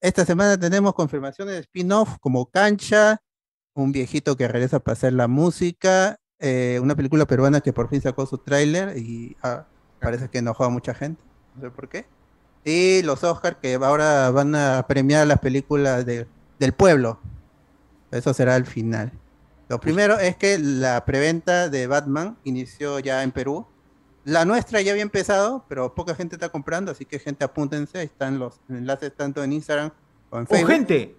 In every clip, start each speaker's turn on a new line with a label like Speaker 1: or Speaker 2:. Speaker 1: Esta semana tenemos confirmaciones de spin-off como Cancha, un viejito que regresa para hacer la música, eh, una película peruana que por fin sacó su tráiler y ah, parece que enojó a mucha gente, no sé por qué. Y los Oscars que ahora van a premiar las películas de- del pueblo. Eso será el final. Lo primero es que la preventa de Batman inició ya en Perú. La nuestra ya había empezado, pero poca gente está comprando, así que gente apúntense, ahí están los enlaces tanto en Instagram o en
Speaker 2: ¡Oh,
Speaker 1: Facebook.
Speaker 2: gente!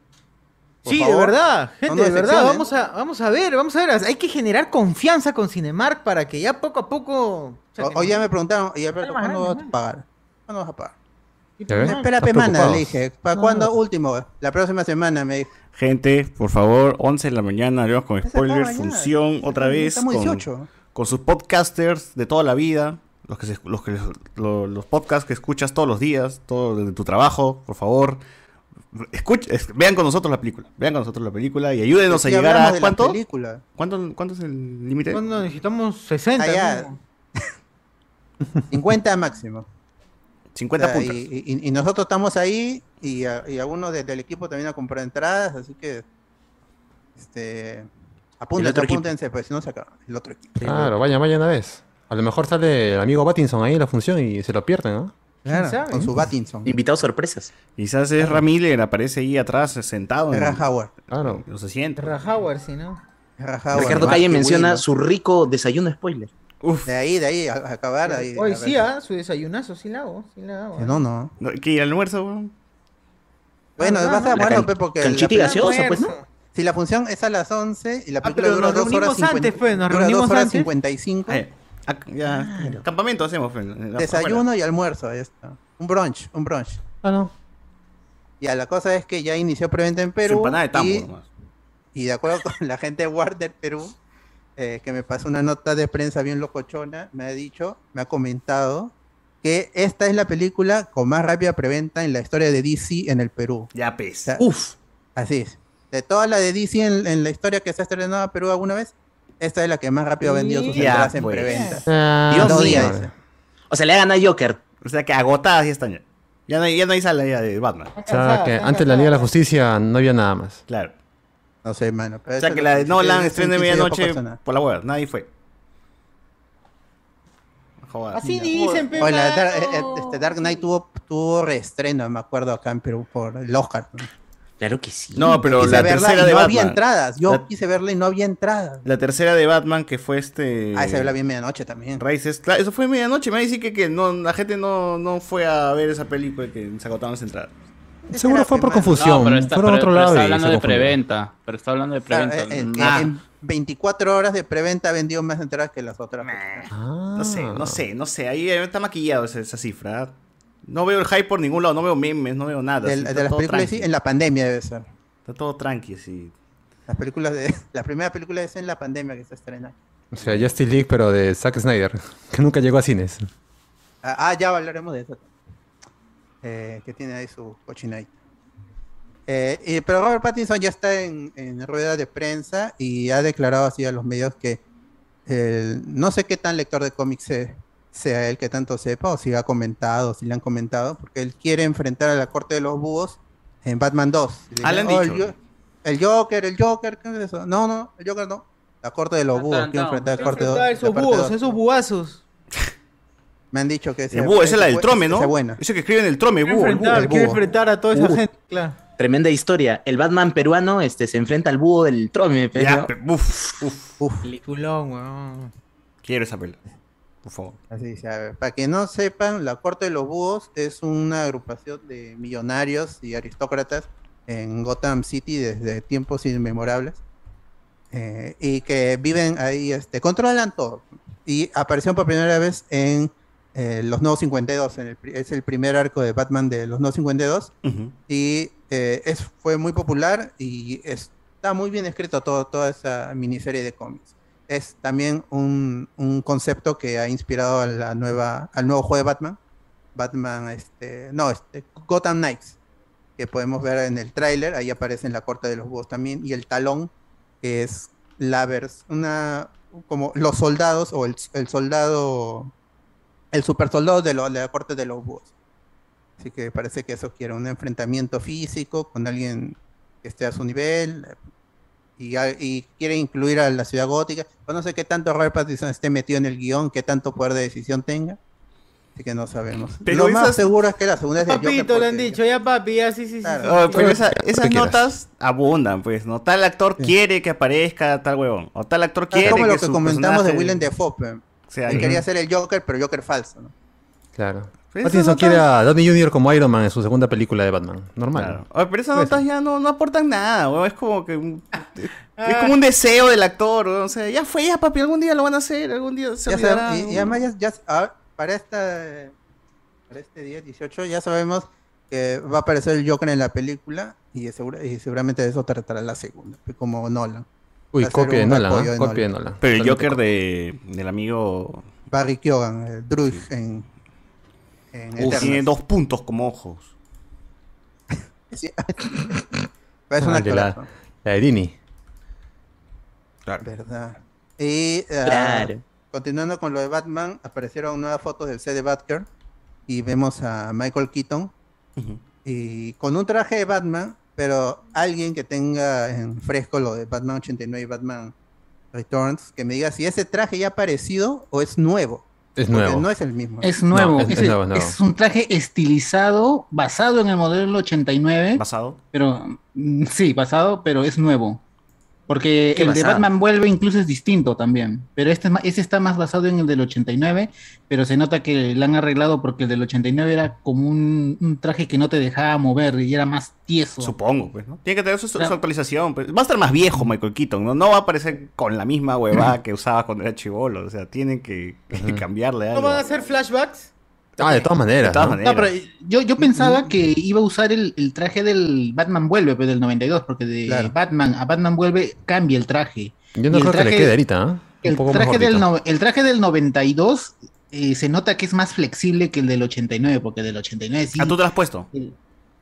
Speaker 1: Por
Speaker 2: Sí, de
Speaker 1: favor,
Speaker 2: verdad, gente,
Speaker 1: no nos
Speaker 2: de verdad,
Speaker 1: decepcionen.
Speaker 2: vamos a, vamos a ver, vamos a ver, hay que generar confianza con Cinemark para que ya poco a poco... o sea,
Speaker 1: O-
Speaker 2: que-
Speaker 1: Hoy ya me preguntaron, ¿y Alberto
Speaker 2: Dale más
Speaker 1: cuándo
Speaker 2: grande,
Speaker 1: vas a pagar? ¿Cuándo vas a pagar?
Speaker 3: Ya ves.
Speaker 1: Espera,
Speaker 3: Están
Speaker 1: semana,
Speaker 3: preocupados.
Speaker 1: le dije. ¿Para
Speaker 2: No,
Speaker 1: cuándo
Speaker 2: no.
Speaker 1: último? La próxima semana me dijo.
Speaker 4: Gente, por favor, 11 de la mañana, hablemos con
Speaker 1: "Ya se
Speaker 4: spoiler,
Speaker 1: acaba ya".
Speaker 4: función, otra vez.
Speaker 1: Estamos
Speaker 4: con-
Speaker 1: 18.
Speaker 4: con sus podcasters de toda la vida, los, que se- los, que- lo- los podcasts que escuchas todos los días, todo de tu trabajo, por favor. escuch- es- vean con nosotros la película, vean con nosotros la película y ayúdenos a
Speaker 1: Y
Speaker 4: llegar
Speaker 1: hablamos de la
Speaker 4: a ¿cuánto?
Speaker 1: película. Ah,
Speaker 4: ¿cuánto? ¿Cuánto es el límite?
Speaker 2: Cuando necesitamos 60.
Speaker 1: Allá.
Speaker 2: ¿no?
Speaker 1: 50 máximo.
Speaker 4: 50
Speaker 1: O sea,
Speaker 4: puntos.
Speaker 1: y, y- y nosotros estamos ahí y, a- y algunos de- del equipo también a comprar entradas, así que este,
Speaker 4: otro
Speaker 1: apúntense,
Speaker 4: equipo.
Speaker 1: apúntense, pues si no se acaba el otro equipo.
Speaker 3: Claro, vayan, vayan una vez. A lo mejor sale el amigo Pattinson ahí en la función y se lo pierden, ¿no?
Speaker 1: Claro,
Speaker 2: sabe?
Speaker 1: con su Battinson.
Speaker 5: Invitados sorpresas.
Speaker 4: Quizás es Ramírez, aparece ahí atrás sentado. En,
Speaker 1: Raj Howard.
Speaker 3: Claro.
Speaker 4: no se sienta.
Speaker 2: Rajauer, sí, ¿no?
Speaker 1: Raj Howard,
Speaker 5: Ricardo
Speaker 1: más
Speaker 5: Calle
Speaker 1: que
Speaker 5: menciona
Speaker 1: Willow.
Speaker 5: su rico desayuno spoiler.
Speaker 4: Uf,
Speaker 1: De ahí, de ahí, a, a acabar. Ahí,
Speaker 2: Hoy
Speaker 1: a
Speaker 2: sí,
Speaker 1: ver. Eh,
Speaker 2: ¿ah? Su desayunazo, sí la hago, sí la hago.
Speaker 1: No, no.
Speaker 4: no, ¿qué ir al almuerzo? weón?
Speaker 1: Bueno,
Speaker 2: no,
Speaker 1: vas a
Speaker 2: no.
Speaker 1: bueno,
Speaker 5: can-
Speaker 1: pe, porque la
Speaker 5: canchita y
Speaker 1: película-
Speaker 5: gaseosa. pues, ¿no?
Speaker 2: Almuerzo.
Speaker 1: Si la función es a las 11 y la
Speaker 2: Ah,
Speaker 1: película
Speaker 2: pero
Speaker 1: dura
Speaker 2: nos
Speaker 1: 2 horas
Speaker 2: reunimos
Speaker 1: 50,
Speaker 2: antes, pues, nos
Speaker 1: dura dos
Speaker 2: reunimos
Speaker 1: horas
Speaker 2: antes.
Speaker 1: 55,
Speaker 4: Eh, ah, ya, Campamento hacemos. pues, en la-
Speaker 1: desayuno y almuerzo, ahí está. Un brunch, un brunch.
Speaker 3: Ah, no.
Speaker 1: Ya, la cosa es que ya inició preventa en
Speaker 4: Su
Speaker 1: Perú
Speaker 4: empanada de tambo
Speaker 1: y,
Speaker 4: nomás.
Speaker 1: y de acuerdo con la gente de Ward del Perú, eh, que me pasó una nota de prensa bien locochona, me ha dicho, me ha comentado que esta es la película con más rápida preventa en la historia de DC en el Perú.
Speaker 4: Ya pues.
Speaker 1: sea,
Speaker 4: pesa.
Speaker 5: Uf,
Speaker 1: Así es. De toda la de DC en, en la historia que se ha estrenado a Perú alguna vez, esta es la que más rápido ha vendido sus
Speaker 2: Ya,
Speaker 1: entradas en
Speaker 4: pues.
Speaker 1: preventa.
Speaker 3: Ah,
Speaker 5: Dios
Speaker 3: no,
Speaker 1: mío.
Speaker 3: señores.
Speaker 5: o sea, le gana a Joker.
Speaker 4: O sea que agotadas ya están ya. Ya no hay, ya no hay sala ya de Batman.
Speaker 3: O sea, que antes de la Liga de la Justicia no había nada más.
Speaker 4: Claro.
Speaker 1: No sé, mano.
Speaker 4: O sea que la de Nolan estrena de medianoche por la hueá. Nadie fue. Joder.
Speaker 2: Así dicen, pero.
Speaker 1: O la Dar- eh, eh, este Dark Knight tuvo, tuvo reestreno, me acuerdo, acá en Perú por el Oscar. ¿no?
Speaker 5: Claro que sí.
Speaker 4: No, pero
Speaker 1: Quise
Speaker 4: la
Speaker 1: verla
Speaker 4: tercera
Speaker 1: y
Speaker 4: de
Speaker 1: no había
Speaker 4: Batman.
Speaker 1: entradas. Yo
Speaker 4: La-
Speaker 1: quise verla y no había entradas.
Speaker 4: La tercera de Batman que fue este.
Speaker 1: Ah, se ve la bien medianoche también.
Speaker 4: Rises. Claro, eso fue medianoche. Me dice que, que no, la gente no, no fue a ver esa película que se agotaron las entradas.
Speaker 3: Seguro fue por confusión.
Speaker 6: No, pero está,
Speaker 3: Fueron a
Speaker 6: pero-
Speaker 3: otro
Speaker 6: pero
Speaker 3: lado
Speaker 6: está
Speaker 3: y
Speaker 6: hablando
Speaker 3: se
Speaker 6: de
Speaker 3: confundieron.
Speaker 6: preventa. Pero está hablando de
Speaker 1: Claro,
Speaker 6: preventa.
Speaker 1: eh, en, en-
Speaker 4: Ah.
Speaker 1: en 24 horas de preventa vendió más entradas que las otras.
Speaker 3: Ah.
Speaker 4: No sé, no sé, no sé. Ahí eh, está maquillado esa, esa cifra. ¿ah? No veo el hype por ningún lado. No veo memes, no veo nada.
Speaker 1: Del-
Speaker 4: así,
Speaker 1: de,
Speaker 4: está
Speaker 1: las
Speaker 4: todo
Speaker 1: películas, sí,
Speaker 4: tranqui.
Speaker 1: en la pandemia debe ser.
Speaker 4: Está todo tranqui, así.
Speaker 1: Las películas de, la primera película es en la pandemia que se estrena.
Speaker 3: O sea, Justice League, pero de Zack Snyder, que nunca llegó a cines.
Speaker 1: Ah, ah, ya hablaremos de eso. Eh, que tiene ahí su cochinadita. Eh, y- pero Robert Pattinson ya está en, en rueda de prensa y ha declarado así a los medios que eh, no sé qué tan lector de cómics se- sea él que tanto sepa o si ha comentado, si le han comentado, porque él quiere enfrentar a la corte de los búhos en Batman 2. Y
Speaker 4: Ah, le
Speaker 1: dicen,
Speaker 4: han
Speaker 1: el,
Speaker 4: dicho".
Speaker 1: Jo- el Joker, el Joker, ¿qué es eso? No, no, el Joker no. La corte de los
Speaker 6: Ah,
Speaker 1: búhos,
Speaker 6: no,
Speaker 1: quiere enfrentar a la corte de
Speaker 2: Enfrentar
Speaker 1: la
Speaker 2: Esos
Speaker 1: parte
Speaker 2: búhos,
Speaker 1: dos.
Speaker 2: esos buazos.
Speaker 1: Me han dicho que
Speaker 4: El búho, esa es la del
Speaker 1: fue-
Speaker 4: trome, ¿no?
Speaker 1: esa es buena.
Speaker 4: Eso que escribe en el trome,
Speaker 2: Quiero
Speaker 4: búho. el búho.
Speaker 2: enfrentar,
Speaker 1: el
Speaker 2: quiero
Speaker 1: búho.
Speaker 2: enfrentar a toda esa
Speaker 4: Uh.
Speaker 2: gente, claro.
Speaker 5: Tremenda historia. El Batman peruano este, se enfrenta al búho del Trome. pero-
Speaker 4: Ya, pe- uf, uf.
Speaker 2: Peliculón, weón.
Speaker 4: Quiero esa pelota. Por favor.
Speaker 1: Así dice, a ver, para que no sepan, la Corte de los Búhos es una agrupación de millonarios y aristócratas en Gotham City desde tiempos inmemorables eh, y que viven ahí, este, controlan todo. Y apareció por primera vez en eh, Los Nuevos 52, en el pri- es el primer arco de Batman de Los Nuevos 52
Speaker 4: Ujú.
Speaker 1: y eh, es, fue muy popular y está muy bien escrito todo, toda esa miniserie de cómics. Es también un, un concepto que ha inspirado a la nueva, al nuevo juego de Batman. Batman, este, no, este, Gotham Knights, que podemos ver en el tráiler, ahí aparece en la corte de los búhos también, y el talón, que es la vers una, como los soldados o el, el soldado, el super soldado de, lo- de la corte de los búhos. Así que parece que eso quiere un enfrentamiento físico con alguien que esté a su nivel. Y, a- y quiere incluir a la ciudad gótica. Pues no sé qué tanto Robert Pattinson esté metido en el guión, qué tanto poder de decisión tenga. Así que no sabemos.
Speaker 4: Pero
Speaker 1: Lo más
Speaker 4: esas-
Speaker 1: seguro es que la segunda es de Joker,
Speaker 2: Papito, le han
Speaker 1: porque-
Speaker 2: dicho, ya papi, ya sí, sí, sí,
Speaker 1: Claro.
Speaker 2: sí.
Speaker 4: Oh, pero
Speaker 3: Todo
Speaker 4: esa-
Speaker 3: lo que
Speaker 4: esas
Speaker 3: quieras.
Speaker 4: notas abundan, pues, ¿no? Tal actor quiere que aparezca tal huevón. O tal actor
Speaker 1: Es
Speaker 4: quiere
Speaker 1: como lo
Speaker 4: que
Speaker 1: que
Speaker 4: su
Speaker 1: comentamos de
Speaker 4: personaje
Speaker 1: Willem Dafoe. pe.
Speaker 4: sea-
Speaker 1: Él quería ser el Joker, pero Joker falso. ¿no?
Speaker 3: Claro.
Speaker 4: Pero esas
Speaker 3: Pattinson
Speaker 4: notas-
Speaker 3: quiere a Downey Jr. como Iron Man en su segunda película de Batman. Normal.
Speaker 4: Claro. Oye, pero esas
Speaker 3: Puede
Speaker 4: notas
Speaker 3: ser.
Speaker 4: ya no, no aportan nada, weón. Es como que. un-
Speaker 6: Ah.
Speaker 4: es como un deseo del actor, weón. O sea, ya fue, ya papi, algún día lo van a hacer, algún día se
Speaker 1: Ya
Speaker 4: olvidará,
Speaker 1: sabe- y,
Speaker 4: weón.
Speaker 1: y además, ya, ya- ah, para, esta, para este día 18, ya sabemos que va a aparecer el Joker en la película y, segura- y seguramente de eso tratará la segunda, pe, como Nolan.
Speaker 3: Uy,
Speaker 1: Va a
Speaker 3: copia
Speaker 1: ser
Speaker 3: de
Speaker 1: un
Speaker 3: Nolan,
Speaker 1: apoyo
Speaker 3: ¿eh?
Speaker 1: de
Speaker 3: Copia de Nolan.
Speaker 4: Pero el
Speaker 3: Totalmente
Speaker 4: Joker
Speaker 3: copia.
Speaker 4: de, del amigo
Speaker 1: Barry Keoghan, eh, Druid en, en
Speaker 4: Uf, tiene
Speaker 1: Eternos.
Speaker 4: dos puntos como ojos.
Speaker 1: Sí. Pero es un
Speaker 3: Ah, el de la-
Speaker 1: actorazo,
Speaker 3: La de Dini.
Speaker 1: ¿verdad? Y, ah,
Speaker 5: Claro.
Speaker 1: Continuando con lo de Batman, aparecieron nuevas fotos del set de Batgirl y vemos a Michael Keaton y con un traje de Batman, pero alguien que tenga en fresco lo de Batman 89 y Batman Returns, que me diga si ese traje ya ha aparecido o es nuevo,
Speaker 3: Es
Speaker 1: porque
Speaker 3: nuevo.
Speaker 1: no es el mismo.
Speaker 6: Es nuevo.
Speaker 3: No, es-
Speaker 6: es,
Speaker 3: es nuevo, es nuevo.
Speaker 6: es un traje estilizado, basado en el modelo 89,
Speaker 4: Basado.
Speaker 6: pero mm, sí, basado, pero es nuevo. Porque
Speaker 5: ¿Qué
Speaker 6: el de
Speaker 5: basado?
Speaker 6: Batman vuelve incluso es distinto también, pero este, es ma- este está más basado en el del 89, pero se nota que le han arreglado porque el del 89 era como un, un traje que no te dejaba mover y era más tieso.
Speaker 4: Supongo, pues, ¿no? Tiene que tener su, su
Speaker 6: Claro.
Speaker 4: actualización. pues. Va a estar más viejo Michael Keaton, ¿no? No va a aparecer con la misma huevada que usaba cuando era chivolo. O sea, tienen que, que cambiarle algo.
Speaker 2: ¿No van a hacer flashbacks?
Speaker 3: Ah, de todas maneras.
Speaker 4: De todas
Speaker 3: ¿no?
Speaker 4: maneras.
Speaker 6: No, pero yo, yo pensaba que iba a usar el, el traje del Batman Vuelve, pero del 92, porque de
Speaker 1: Claro.
Speaker 6: Batman a Batman Vuelve cambia el traje.
Speaker 3: Yo no
Speaker 6: Y el
Speaker 3: creo que le
Speaker 6: traje-
Speaker 3: quede ahorita, ¿eh?
Speaker 6: El traje,
Speaker 3: mejorcito.
Speaker 6: del no- el traje del 92 eh, se nota que es más flexible que el del 89, porque el del 89 sí.
Speaker 4: Ah, tú te lo has puesto.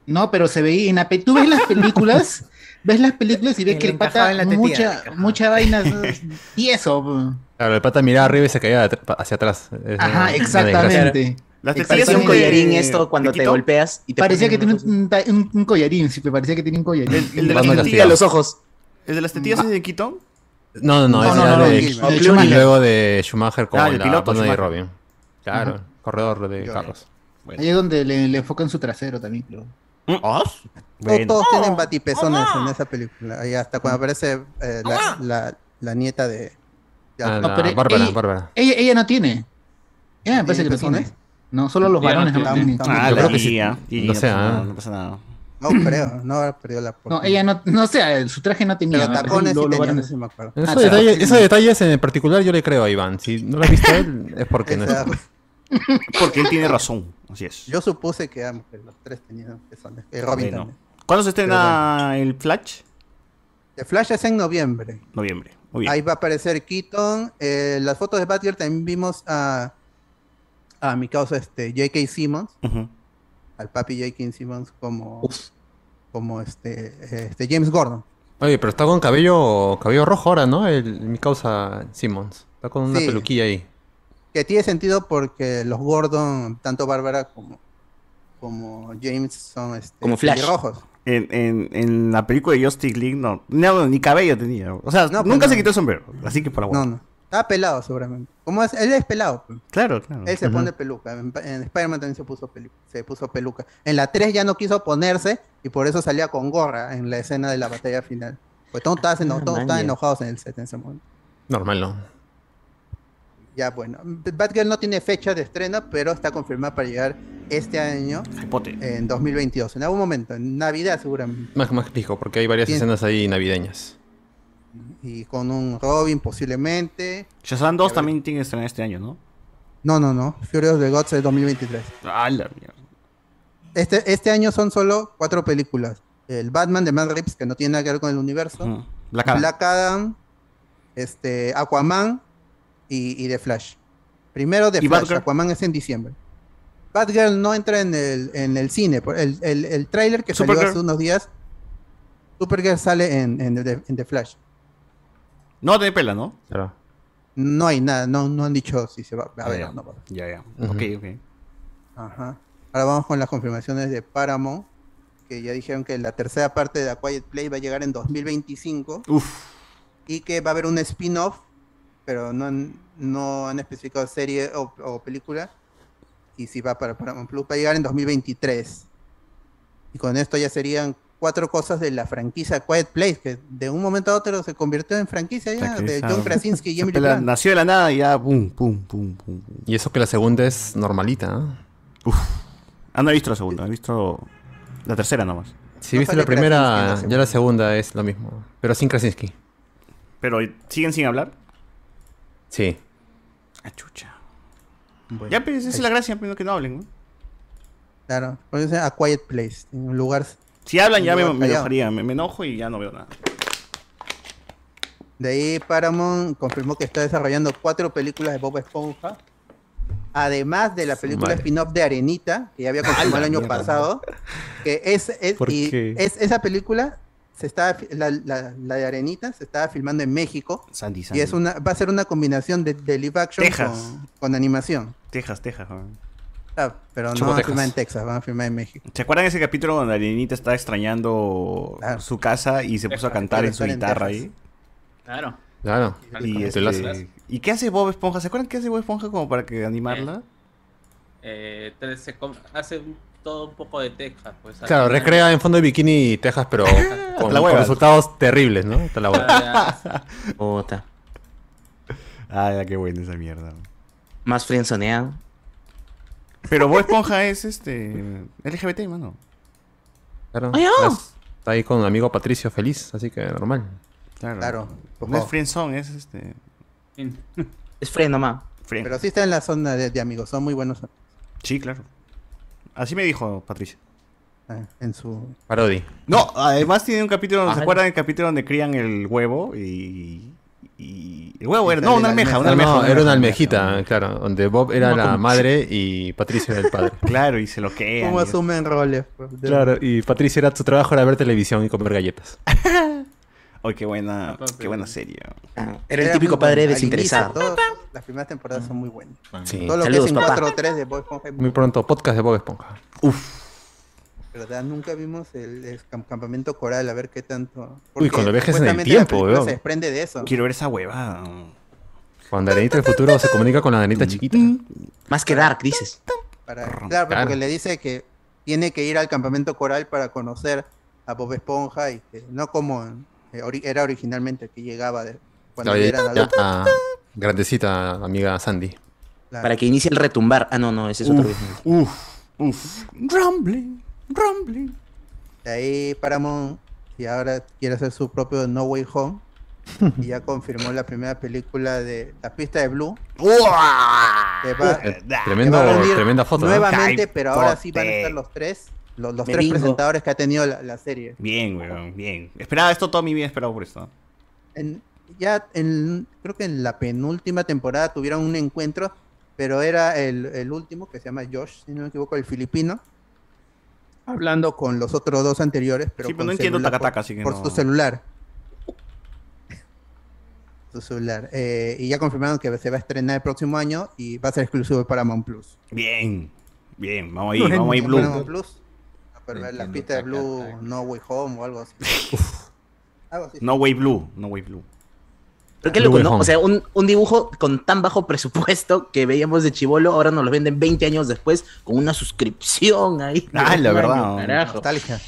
Speaker 6: No, pero se veía en ape- Tú ves las películas, ves las películas y ves
Speaker 2: Que
Speaker 6: que
Speaker 2: le
Speaker 6: el
Speaker 2: encajaba
Speaker 6: pata
Speaker 2: en la tetilla.
Speaker 6: mucha,
Speaker 2: Ajá.
Speaker 6: mucha vaina es- y eso.
Speaker 3: Claro, el pata miraba arriba y se caía atr- pa- hacia atrás. Es una- una
Speaker 6: Ajá,
Speaker 3: desgracia.
Speaker 6: exactamente.
Speaker 4: Las
Speaker 6: Exacto.
Speaker 5: Parece
Speaker 4: son
Speaker 5: un
Speaker 6: de-
Speaker 5: collarín
Speaker 4: de-
Speaker 5: esto cuando
Speaker 4: de
Speaker 5: te
Speaker 4: Quito.
Speaker 5: golpeas y te
Speaker 6: Parecía que
Speaker 5: ponen
Speaker 6: tenía
Speaker 5: una cosa
Speaker 6: un, un- un collarín, sí, parecía que tenía un collarín.
Speaker 4: El, el de
Speaker 3: Batman
Speaker 4: las
Speaker 5: así. a
Speaker 3: castigado.
Speaker 4: tetillas.
Speaker 5: los ojos.
Speaker 4: ¿El de las tetillas es de Keaton?
Speaker 3: No, no, no,
Speaker 6: No,
Speaker 3: ese
Speaker 6: no,
Speaker 3: era
Speaker 6: no,
Speaker 3: de,
Speaker 1: no,
Speaker 3: Schumacher.
Speaker 6: de Schumacher.
Speaker 3: y luego de Schumacher con
Speaker 4: Ah, el
Speaker 3: la
Speaker 4: piloto,
Speaker 3: banda de
Speaker 4: Schumacher.
Speaker 3: Robin. Claro,
Speaker 6: Ajá.
Speaker 3: corredor de
Speaker 1: Yo-
Speaker 3: carros.
Speaker 6: Ahí es donde le, le enfocan su trasero también, creo.
Speaker 4: Ah.
Speaker 1: No todos
Speaker 6: Oh,
Speaker 1: tienen batipezones en esa película, ahí hasta cuando aparece eh,
Speaker 6: Oh,
Speaker 1: la, la- la nieta de... de
Speaker 3: Ah,
Speaker 1: Alfred.
Speaker 6: no,
Speaker 3: la-
Speaker 6: pero, eh,
Speaker 3: Bárbara, Bárbara.
Speaker 6: Ella, ella no tiene. Ella me parece que no
Speaker 1: ¿Tiene
Speaker 6: tiene. No, solo los
Speaker 7: Ella no
Speaker 6: varones no
Speaker 7: tiene.
Speaker 6: tienen.
Speaker 1: Ah,
Speaker 4: Ah,
Speaker 3: yo
Speaker 4: la
Speaker 3: creo que sí.
Speaker 4: tía. Y
Speaker 3: No
Speaker 4: no,
Speaker 3: sé,
Speaker 4: pasa
Speaker 3: ah.
Speaker 4: nada, no pasa nada.
Speaker 1: No creo, no habrá perdido la
Speaker 6: No,
Speaker 1: oportunidad.
Speaker 6: ella no, no sé, su traje no tenía.
Speaker 1: Pero
Speaker 6: me parece
Speaker 1: tacones
Speaker 6: que
Speaker 1: sí
Speaker 6: los
Speaker 1: tenía, no
Speaker 6: varones-
Speaker 1: sé si me acuerdo.
Speaker 3: Esos,
Speaker 6: se da
Speaker 3: detalles,
Speaker 6: cuenta.
Speaker 3: esos detalles en particular yo le creo a Iván. Si no lo has visto él, es porque no
Speaker 1: Esa-
Speaker 3: es.
Speaker 4: Porque él tiene razón. Así es.
Speaker 1: Yo supuse que ambos, que los tres tenían pezones. que Robin
Speaker 4: Bueno.
Speaker 1: también.
Speaker 4: ¿Cuándo se estrena el Flash?
Speaker 1: The Flash es en noviembre.
Speaker 4: Noviembre. Muy bien.
Speaker 1: Ahí va a aparecer Keaton. Eh, las fotos de Batgirl también vimos a, a mi causa este, J.K. Simmons,
Speaker 4: Ujú.
Speaker 1: al papi J.K. Simmons como, como este, este James Gordon.
Speaker 3: Oye, pero está con cabello cabello rojo ahora, ¿no? El, mi causa Simmons. Está con una
Speaker 1: Sí.
Speaker 3: peluquilla ahí.
Speaker 1: Que tiene sentido porque los Gordon, tanto Bárbara como, como James, son este,
Speaker 5: Como Flash.
Speaker 1: rojos.
Speaker 4: En, en, en la película de Justice League, no. No, ni cabello tenía. O sea,
Speaker 1: No, pues
Speaker 4: nunca
Speaker 1: no.
Speaker 4: se quitó el sombrero. Así que por la
Speaker 1: No,
Speaker 4: hueá.
Speaker 1: no. Está pelado seguramente. Como es, él es pelado. pues.
Speaker 4: Claro, claro.
Speaker 1: Él se pone peluca. En, en Spider-Man también se puso, pelu- se puso peluca. En la 3 ya no quiso ponerse y por eso salía con gorra en la escena de la batalla final. Pues todos estaban eno-
Speaker 5: Ah,
Speaker 1: todos estaban
Speaker 5: manja.
Speaker 1: enojados en el set en ese momento.
Speaker 3: Normal, ¿no?
Speaker 1: Ya bueno. Batgirl no tiene fecha de estreno, pero está confirmada para llegar este año,
Speaker 4: Hipote.
Speaker 1: en 2022. En algún momento, en Navidad seguramente.
Speaker 3: Más, más explico, porque hay varias
Speaker 1: Bien.
Speaker 3: escenas ahí navideñas.
Speaker 1: Y con un Robin posiblemente.
Speaker 4: Shazam 2 también tiene que estrenar este año, ¿no?
Speaker 1: No, no, no. Furious de Gods es 2023.
Speaker 4: Ah, la mierda.
Speaker 1: Este, este año son solo cuatro películas. El Batman de Matt Reeves, que no tiene nada que ver con el universo.
Speaker 4: Ujú. La cara.
Speaker 1: Black Adam, este, Aquaman y, y The Flash. Primero The
Speaker 4: ¿Y
Speaker 1: Flash,
Speaker 4: Batgirl?
Speaker 1: Aquaman es en diciembre. Batgirl no entra en el, en el cine. por- El, el, el tráiler que salió
Speaker 4: Supergirl.
Speaker 1: hace unos días, Supergirl sale en, en, The, en The Flash.
Speaker 4: No te pela, ¿no?
Speaker 3: Claro.
Speaker 1: No hay nada, no, no han dicho si se va a
Speaker 4: Ah,
Speaker 1: ver
Speaker 4: ya.
Speaker 1: o no va a ver.
Speaker 4: Ya, ya.
Speaker 3: Ujú.
Speaker 4: Ok, ok.
Speaker 1: Ajá. Ahora vamos con las confirmaciones de Paramount, que ya dijeron que la tercera parte de A Quiet Play va a llegar en 2025
Speaker 4: Uf.
Speaker 1: y que va a haber un spin-off, pero no han, no han especificado serie o, o película. Y si va para Paramount Plus, va a llegar en 2023. Y con esto ya serían cuatro cosas de la franquicia Quiet Place, que de un momento a otro se convirtió en franquicia ya, de
Speaker 4: Franquicia.
Speaker 1: John Krasinski y
Speaker 4: Se
Speaker 1: Emily
Speaker 4: pela-
Speaker 1: Blunt.
Speaker 4: nació de la nada y ya, pum, pum, pum, pum. pum.
Speaker 3: Y eso que la segunda es normalita. ¿ah?
Speaker 4: Ah, no he visto la segunda, he visto la tercera nomás.
Speaker 3: Si
Speaker 1: No
Speaker 3: viste
Speaker 1: sale
Speaker 3: la primera,
Speaker 1: Krasinski en la
Speaker 3: ya la segunda es lo mismo. Pero sin Krasinski.
Speaker 4: Pero siguen sin hablar.
Speaker 3: Sí.
Speaker 4: Ah, chucha.
Speaker 1: Bueno,
Speaker 4: Ya, pues, esa es la gracia, pero que no hablen. ¿no?
Speaker 1: Claro, por eso A Quiet Place, en un lugar
Speaker 4: Si hablan, ya me, me
Speaker 1: Pues, Callado.
Speaker 4: enojaría, me, me enojo y ya no veo nada.
Speaker 1: De ahí Paramount confirmó que está desarrollando cuatro películas de Bob Esponja. Además de la película
Speaker 3: madre. Ah,
Speaker 1: spin-off de Arenita, que ya había confirmado el año
Speaker 4: mierda.
Speaker 1: pasado. Que es, es-
Speaker 3: ¿Por
Speaker 1: y
Speaker 3: qué?
Speaker 1: es- esa película, se estaba, fi- la, la- la de Arenita, se estaba filmando en México.
Speaker 4: Sandy,
Speaker 1: Y
Speaker 4: Sandy.
Speaker 1: es una, va a ser una combinación de, de live action
Speaker 4: Texas.
Speaker 1: con, con animación.
Speaker 4: Texas, Texas. weón.
Speaker 1: Ah, pero no
Speaker 3: Chupo,
Speaker 1: van a
Speaker 3: Texas.
Speaker 1: filmar en Texas, van a filmar en México.
Speaker 4: ¿Se acuerdan ese capítulo donde Arenita está extrañando
Speaker 1: Claro.
Speaker 4: su casa y se puso a cantar en su
Speaker 1: Texas, en
Speaker 4: guitarra
Speaker 1: Texas.
Speaker 4: ahí?
Speaker 5: Claro.
Speaker 3: Claro.
Speaker 4: Y,
Speaker 3: Te
Speaker 4: este,
Speaker 3: enlazas.
Speaker 4: ¿Y qué hace Bob Esponja? ¿Se acuerdan qué hace Bob Esponja como para que animarla?
Speaker 7: Eh, te- se com- hace un- todo un poco de Texas, pues.
Speaker 3: Claro,
Speaker 7: hace-
Speaker 3: recrea en fondo de bikini Texas, pero con,
Speaker 4: la
Speaker 3: con
Speaker 4: hueva.
Speaker 3: resultados terribles, ¿no? Hasta la hueva.
Speaker 7: Ah, ya.
Speaker 5: Puta.
Speaker 1: Eh.
Speaker 4: Ah, ya, qué buena esa mierda.
Speaker 5: Más frienzoneado.
Speaker 4: Pero Bob Esponja es este LGBT, mano.
Speaker 3: Claro.
Speaker 5: Ay, oh.
Speaker 3: Estás- Está ahí con un amigo Patricio feliz, así que normal.
Speaker 4: Claro.
Speaker 1: Claro, por
Speaker 4: No es
Speaker 1: favor.
Speaker 4: friendzone, es este
Speaker 5: Es freno, ma.
Speaker 4: friend.
Speaker 1: Pero sí está en la zona de, de amigos, son muy buenos
Speaker 4: Sí, claro. Así me dijo Patricia.
Speaker 1: eh, en su
Speaker 3: Parodi.
Speaker 4: No, además tiene un capítulo, donde- ¿se
Speaker 5: Ajá.
Speaker 4: acuerdan del capítulo donde crían el huevo y y el huevo era no,
Speaker 1: sale
Speaker 4: una
Speaker 1: la
Speaker 4: almeja,
Speaker 1: almeja.
Speaker 4: una
Speaker 3: No,
Speaker 4: almeja.
Speaker 3: no, era una almejita,
Speaker 4: almeja.
Speaker 3: claro, donde Bob era
Speaker 6: No,
Speaker 3: la
Speaker 6: como-
Speaker 3: madre y Patricio era el padre.
Speaker 4: Claro, y se lo quedan.
Speaker 1: ¿Cómo
Speaker 4: y-
Speaker 1: asumen roles? pues, de-
Speaker 3: Claro, y Patricio era su trabajo era ver televisión y comer galletas.
Speaker 4: Ay, qué buena,
Speaker 7: Entonces-
Speaker 4: qué buena serie.
Speaker 5: Ah, era el
Speaker 1: Era
Speaker 5: típico
Speaker 1: muy bueno.
Speaker 5: padre
Speaker 1: Al
Speaker 5: desinteresado.
Speaker 1: inicio, todos- las primeras temporadas son muy buenas.
Speaker 3: Sí.
Speaker 1: Todo lo que
Speaker 5: Saludos,
Speaker 1: es en
Speaker 5: papá.
Speaker 1: 4 o 3 de Bob Esponja es muy
Speaker 3: Eh, Muy pronto, podcast de Bob Esponja.
Speaker 1: Pero ya nunca vimos el, el cam- campamento coral, a ver qué tanto.
Speaker 3: Uy, cuando viajes en el
Speaker 1: supuestamente la
Speaker 3: tiempo,
Speaker 1: película
Speaker 3: weón.
Speaker 1: Se desprende de eso.
Speaker 4: Quiero ver esa huevada.
Speaker 3: Cuando Arenita del futuro se comunica con la Arenita chiquita.
Speaker 5: Más que Dark, dices.
Speaker 1: Para, claro,
Speaker 3: Claro.
Speaker 1: porque le dice que tiene que ir al campamento coral para conocer a Bob Esponja y que no como eh, ori- era originalmente que llegaba de, cuando
Speaker 3: Claro,
Speaker 1: ya
Speaker 3: ya-
Speaker 1: eran
Speaker 3: ya-
Speaker 1: adultos.
Speaker 3: ah, grandecita amiga Sandy.
Speaker 1: Claro.
Speaker 5: Para que inicie el retumbar. Ah, no, no, ese es otro.
Speaker 4: Uf, uf, uf. Rumbling, rumbling.
Speaker 1: De ahí Paramount, y ahora quiere hacer su propio No Way Home. y ya confirmó la primera película de La pista de Blue.
Speaker 4: ¡Uah!
Speaker 1: Que va-
Speaker 4: Eh,
Speaker 1: que
Speaker 3: Tremendo,
Speaker 1: va a venir
Speaker 3: tremenda foto. ¿eh?
Speaker 1: Nuevamente,
Speaker 4: Ay,
Speaker 1: pero ahora
Speaker 4: pote.
Speaker 1: sí van a estar los tres, los, los
Speaker 5: Me
Speaker 1: tres
Speaker 5: bingo.
Speaker 1: presentadores que ha tenido la, la serie.
Speaker 4: Bien, weón, bien. Esperaba esto toda mi vida, esperaba por esto.
Speaker 1: En- ya en, creo que en la penúltima temporada tuvieron un encuentro, pero era el, el último, que se llama Josh, si no me equivoco, el filipino, hablando con los otros dos anteriores, pero,
Speaker 4: Sí, pero
Speaker 1: con
Speaker 4: no entiendo
Speaker 1: celular
Speaker 4: tacataca,
Speaker 1: por-
Speaker 4: así que
Speaker 1: por
Speaker 4: no-
Speaker 1: su celular. Su celular. Eh, y ya confirmaron que se va a estrenar el próximo año y va a ser exclusivo de Paramount Plus.
Speaker 4: Bien, bien, vamos ahí, vamos ahí,
Speaker 1: En
Speaker 4: Blue.
Speaker 1: Paramount Plus. Ah, pero
Speaker 7: No
Speaker 1: las
Speaker 7: entiendo,
Speaker 1: pistas de
Speaker 7: taca,
Speaker 1: Blue,
Speaker 7: taca.
Speaker 1: No Way Home o algo así. algo así.
Speaker 4: No way blue, no way blue.
Speaker 5: Pero qué
Speaker 3: Blue
Speaker 5: loco,
Speaker 3: Way
Speaker 5: ¿no?
Speaker 3: Home.
Speaker 5: O sea, un, un dibujo con tan bajo presupuesto que veíamos de chivolo, ahora nos lo venden 20 años después con una suscripción ahí.
Speaker 4: Ah, la
Speaker 5: Ay,
Speaker 4: verdad,
Speaker 5: no,
Speaker 4: ¿no?
Speaker 5: Carajo.
Speaker 1: Nostalgia.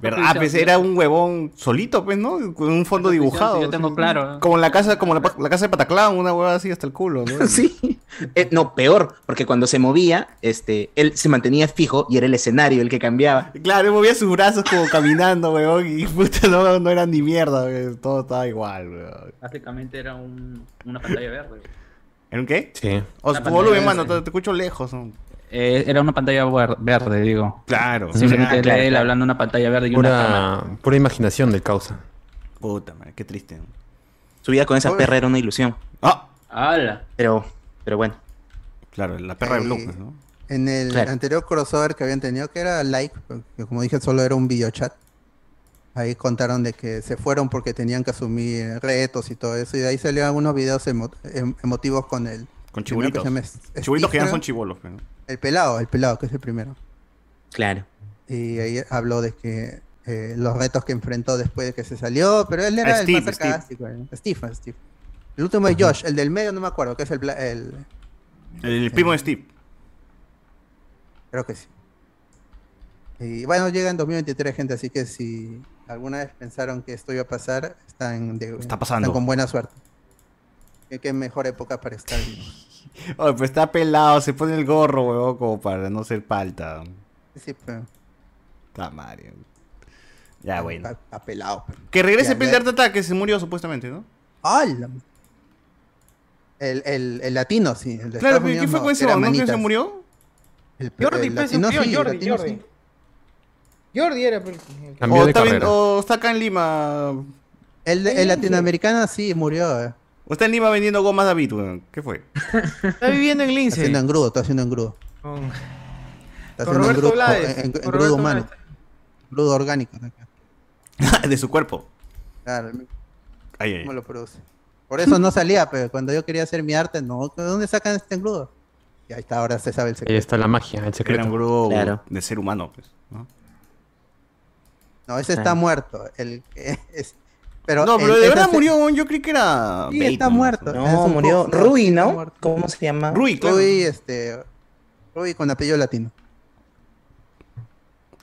Speaker 4: ¿Verdad? Ah, pues era un huevón solito, pues, ¿no? Con un fondo dibujado.
Speaker 7: Yo tengo
Speaker 4: así.
Speaker 7: claro.
Speaker 4: Como la casa, como la, pa- la casa de Pataclán, una huevada así hasta el culo, ¿no?
Speaker 5: Sí. Eh, no, peor, porque cuando se movía, este, él se mantenía fijo y era el escenario el que cambiaba.
Speaker 4: Claro, él movía sus brazos como caminando, weón, y puta, no, no era ni mierda, weón, todo estaba igual, weón.
Speaker 7: Básicamente era un, una pantalla verde.
Speaker 4: ¿Era un qué?
Speaker 3: Sí.
Speaker 4: O
Speaker 7: Una
Speaker 4: tu volumen,
Speaker 7: pantalla
Speaker 4: mano,
Speaker 7: verde.
Speaker 4: te, te escucho lejos. ¿no?
Speaker 7: Eh, era una pantalla ver- verde, digo.
Speaker 4: Ah, Claro.
Speaker 7: Simplemente
Speaker 5: claro,
Speaker 7: era él
Speaker 5: claro.
Speaker 7: hablando una pantalla verde y una cámara.
Speaker 3: Pura, pura imaginación del causa.
Speaker 4: Puta, madre, qué triste.
Speaker 5: Su vida con esa
Speaker 1: Pobre.
Speaker 5: perra era una ilusión.
Speaker 4: Ah,
Speaker 7: ¡Hala!
Speaker 5: Pero, pero bueno.
Speaker 4: claro, la perra de
Speaker 1: Eh,
Speaker 4: Blue, pues, ¿no?
Speaker 1: En el
Speaker 5: Claro.
Speaker 1: anterior crossover que habían tenido, que era Like, que como dije, solo era un videochat. Ahí contaron de que se fueron porque tenían que asumir retos y todo eso. Y de ahí salieron algunos videos emo- em- emotivos con el
Speaker 4: Con
Speaker 1: primero que
Speaker 4: chibolitos.
Speaker 1: se llama S-
Speaker 4: Chibolitos que ya no son
Speaker 1: Steve,
Speaker 4: chibolos. pero-
Speaker 1: creo. El pelado, el pelado, que es el primero.
Speaker 5: Claro.
Speaker 1: Y ahí habló de que eh, los retos que enfrentó después de que se salió, pero él era
Speaker 4: Ah,
Speaker 1: el
Speaker 4: Steve,
Speaker 1: más
Speaker 4: Steve.
Speaker 1: sarcástico. ¿no? Steve. Steve, El último es Josh, el del medio no me acuerdo, que es el, bla- el-
Speaker 4: El
Speaker 1: Eh.
Speaker 4: primo de Steve.
Speaker 1: creo que sí. Y bueno, llega en 2023, gente, así que si alguna vez pensaron que esto iba a pasar, están, de-
Speaker 4: Está pasando.
Speaker 1: están con buena suerte. Qué, qué mejor época para estar vivos.
Speaker 4: Oye, pues está pelado, se pone el gorro, huevón, como para no ser palta.
Speaker 1: Sí, pero-
Speaker 4: Está Mario. Ya, bueno.
Speaker 1: Está, está pelado. pero.
Speaker 4: Que regrese
Speaker 1: Ya,
Speaker 4: Pel de
Speaker 1: ya.
Speaker 4: Art Attack, que se murió supuestamente, ¿no?
Speaker 1: ¡Hala! El, el, el latino, sí. El de
Speaker 4: Claro,
Speaker 1: Estados
Speaker 4: pero ¿qué
Speaker 1: Unidos
Speaker 4: fue
Speaker 1: no,
Speaker 4: con ese
Speaker 1: era
Speaker 4: huevón? ¿No que
Speaker 1: manitas.
Speaker 4: se murió?
Speaker 1: El-
Speaker 2: Jordi,
Speaker 1: el
Speaker 2: pues,
Speaker 1: latino
Speaker 2: tío,
Speaker 1: sí, el
Speaker 2: Jordi,
Speaker 1: latino
Speaker 2: Jordi.
Speaker 1: sí.
Speaker 2: Jordi era. pues, el que-
Speaker 3: Cambió
Speaker 4: o,
Speaker 3: de
Speaker 4: está bien-
Speaker 3: carrera.
Speaker 4: o está acá en Lima.
Speaker 1: El, el latinoamericano sí murió. eh.
Speaker 4: O está en Lima vendiendo gomas David, weón. ¿Qué fue?
Speaker 2: Está viviendo en
Speaker 1: Está
Speaker 2: Lince.
Speaker 1: haciendo engrudo, está haciendo engrudo.
Speaker 2: Con,
Speaker 1: Está
Speaker 2: con
Speaker 1: haciendo
Speaker 2: Roberto
Speaker 1: engrudo,
Speaker 2: Blades.
Speaker 1: en- en-
Speaker 2: con
Speaker 1: engrudo
Speaker 2: Roberto
Speaker 1: humano,
Speaker 2: Blades.
Speaker 1: engrudo orgánico. ¿no?
Speaker 4: de su cuerpo.
Speaker 1: Claro,
Speaker 4: Ay, ay.
Speaker 1: ¿cómo lo produce? Por eso no salía, pero cuando yo quería hacer mi arte, no, ¿de dónde sacan este engrudo? Y ahí está, ahora se sabe el
Speaker 3: Ahí
Speaker 1: secreto.
Speaker 3: está la magia, el
Speaker 4: Era un
Speaker 3: secreto.
Speaker 4: grupo
Speaker 5: Claro.
Speaker 4: de ser humano, pues. ¿no?
Speaker 1: No, ese está
Speaker 5: Ah.
Speaker 1: muerto. El, es, pero
Speaker 4: No, pero
Speaker 1: el-
Speaker 4: de
Speaker 1: ese
Speaker 4: verdad
Speaker 1: se-
Speaker 4: murió, weón. yo creí que era.
Speaker 1: Sí,
Speaker 4: bait,
Speaker 1: está
Speaker 4: nomás.
Speaker 1: muerto. Es
Speaker 5: No,
Speaker 1: un
Speaker 5: murió.
Speaker 1: boxer,
Speaker 5: Rui,
Speaker 1: está
Speaker 5: ¿no?
Speaker 1: muerto.
Speaker 5: ¿Cómo se llama?
Speaker 4: Rui, claro.
Speaker 1: Rui, este, Rui con apellido latino.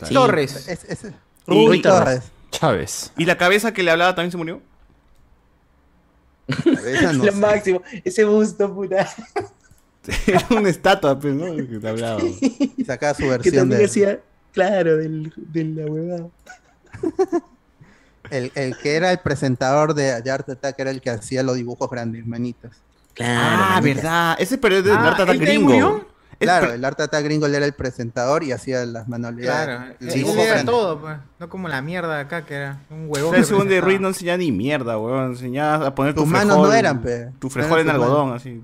Speaker 5: Sí.
Speaker 2: Torres.
Speaker 1: Es, es-
Speaker 5: Rui
Speaker 1: Rui Torres.
Speaker 5: Torres.
Speaker 3: Chávez.
Speaker 4: ¿Y la cabeza que le hablaba también se murió?
Speaker 1: Esa no
Speaker 5: Lo
Speaker 1: sé.
Speaker 5: máximo. Ese busto, puta.
Speaker 4: Era una estatua, pues, ¿no? Que le hablaba.
Speaker 1: Y sacaba su
Speaker 5: Que
Speaker 1: versión
Speaker 5: también
Speaker 1: de...
Speaker 5: hacía. Claro, del, de la huevada.
Speaker 1: El, el que era el presentador de, de Art Attack era el que hacía los dibujos grandes, manitas.
Speaker 5: Claro.
Speaker 4: Ah,
Speaker 5: manita.
Speaker 4: verdad. Ese periodo de
Speaker 2: Ah,
Speaker 4: Art Attack
Speaker 2: ¿él también
Speaker 4: gringo.
Speaker 2: murió?
Speaker 4: Ese
Speaker 1: Claro,
Speaker 4: per-
Speaker 1: el Art Attack gringo él era el presentador y hacía las
Speaker 2: Claro.
Speaker 1: manualidades. los
Speaker 2: él
Speaker 1: dibujos
Speaker 2: era
Speaker 1: grandes.
Speaker 2: todo, pues. No como la mierda de acá que era un huevón.
Speaker 4: Ese segundo de
Speaker 2: representaba.
Speaker 4: Ruiz no enseñaba ni mierda, weón. Enseñaba a poner tu
Speaker 1: Tus manos
Speaker 4: frejol-
Speaker 1: no eran, pe.
Speaker 4: Tu frejol en
Speaker 1: Eran tus
Speaker 4: algodón, así.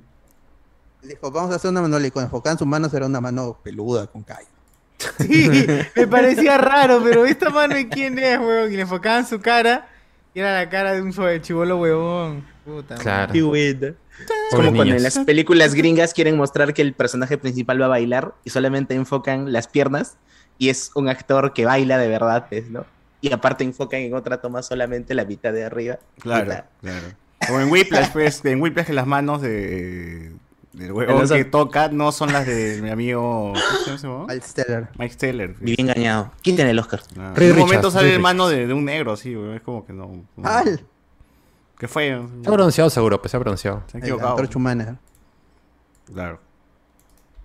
Speaker 1: Dijo, vamos a hacer una manualidad. Y cuando enfocaban sus manos era una mano peluda con callo.
Speaker 2: Sí, me parecía raro, pero esta mano de quién es, huevón. Y le enfocaban su cara. Y era la cara de un chivolo huevón. Puta. madre.
Speaker 3: Claro.
Speaker 5: Qué buena. Es
Speaker 3: Pobres
Speaker 5: como cuando en
Speaker 3: niños.
Speaker 5: las películas gringas quieren mostrar que el personaje principal va a bailar y solamente enfocan las piernas y es un actor que baila de verdad, pues, ¿no? Y aparte enfocan en otra toma solamente la mitad de arriba.
Speaker 4: Claro,
Speaker 5: Puta.
Speaker 4: claro. Como en Whiplash, pues, en Whiplash las manos de, del
Speaker 5: De
Speaker 4: huevón
Speaker 5: los-
Speaker 4: que toca no son las de mi amigo ¿cómo se llama ese huevón?
Speaker 1: Al Steller.
Speaker 4: Mike Taylor.
Speaker 5: Viví engañado. Quiten el Oscar.
Speaker 4: Ah,
Speaker 3: Ray
Speaker 4: en un
Speaker 3: Richards,
Speaker 4: momento sale
Speaker 3: Ray
Speaker 4: el mano
Speaker 3: Richards.
Speaker 4: de, de un negro, así, güey, es como que no. no.
Speaker 1: ¡Al!
Speaker 4: ¿Qué fue?
Speaker 3: Se ha bronceado seguro, pues se ha bronceado.
Speaker 4: Se ha
Speaker 1: El
Speaker 4: equivocado.
Speaker 1: antorcha humana.
Speaker 4: Claro.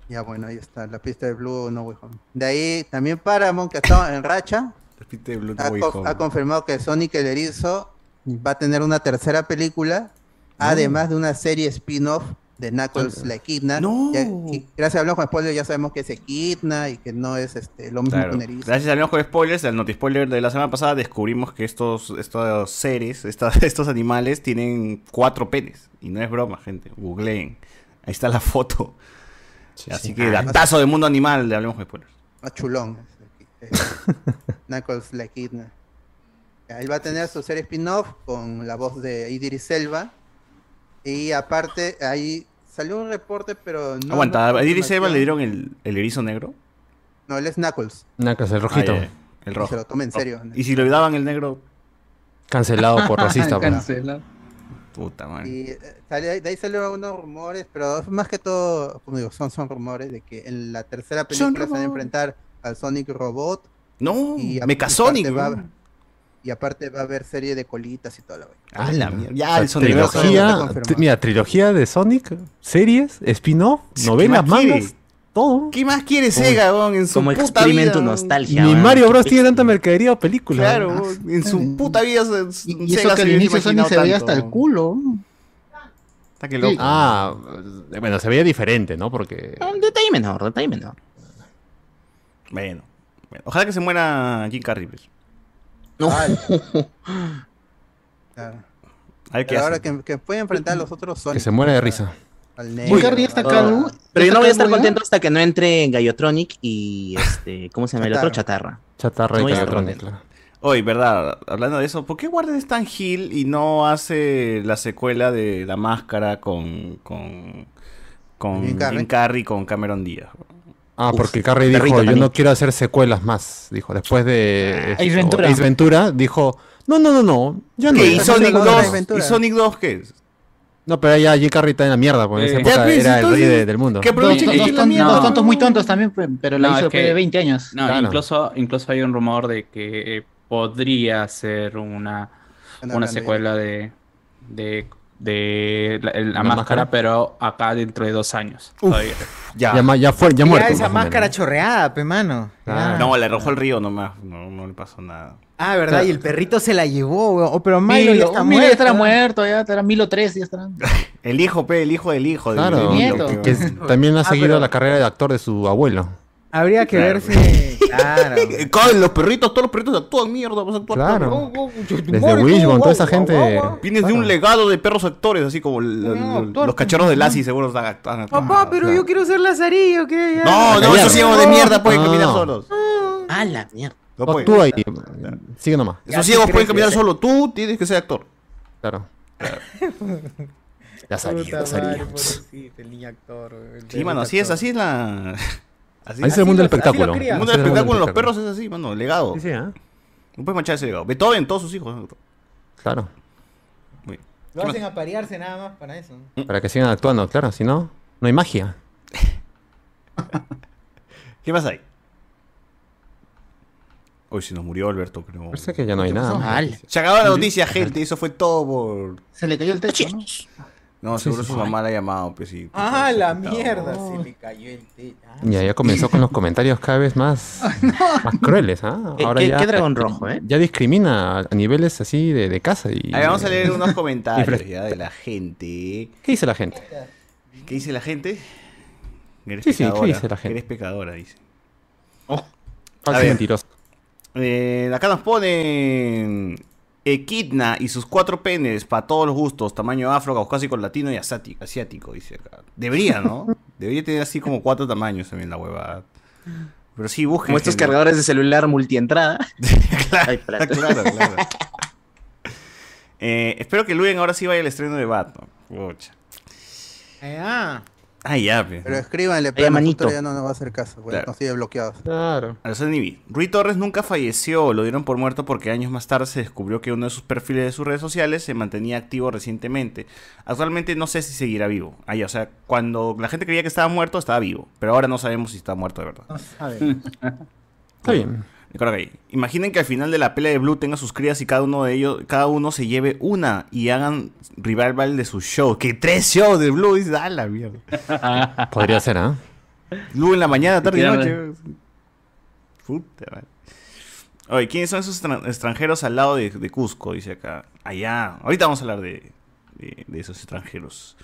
Speaker 1: Ya bueno, ahí está. La pista de Blue No Way Home. De ahí también Paramount, que estaba en racha,
Speaker 4: Repite Blue
Speaker 1: ha,
Speaker 4: Boy
Speaker 1: co-
Speaker 4: Home.
Speaker 1: ha confirmado que Sonic el Erizo va a tener una tercera película, además de una serie spin-off de Knuckles la Equidna.
Speaker 4: Ah. No.
Speaker 1: Ya- y gracias a Hablamos con Spoiler ya sabemos que es Equidna y que no es este, lo mismo
Speaker 4: Claro.
Speaker 1: que un erizo.
Speaker 4: Gracias al ojo de spoilers, al noti spoiler de la semana pasada, descubrimos que estos, estos seres, esta- estos animales tienen cuatro penes. Y no es broma, gente. Googleen. Ahí está la foto.
Speaker 3: Sí,
Speaker 4: Así
Speaker 3: sí.
Speaker 1: Ah,
Speaker 4: que datazo del mundo animal de hablemos de spoilers.
Speaker 1: Más chulón. es Equi- eh, Knuckles la Equidna. Ya, Él va a tener su serie spin-off con la voz de Idris Elba. Y aparte, ahí salió un reporte, pero no.
Speaker 4: Aguanta,
Speaker 1: no-
Speaker 4: a Idris Elba le dieron el, el erizo negro.
Speaker 1: No, él es Knuckles.
Speaker 3: Nacas, el rojito.
Speaker 4: Ah, ya, ya. El
Speaker 1: Se lo
Speaker 4: rojo.
Speaker 1: toma en serio.
Speaker 4: Y si le daban el negro,
Speaker 3: Cancelado por racista, pues.
Speaker 6: Cancelado.
Speaker 4: puta madre.
Speaker 1: Y eh, sale- de ahí salieron algunos rumores, pero más que todo, como digo, son, son rumores de que en la tercera película se van a
Speaker 4: rumores.
Speaker 1: enfrentar al Sonic Robot
Speaker 4: No,
Speaker 1: y a-
Speaker 4: Mecasonic.
Speaker 1: y parte
Speaker 4: güey.
Speaker 1: va- y aparte va a haber serie de colitas y toda la vaina.
Speaker 4: Ah, la mierda. Ya,
Speaker 3: O sea,
Speaker 4: el sonido.
Speaker 1: está
Speaker 3: trilogía,
Speaker 1: confirmado.
Speaker 3: tri- mira, trilogía de Sonic, series, spin-off,
Speaker 4: Sí,
Speaker 3: novelas,
Speaker 4: ¿qué más quiere?
Speaker 3: mangas, todo.
Speaker 4: ¿Qué más quiere Sega, weón? En su
Speaker 5: Como
Speaker 4: puta
Speaker 5: exprimen
Speaker 4: vida,
Speaker 5: tu
Speaker 4: weón.
Speaker 5: nostalgia.
Speaker 3: Ni
Speaker 5: weón.
Speaker 3: Mario Bros tiene tanta mercadería o película.
Speaker 4: Claro, weón. en su puta vida se-
Speaker 6: Eh, Y, y
Speaker 4: Sega
Speaker 6: eso que
Speaker 4: se
Speaker 6: al
Speaker 4: hubiese
Speaker 6: inicio Sonic
Speaker 4: imaginado
Speaker 6: se veía
Speaker 4: tanto,
Speaker 6: hasta el
Speaker 4: weón.
Speaker 6: culo.
Speaker 4: Está que loco.
Speaker 6: Sí.
Speaker 3: Ah, bueno, se veía diferente, ¿no? Porque
Speaker 5: Ah, Un detalle menor, detalle menor.
Speaker 4: Bueno. bueno. Ojalá que se muera Jim Carrey. pues.
Speaker 5: No.
Speaker 1: Claro.
Speaker 4: A ver qué
Speaker 1: Pero
Speaker 4: hace.
Speaker 1: ahora que, que pueden enfrentar a los otros Sonic.
Speaker 3: que se muera de risa.
Speaker 1: Al
Speaker 6: Jim
Speaker 1: negro.
Speaker 6: Carrey está
Speaker 1: al-
Speaker 6: calvo.
Speaker 5: Pero yo
Speaker 6: está
Speaker 5: no voy a estar
Speaker 6: calvo ya.
Speaker 5: contento hasta que no entre Gallotronic y este, ¿cómo se llama el otro? Chatarra.
Speaker 3: Chatarra y
Speaker 5: No, ya.
Speaker 3: Gallotronic, claro.
Speaker 4: Oye, verdad, hablando de eso, ¿por qué Warner es tan Hill y no hace la secuela de La Máscara con, con con
Speaker 1: Jim Carrey.
Speaker 4: Jim Carrey, con Cameron Díaz.
Speaker 3: Ah,
Speaker 5: Uf,
Speaker 3: porque Carrey dijo,
Speaker 5: perrito
Speaker 3: yo
Speaker 5: también.
Speaker 3: no quiero hacer secuelas más. Dijo, después de
Speaker 6: Ace
Speaker 3: esto,
Speaker 6: Ventura.
Speaker 3: Ace Ventura, dijo, no, no, no, no, yo no.
Speaker 4: ¿Qué? ¿Y
Speaker 1: Esa
Speaker 4: Sonic
Speaker 1: es la otra
Speaker 4: 2?
Speaker 1: aventura.
Speaker 4: ¿Y Sonic 2 qué es?
Speaker 3: No, pero ya Jim Carrey está en la mierda, porque en
Speaker 7: Eh,
Speaker 3: esa época
Speaker 4: ya, pues,
Speaker 3: era el rey
Speaker 4: entonces,
Speaker 3: de- del mundo.
Speaker 4: que
Speaker 6: Dos,
Speaker 4: aprovechen
Speaker 6: dos
Speaker 4: que
Speaker 6: ton-
Speaker 4: es la
Speaker 6: dos
Speaker 4: mierda.
Speaker 6: tontos muy tontos también, pero- pero la
Speaker 7: No,
Speaker 6: hizo
Speaker 7: es
Speaker 6: después
Speaker 7: que-
Speaker 6: de 20 años.
Speaker 7: No,
Speaker 3: Claro.
Speaker 7: incluso, incluso hay un rumor de que eh, podría ser una,
Speaker 1: Están
Speaker 7: una
Speaker 1: hablando ya.
Speaker 7: secuela de, de, de la, el- la
Speaker 3: ¿La
Speaker 7: máscara,
Speaker 3: máscara?
Speaker 7: pero acá dentro de dos años. todavía.
Speaker 4: Ya.
Speaker 3: Ya, ma- ya fue, ya
Speaker 2: Ya
Speaker 3: muerto.
Speaker 2: esa
Speaker 3: más o menos.
Speaker 2: máscara chorreada, pe mano.
Speaker 3: Claro.
Speaker 2: Ya.
Speaker 4: No, le arrojó el río nomás. No, no le pasó nada.
Speaker 2: Ah, verdad, y el perrito se la llevó, weón. Oh, pero Milo,
Speaker 6: Milo,
Speaker 2: ya está
Speaker 6: Milo ya estará
Speaker 2: muerto.
Speaker 6: muerto, ya estará Milo 3, ya estará.
Speaker 4: El hijo, pe, el hijo del hijo. del- del
Speaker 3: Claro,
Speaker 4: niño,
Speaker 6: Nieto.
Speaker 4: pe,
Speaker 3: que es- también ha
Speaker 2: Ah,
Speaker 3: seguido
Speaker 2: pero-
Speaker 3: la carrera de actor de su abuelo.
Speaker 2: Habría que
Speaker 4: Claro,
Speaker 2: verse. Claro.
Speaker 4: Eh, caen los perritos, todos los perritos actúan mierda, vas a actuar
Speaker 3: Claro.
Speaker 4: perro.
Speaker 3: Desde Wishbone, toda esa gente.
Speaker 4: Vienes de un
Speaker 3: Claro.
Speaker 4: legado de perros actores, así como el- el-
Speaker 2: No, actor,
Speaker 4: los cachorros de Lassie seguro están actuando.
Speaker 2: Papá, pero yo quiero ser Lazarillo, que ya.
Speaker 4: No, no,
Speaker 3: Callado.
Speaker 4: esos ciegos de mierda pueden
Speaker 3: No.
Speaker 4: caminar solos.
Speaker 5: A Ah, la mierda.
Speaker 4: No
Speaker 3: Tú
Speaker 4: pueden.
Speaker 3: actúa y. Sigue nomás,
Speaker 4: Esos ciegos pueden caminar solos, tú tienes que ser actor.
Speaker 3: claro. Ya salí,
Speaker 2: Puta
Speaker 3: ya salí.
Speaker 2: madre, pobrecito, el niño actor. el
Speaker 4: Sí, mano, así es,
Speaker 2: perrito
Speaker 4: así es la... Así
Speaker 3: Ahí es el mundo del
Speaker 2: los- así los
Speaker 3: espectáculo.
Speaker 2: cría.
Speaker 4: El mundo del espectáculo de los perros es así, mano, legado.
Speaker 3: Sí, sí, ¿eh?
Speaker 4: No puedes manchar ese legado. Beethoven, todos sus hijos.
Speaker 3: Claro.
Speaker 4: Muy bien.
Speaker 2: actor. Lo hacen aparearse nada más para eso.
Speaker 3: Para que sigan actuando, claro. Si no, no hay magia.
Speaker 4: ¿Qué más hay? Hoy se nos murió Alberto, creo.
Speaker 3: Parece que ya no hay nada. más.
Speaker 5: Ala.
Speaker 4: Se acabó la noticia, gente. Eso fue todo por...
Speaker 6: Se le cayó el techo, ¿no?
Speaker 4: No, seguro su mamá la ha llamado, pues sí.
Speaker 2: Ah, la
Speaker 4: Afectado.
Speaker 2: mierda. Se le cayó el techo. Ah.
Speaker 3: Ya, ya comenzó con los comentarios cada vez más, más crueles, ¿ah?
Speaker 5: ¿Qué- qué- qué dragón rojo, eh?
Speaker 3: Ya discrimina a, a niveles así de, de casa. Y,
Speaker 4: A ver, vamos a leer unos comentarios
Speaker 3: Infra-
Speaker 4: ya de la gente.
Speaker 3: ¿Qué dice la gente?
Speaker 4: ¿Qué dice la gente? Eres
Speaker 3: Sí, sí, ¿qué
Speaker 4: pecadora.
Speaker 3: dice la gente?
Speaker 4: Eres pecadora, dice.
Speaker 3: Falso
Speaker 4: ver.
Speaker 3: mentiroso.
Speaker 4: Eh, acá nos ponen Equidna y sus cuatro penes para todos los gustos, tamaño afro, caucásico, latino y asiático, asiático dice acá. Debería, ¿no? Debería tener así como cuatro tamaños también la huevada. Pero sí, busquen.
Speaker 5: Como estos
Speaker 4: gente.
Speaker 5: cargadores de celular multientrada.
Speaker 4: claro,
Speaker 5: Ay, espera.
Speaker 4: claro, claro. Eh, espero que Luen ahora sí vaya al estreno de Batman. Pucha.
Speaker 2: Eh, ah.
Speaker 4: Ah, ya, pe.
Speaker 1: Pero escríbanle, pero
Speaker 5: manito.
Speaker 1: ya no nos va a hacer caso, güey.
Speaker 4: Claro.
Speaker 1: Nos sigue bloqueados.
Speaker 3: Claro.
Speaker 4: A los NB. Rui Torres nunca falleció, lo dieron por muerto porque años más tarde se descubrió que uno de sus perfiles de sus redes sociales se mantenía activo recientemente. Actualmente no sé si seguirá vivo. Ah, ya, o sea, cuando la gente creía que estaba muerto, estaba vivo. Pero ahora no sabemos si está muerto de verdad.
Speaker 2: A ver.
Speaker 3: Está bien.
Speaker 4: Nicolás Gay, Imaginen que al final de la pelea de Blue tenga sus crías y cada uno de ellos, cada uno se lleve una y hagan revival de su show. Que tres shows de Blue, dice, "A la mierda.
Speaker 3: Podría ser, ¿ah?
Speaker 4: Blue en la mañana, tarde y
Speaker 7: Queda-
Speaker 4: noche. Puta madre. Oye, ¿quiénes son esos extran- extranjeros al lado de, de Cusco? Dice acá. Allá. Ahorita vamos a hablar de, de- de esos extranjeros.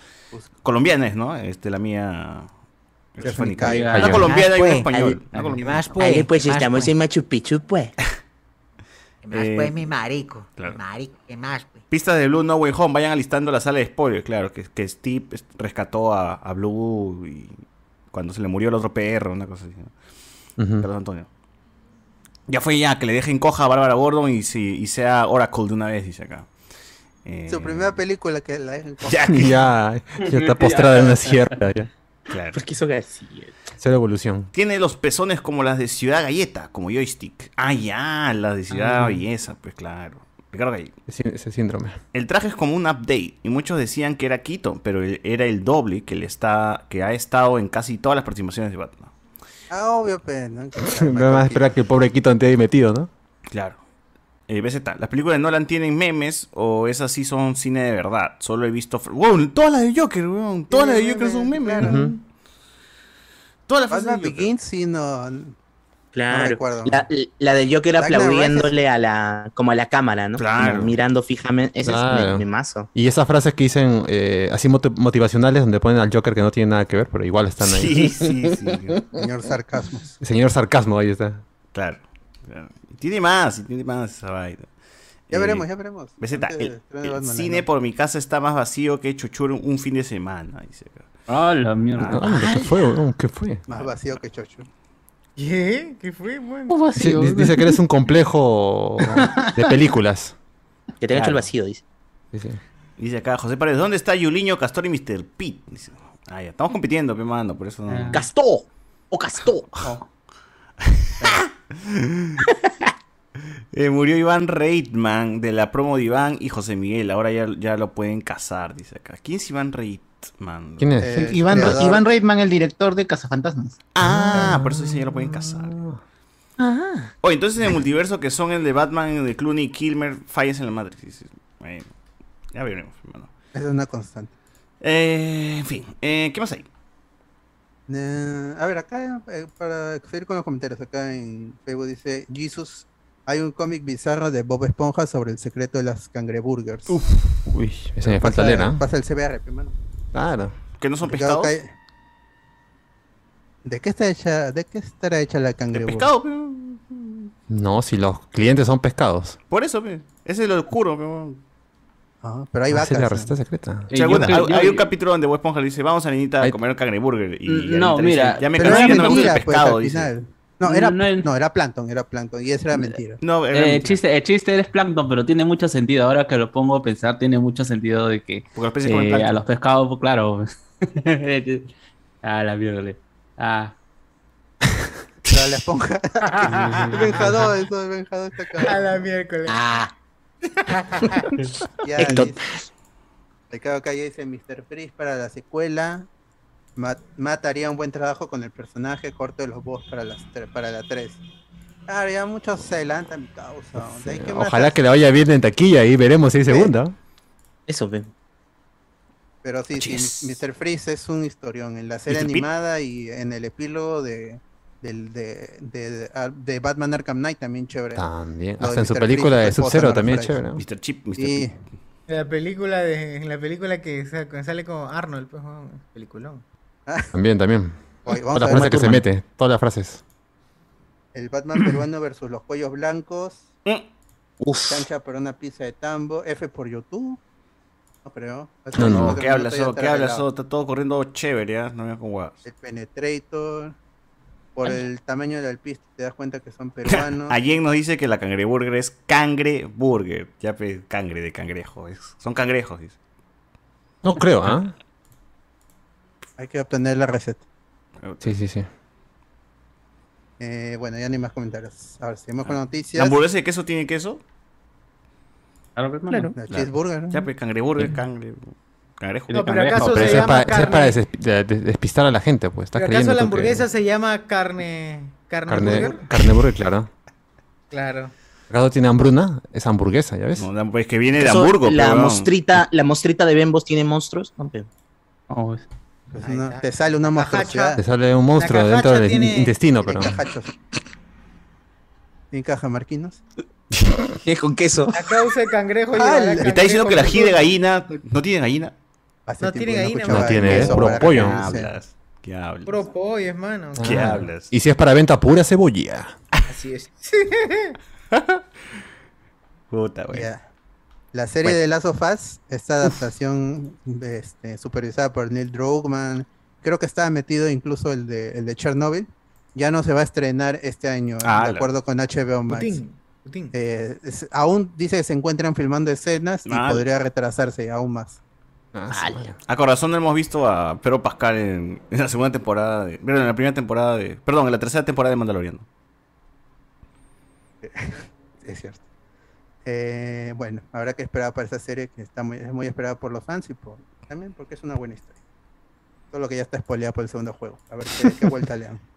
Speaker 4: Colombianes, ¿no? Este, la mía. Stephanie Cayo.
Speaker 7: Cayo.
Speaker 4: Una colombiana y un
Speaker 5: Ah, pues,
Speaker 4: español.
Speaker 5: al-
Speaker 4: Una colombiana.
Speaker 2: Más pues. más, pues.
Speaker 5: Machu Picchu, pues.
Speaker 2: ¿Qué más
Speaker 4: Eh,
Speaker 2: pues, mi marico?
Speaker 4: claro.
Speaker 2: Mi marico, ¿qué más pues?
Speaker 4: Pistas de Blue No Way Home. Vayan alistando la sala de spoiler. Claro, que, que Steve rescató a, a Blue y cuando se le murió el otro perro, una cosa así. ¿no?
Speaker 3: Ujú.
Speaker 4: Carlos Antonio. Ya fue ya, que le dejen coja a Bárbara Gordon y, si- y sea Oracle de una vez, dice acá. Eh,
Speaker 1: Su primera película que la dejan con-
Speaker 4: Ya, que-
Speaker 3: Ya, ya está postrada en una sierra. Ya.
Speaker 4: claro.
Speaker 5: ¿Por qué hizo García?
Speaker 3: Cero evolución.
Speaker 4: Tiene los pezones como las de Ciudad Galleta, como joystick. Ah, ya, las de Ciudad Belleza, pues claro. Ricardo Gallo.
Speaker 3: Ese, ese síndrome.
Speaker 4: El traje es como un update y muchos decían que era Quito, pero el- era el doble que, le está, que ha estado en casi todas las participaciones de Batman.
Speaker 1: Ah, obvio, pero no.
Speaker 3: Nada más espera que el pobre Quito esté ahí metido, ¿no?
Speaker 4: Claro. Eh, BZ, las películas de Nolan tienen memes o esas sí son cine de verdad. Solo he visto. fr- ¡Wow! Todas las de Joker, weón. Todas las de Joker son memes.
Speaker 1: Claro.
Speaker 4: weón. Todas las frases
Speaker 1: Batman
Speaker 4: de Joker.
Speaker 1: Begins, sí, no. no recuerdo.
Speaker 5: La, la de Joker
Speaker 1: Dark Knight
Speaker 5: aplaudiéndole a la, como a la cámara, ¿no?
Speaker 4: Claro.
Speaker 5: Como mirando fijamente. Ese es
Speaker 3: Claro.
Speaker 5: mi, mi mazo.
Speaker 3: Y esas frases que dicen eh, así moti- motivacionales donde ponen al Joker que no tiene nada que ver, pero igual están ahí.
Speaker 4: Sí, sí, sí.
Speaker 1: Señor Sarcasmo.
Speaker 3: El señor sarcasmo, ahí está.
Speaker 4: claro. claro. Y tiene más, y tiene más esa vaina.
Speaker 1: Ya
Speaker 4: Eh,
Speaker 1: veremos, ya veremos.
Speaker 4: BZ,
Speaker 1: Antes del
Speaker 4: el,
Speaker 1: estreno de
Speaker 4: el
Speaker 1: Batman,
Speaker 4: cine
Speaker 1: ¿no?
Speaker 4: por mi casa está más vacío que Chuchur un fin de semana. Dice acá.
Speaker 7: Ah, la mierda.
Speaker 3: Ah, ¿Qué fue? weón? ¿Qué fue?
Speaker 1: Más vacío que Chocho.
Speaker 2: ¿Qué? ¿Qué fue, bueno?
Speaker 6: ¿Cómo así?
Speaker 3: Dice, di- dice que eres un complejo de películas.
Speaker 5: Que te han hecho el
Speaker 4: Claro.
Speaker 5: vacío, dice.
Speaker 3: Dice.
Speaker 4: Dice acá José Paredes, ¿dónde está Yuliño, Castor y Mr. Pete? Dice, Ah, ya. Estamos compitiendo, pe, mano, por eso no.
Speaker 6: Ah.
Speaker 5: ¡Castó! ¡O castó!
Speaker 4: Eh, murió Iván Reitman de la promo de Iván y José Miguel. Ahora ya, ya lo pueden casar, dice acá. ¿Quién es Iván Reitman?
Speaker 3: ¿Quién es?
Speaker 1: Eh,
Speaker 6: Sí, Iván,
Speaker 1: creador.
Speaker 6: Iván Reitman, el director de Cazafantasmas.
Speaker 4: Ah, por eso dice ya lo pueden casar. Oye, entonces en el multiverso que son el de Batman, el de Clooney y Kilmer, fallas en la Matrix. dice. Bueno, ya veremos, hermano.
Speaker 1: Esa es una constante.
Speaker 4: Eh, en fin, eh, ¿qué más hay?
Speaker 1: Eh, a ver, acá, eh, para seguir con los comentarios, acá en Facebook dice, Jesus, hay un cómic bizarro de Bob Esponja sobre el secreto de las cangreburgers. Uf,
Speaker 3: Uy, ese me
Speaker 1: eh,
Speaker 3: falta leer, ¿ah?
Speaker 1: Pasa el CBR, hermano.
Speaker 3: Claro.
Speaker 4: ¿Que no son
Speaker 1: Ricardo
Speaker 4: pescados?
Speaker 1: Calle- ¿De qué está hecha, de qué estará hecha la
Speaker 4: ¿De
Speaker 1: cangreburger?
Speaker 4: pescado? pe.
Speaker 3: No, si los clientes son pescados.
Speaker 4: Por eso, pe. ese es lo oscuro. pe.
Speaker 1: Ah, pero hay
Speaker 3: Esa es
Speaker 1: vacas. ¿no?
Speaker 3: la receta secreta.
Speaker 4: O
Speaker 8: Eh,
Speaker 4: sea,
Speaker 8: yo
Speaker 4: bueno,
Speaker 8: creo-
Speaker 4: hay,
Speaker 8: yo-
Speaker 4: hay un capítulo donde Bob Esponja le dice, vamos a Anita a
Speaker 3: Ay.
Speaker 4: comer cangreburger. Y
Speaker 8: Mm,
Speaker 4: Anita
Speaker 8: no,
Speaker 4: le dice,
Speaker 8: mira,
Speaker 4: ya me
Speaker 1: Pero
Speaker 4: cansé,
Speaker 1: era
Speaker 4: ya no me gusta
Speaker 1: mentira,
Speaker 4: el
Speaker 1: pues, al
Speaker 4: pescado, dice.
Speaker 1: final. No, era,
Speaker 8: No, el-
Speaker 1: no, era Plankton, era Plankton, y esa era mentira.
Speaker 4: No, era
Speaker 8: Eh, el,
Speaker 4: mentira,
Speaker 8: chiste, el chiste es plancton, pero tiene mucho sentido. Ahora que lo pongo a pensar, tiene mucho sentido de que
Speaker 4: porque los peces comen
Speaker 8: eh,
Speaker 4: plancton.
Speaker 8: a los pescados, pues, claro. ah, la mierda. Ah.
Speaker 1: Pero la esponja. el venjador, eso, el venjador está
Speaker 2: A
Speaker 1: acá.
Speaker 2: la miércoles.
Speaker 5: ¡Ah!
Speaker 1: Ya,
Speaker 5: Héctor.
Speaker 1: listo. Ricardo Calle dice Mr. Freeze para la secuela. Matt, Matt haría un buen trabajo con el personaje corto de los boss para, las tre- para la 3. Ah, ya muchos se adelantan mi causa. o sea, hay que
Speaker 3: Ojalá
Speaker 1: matar-
Speaker 3: que le vaya bien en taquilla y veremos si hay
Speaker 1: Sí.
Speaker 3: segunda.
Speaker 5: Eso, ve.
Speaker 1: Pero sí, sí,
Speaker 4: Yes.
Speaker 1: Mr. Freeze es un historión en la serie
Speaker 4: Mr. Pete.
Speaker 1: animada y en el epílogo de, del- de, de, de Batman Arkham Knight también chévere.
Speaker 3: También.
Speaker 1: Lo de
Speaker 3: Hasta en su
Speaker 1: Mr.
Speaker 3: película
Speaker 1: Freeze,
Speaker 3: de
Speaker 1: su esposa,
Speaker 3: Sub-Zero
Speaker 1: me
Speaker 3: también es
Speaker 1: refiero
Speaker 3: chévere. ¿no?
Speaker 4: Mr. Chip, Mr.
Speaker 1: Y
Speaker 4: Pete.
Speaker 2: La película de la película que sa- que sale con Arnold, pues, weón, peliculón.
Speaker 3: También, también.
Speaker 1: oye, vamos
Speaker 3: Todas las
Speaker 1: a ver
Speaker 3: frases que se mete. Todas las frases.
Speaker 1: el Batman peruano versus los cuellos blancos,
Speaker 4: Mm.
Speaker 5: Uf.
Speaker 1: cancha por una pizza de tambo, F por YouTube. No creo. Hace
Speaker 3: No,
Speaker 1: unos
Speaker 3: no.
Speaker 1: cuatro
Speaker 4: ¿Qué hablas,
Speaker 1: minutos ya
Speaker 4: Soto?
Speaker 1: está
Speaker 4: ¿Qué hablas,
Speaker 1: revelado.
Speaker 4: Soto? Está todo corriendo chévere, ¿ya? No me hagas con guadas.
Speaker 1: El Penetrator. Por el tamaño del pista te das cuenta que son peruanos.
Speaker 4: Allen nos dice que la cangreburger es cangreburger. Ya, pues, cangre de cangrejo. es- son cangrejos, dice.
Speaker 3: No creo, ¿ah?
Speaker 1: Hay que obtener la receta.
Speaker 3: Sí, sí, sí.
Speaker 1: Eh, bueno, ya ni más comentarios. A ver, seguimos con las
Speaker 4: ¿La
Speaker 1: noticias.
Speaker 4: hamburguesa de queso tiene queso?
Speaker 8: Claro, hermano.
Speaker 1: La cheeseburger, ¿no?
Speaker 4: Ya, pues, cangreburger, cangre... Cangrejo.
Speaker 8: No,
Speaker 2: No, pero
Speaker 8: cangrejo,
Speaker 2: acaso
Speaker 3: No, pero
Speaker 2: se
Speaker 3: eso es
Speaker 2: llama
Speaker 3: para, eso es para
Speaker 2: carne.
Speaker 3: desesp- de- de- despistar a la gente, pues. Está
Speaker 2: ¿Pero
Speaker 3: creyendo
Speaker 2: acaso la
Speaker 3: tú que-
Speaker 2: hamburguesa se llama carne carne,
Speaker 3: Carne,
Speaker 2: burger?
Speaker 3: carne burger, claro.
Speaker 2: Claro.
Speaker 3: ¿Acaso tiene hambruna? Es hamburguesa, ¿ya ves?
Speaker 4: No, la- pues que viene de
Speaker 5: Eso,
Speaker 4: Hamburgo,
Speaker 5: la
Speaker 4: pero,
Speaker 5: mostrita, la mostrita de Bembos tiene monstruos. No, pe.
Speaker 8: Oh, es-
Speaker 1: Pues
Speaker 2: Ahí
Speaker 1: no,
Speaker 2: está.
Speaker 1: te sale una
Speaker 2: Cajacha.
Speaker 1: monstruosidad.
Speaker 3: Te sale un monstruo
Speaker 2: cajacha
Speaker 3: dentro del
Speaker 2: tiene-
Speaker 3: intestino,
Speaker 1: Tiene
Speaker 3: pero...
Speaker 1: cajachos. Tiene caja, Marquinos.
Speaker 5: Es con queso.
Speaker 2: La causa de cangrejo
Speaker 1: Ah,
Speaker 2: llevará
Speaker 1: le-
Speaker 4: ¿no? ¿Me está diciendo que la
Speaker 2: cangrejo
Speaker 4: ají de gallina no tiene gallina?
Speaker 1: Hace
Speaker 2: No
Speaker 1: tiempo
Speaker 2: tiene
Speaker 1: que
Speaker 2: gallina,
Speaker 1: escuchaba
Speaker 3: No tiene,
Speaker 1: eso
Speaker 3: es puro
Speaker 1: para
Speaker 3: pollo.
Speaker 1: que
Speaker 4: ¿Qué
Speaker 1: no sé.
Speaker 4: hablas? ¿Qué hablas?
Speaker 2: Pro pollo, hermano. Ah,
Speaker 4: ¿Qué hablas?
Speaker 3: Ah. Y si es para venta pura cebolla.
Speaker 2: Así es.
Speaker 4: Puta, güey.
Speaker 1: Ya. La serie de Last of Us, esta adaptación este, supervisada por Neil Druckmann, creo que estaba metido incluso el de, el de Chernobyl, ya no se va a estrenar este año,
Speaker 4: Ah,
Speaker 1: de
Speaker 4: la-
Speaker 1: acuerdo con HBO Max.
Speaker 2: Putin. Putin.
Speaker 1: Eh, es- aún dice que se encuentran filmando escenas y
Speaker 4: Ah.
Speaker 1: podría retrasarse aún más.
Speaker 3: Ah,
Speaker 4: A corazón hemos visto a Pedro Pascal en, en la segunda temporada de. Bueno, en la primera temporada de. Perdón, en la tercera temporada de Mandaloriano.
Speaker 1: Es cierto. Eh, bueno, habrá que esperar para esa serie que está muy, es muy esperada por los fans y por, también porque es una buena historia. Todo lo que ya está spoileado por el segundo juego. A ver qué, qué vuelta le dan.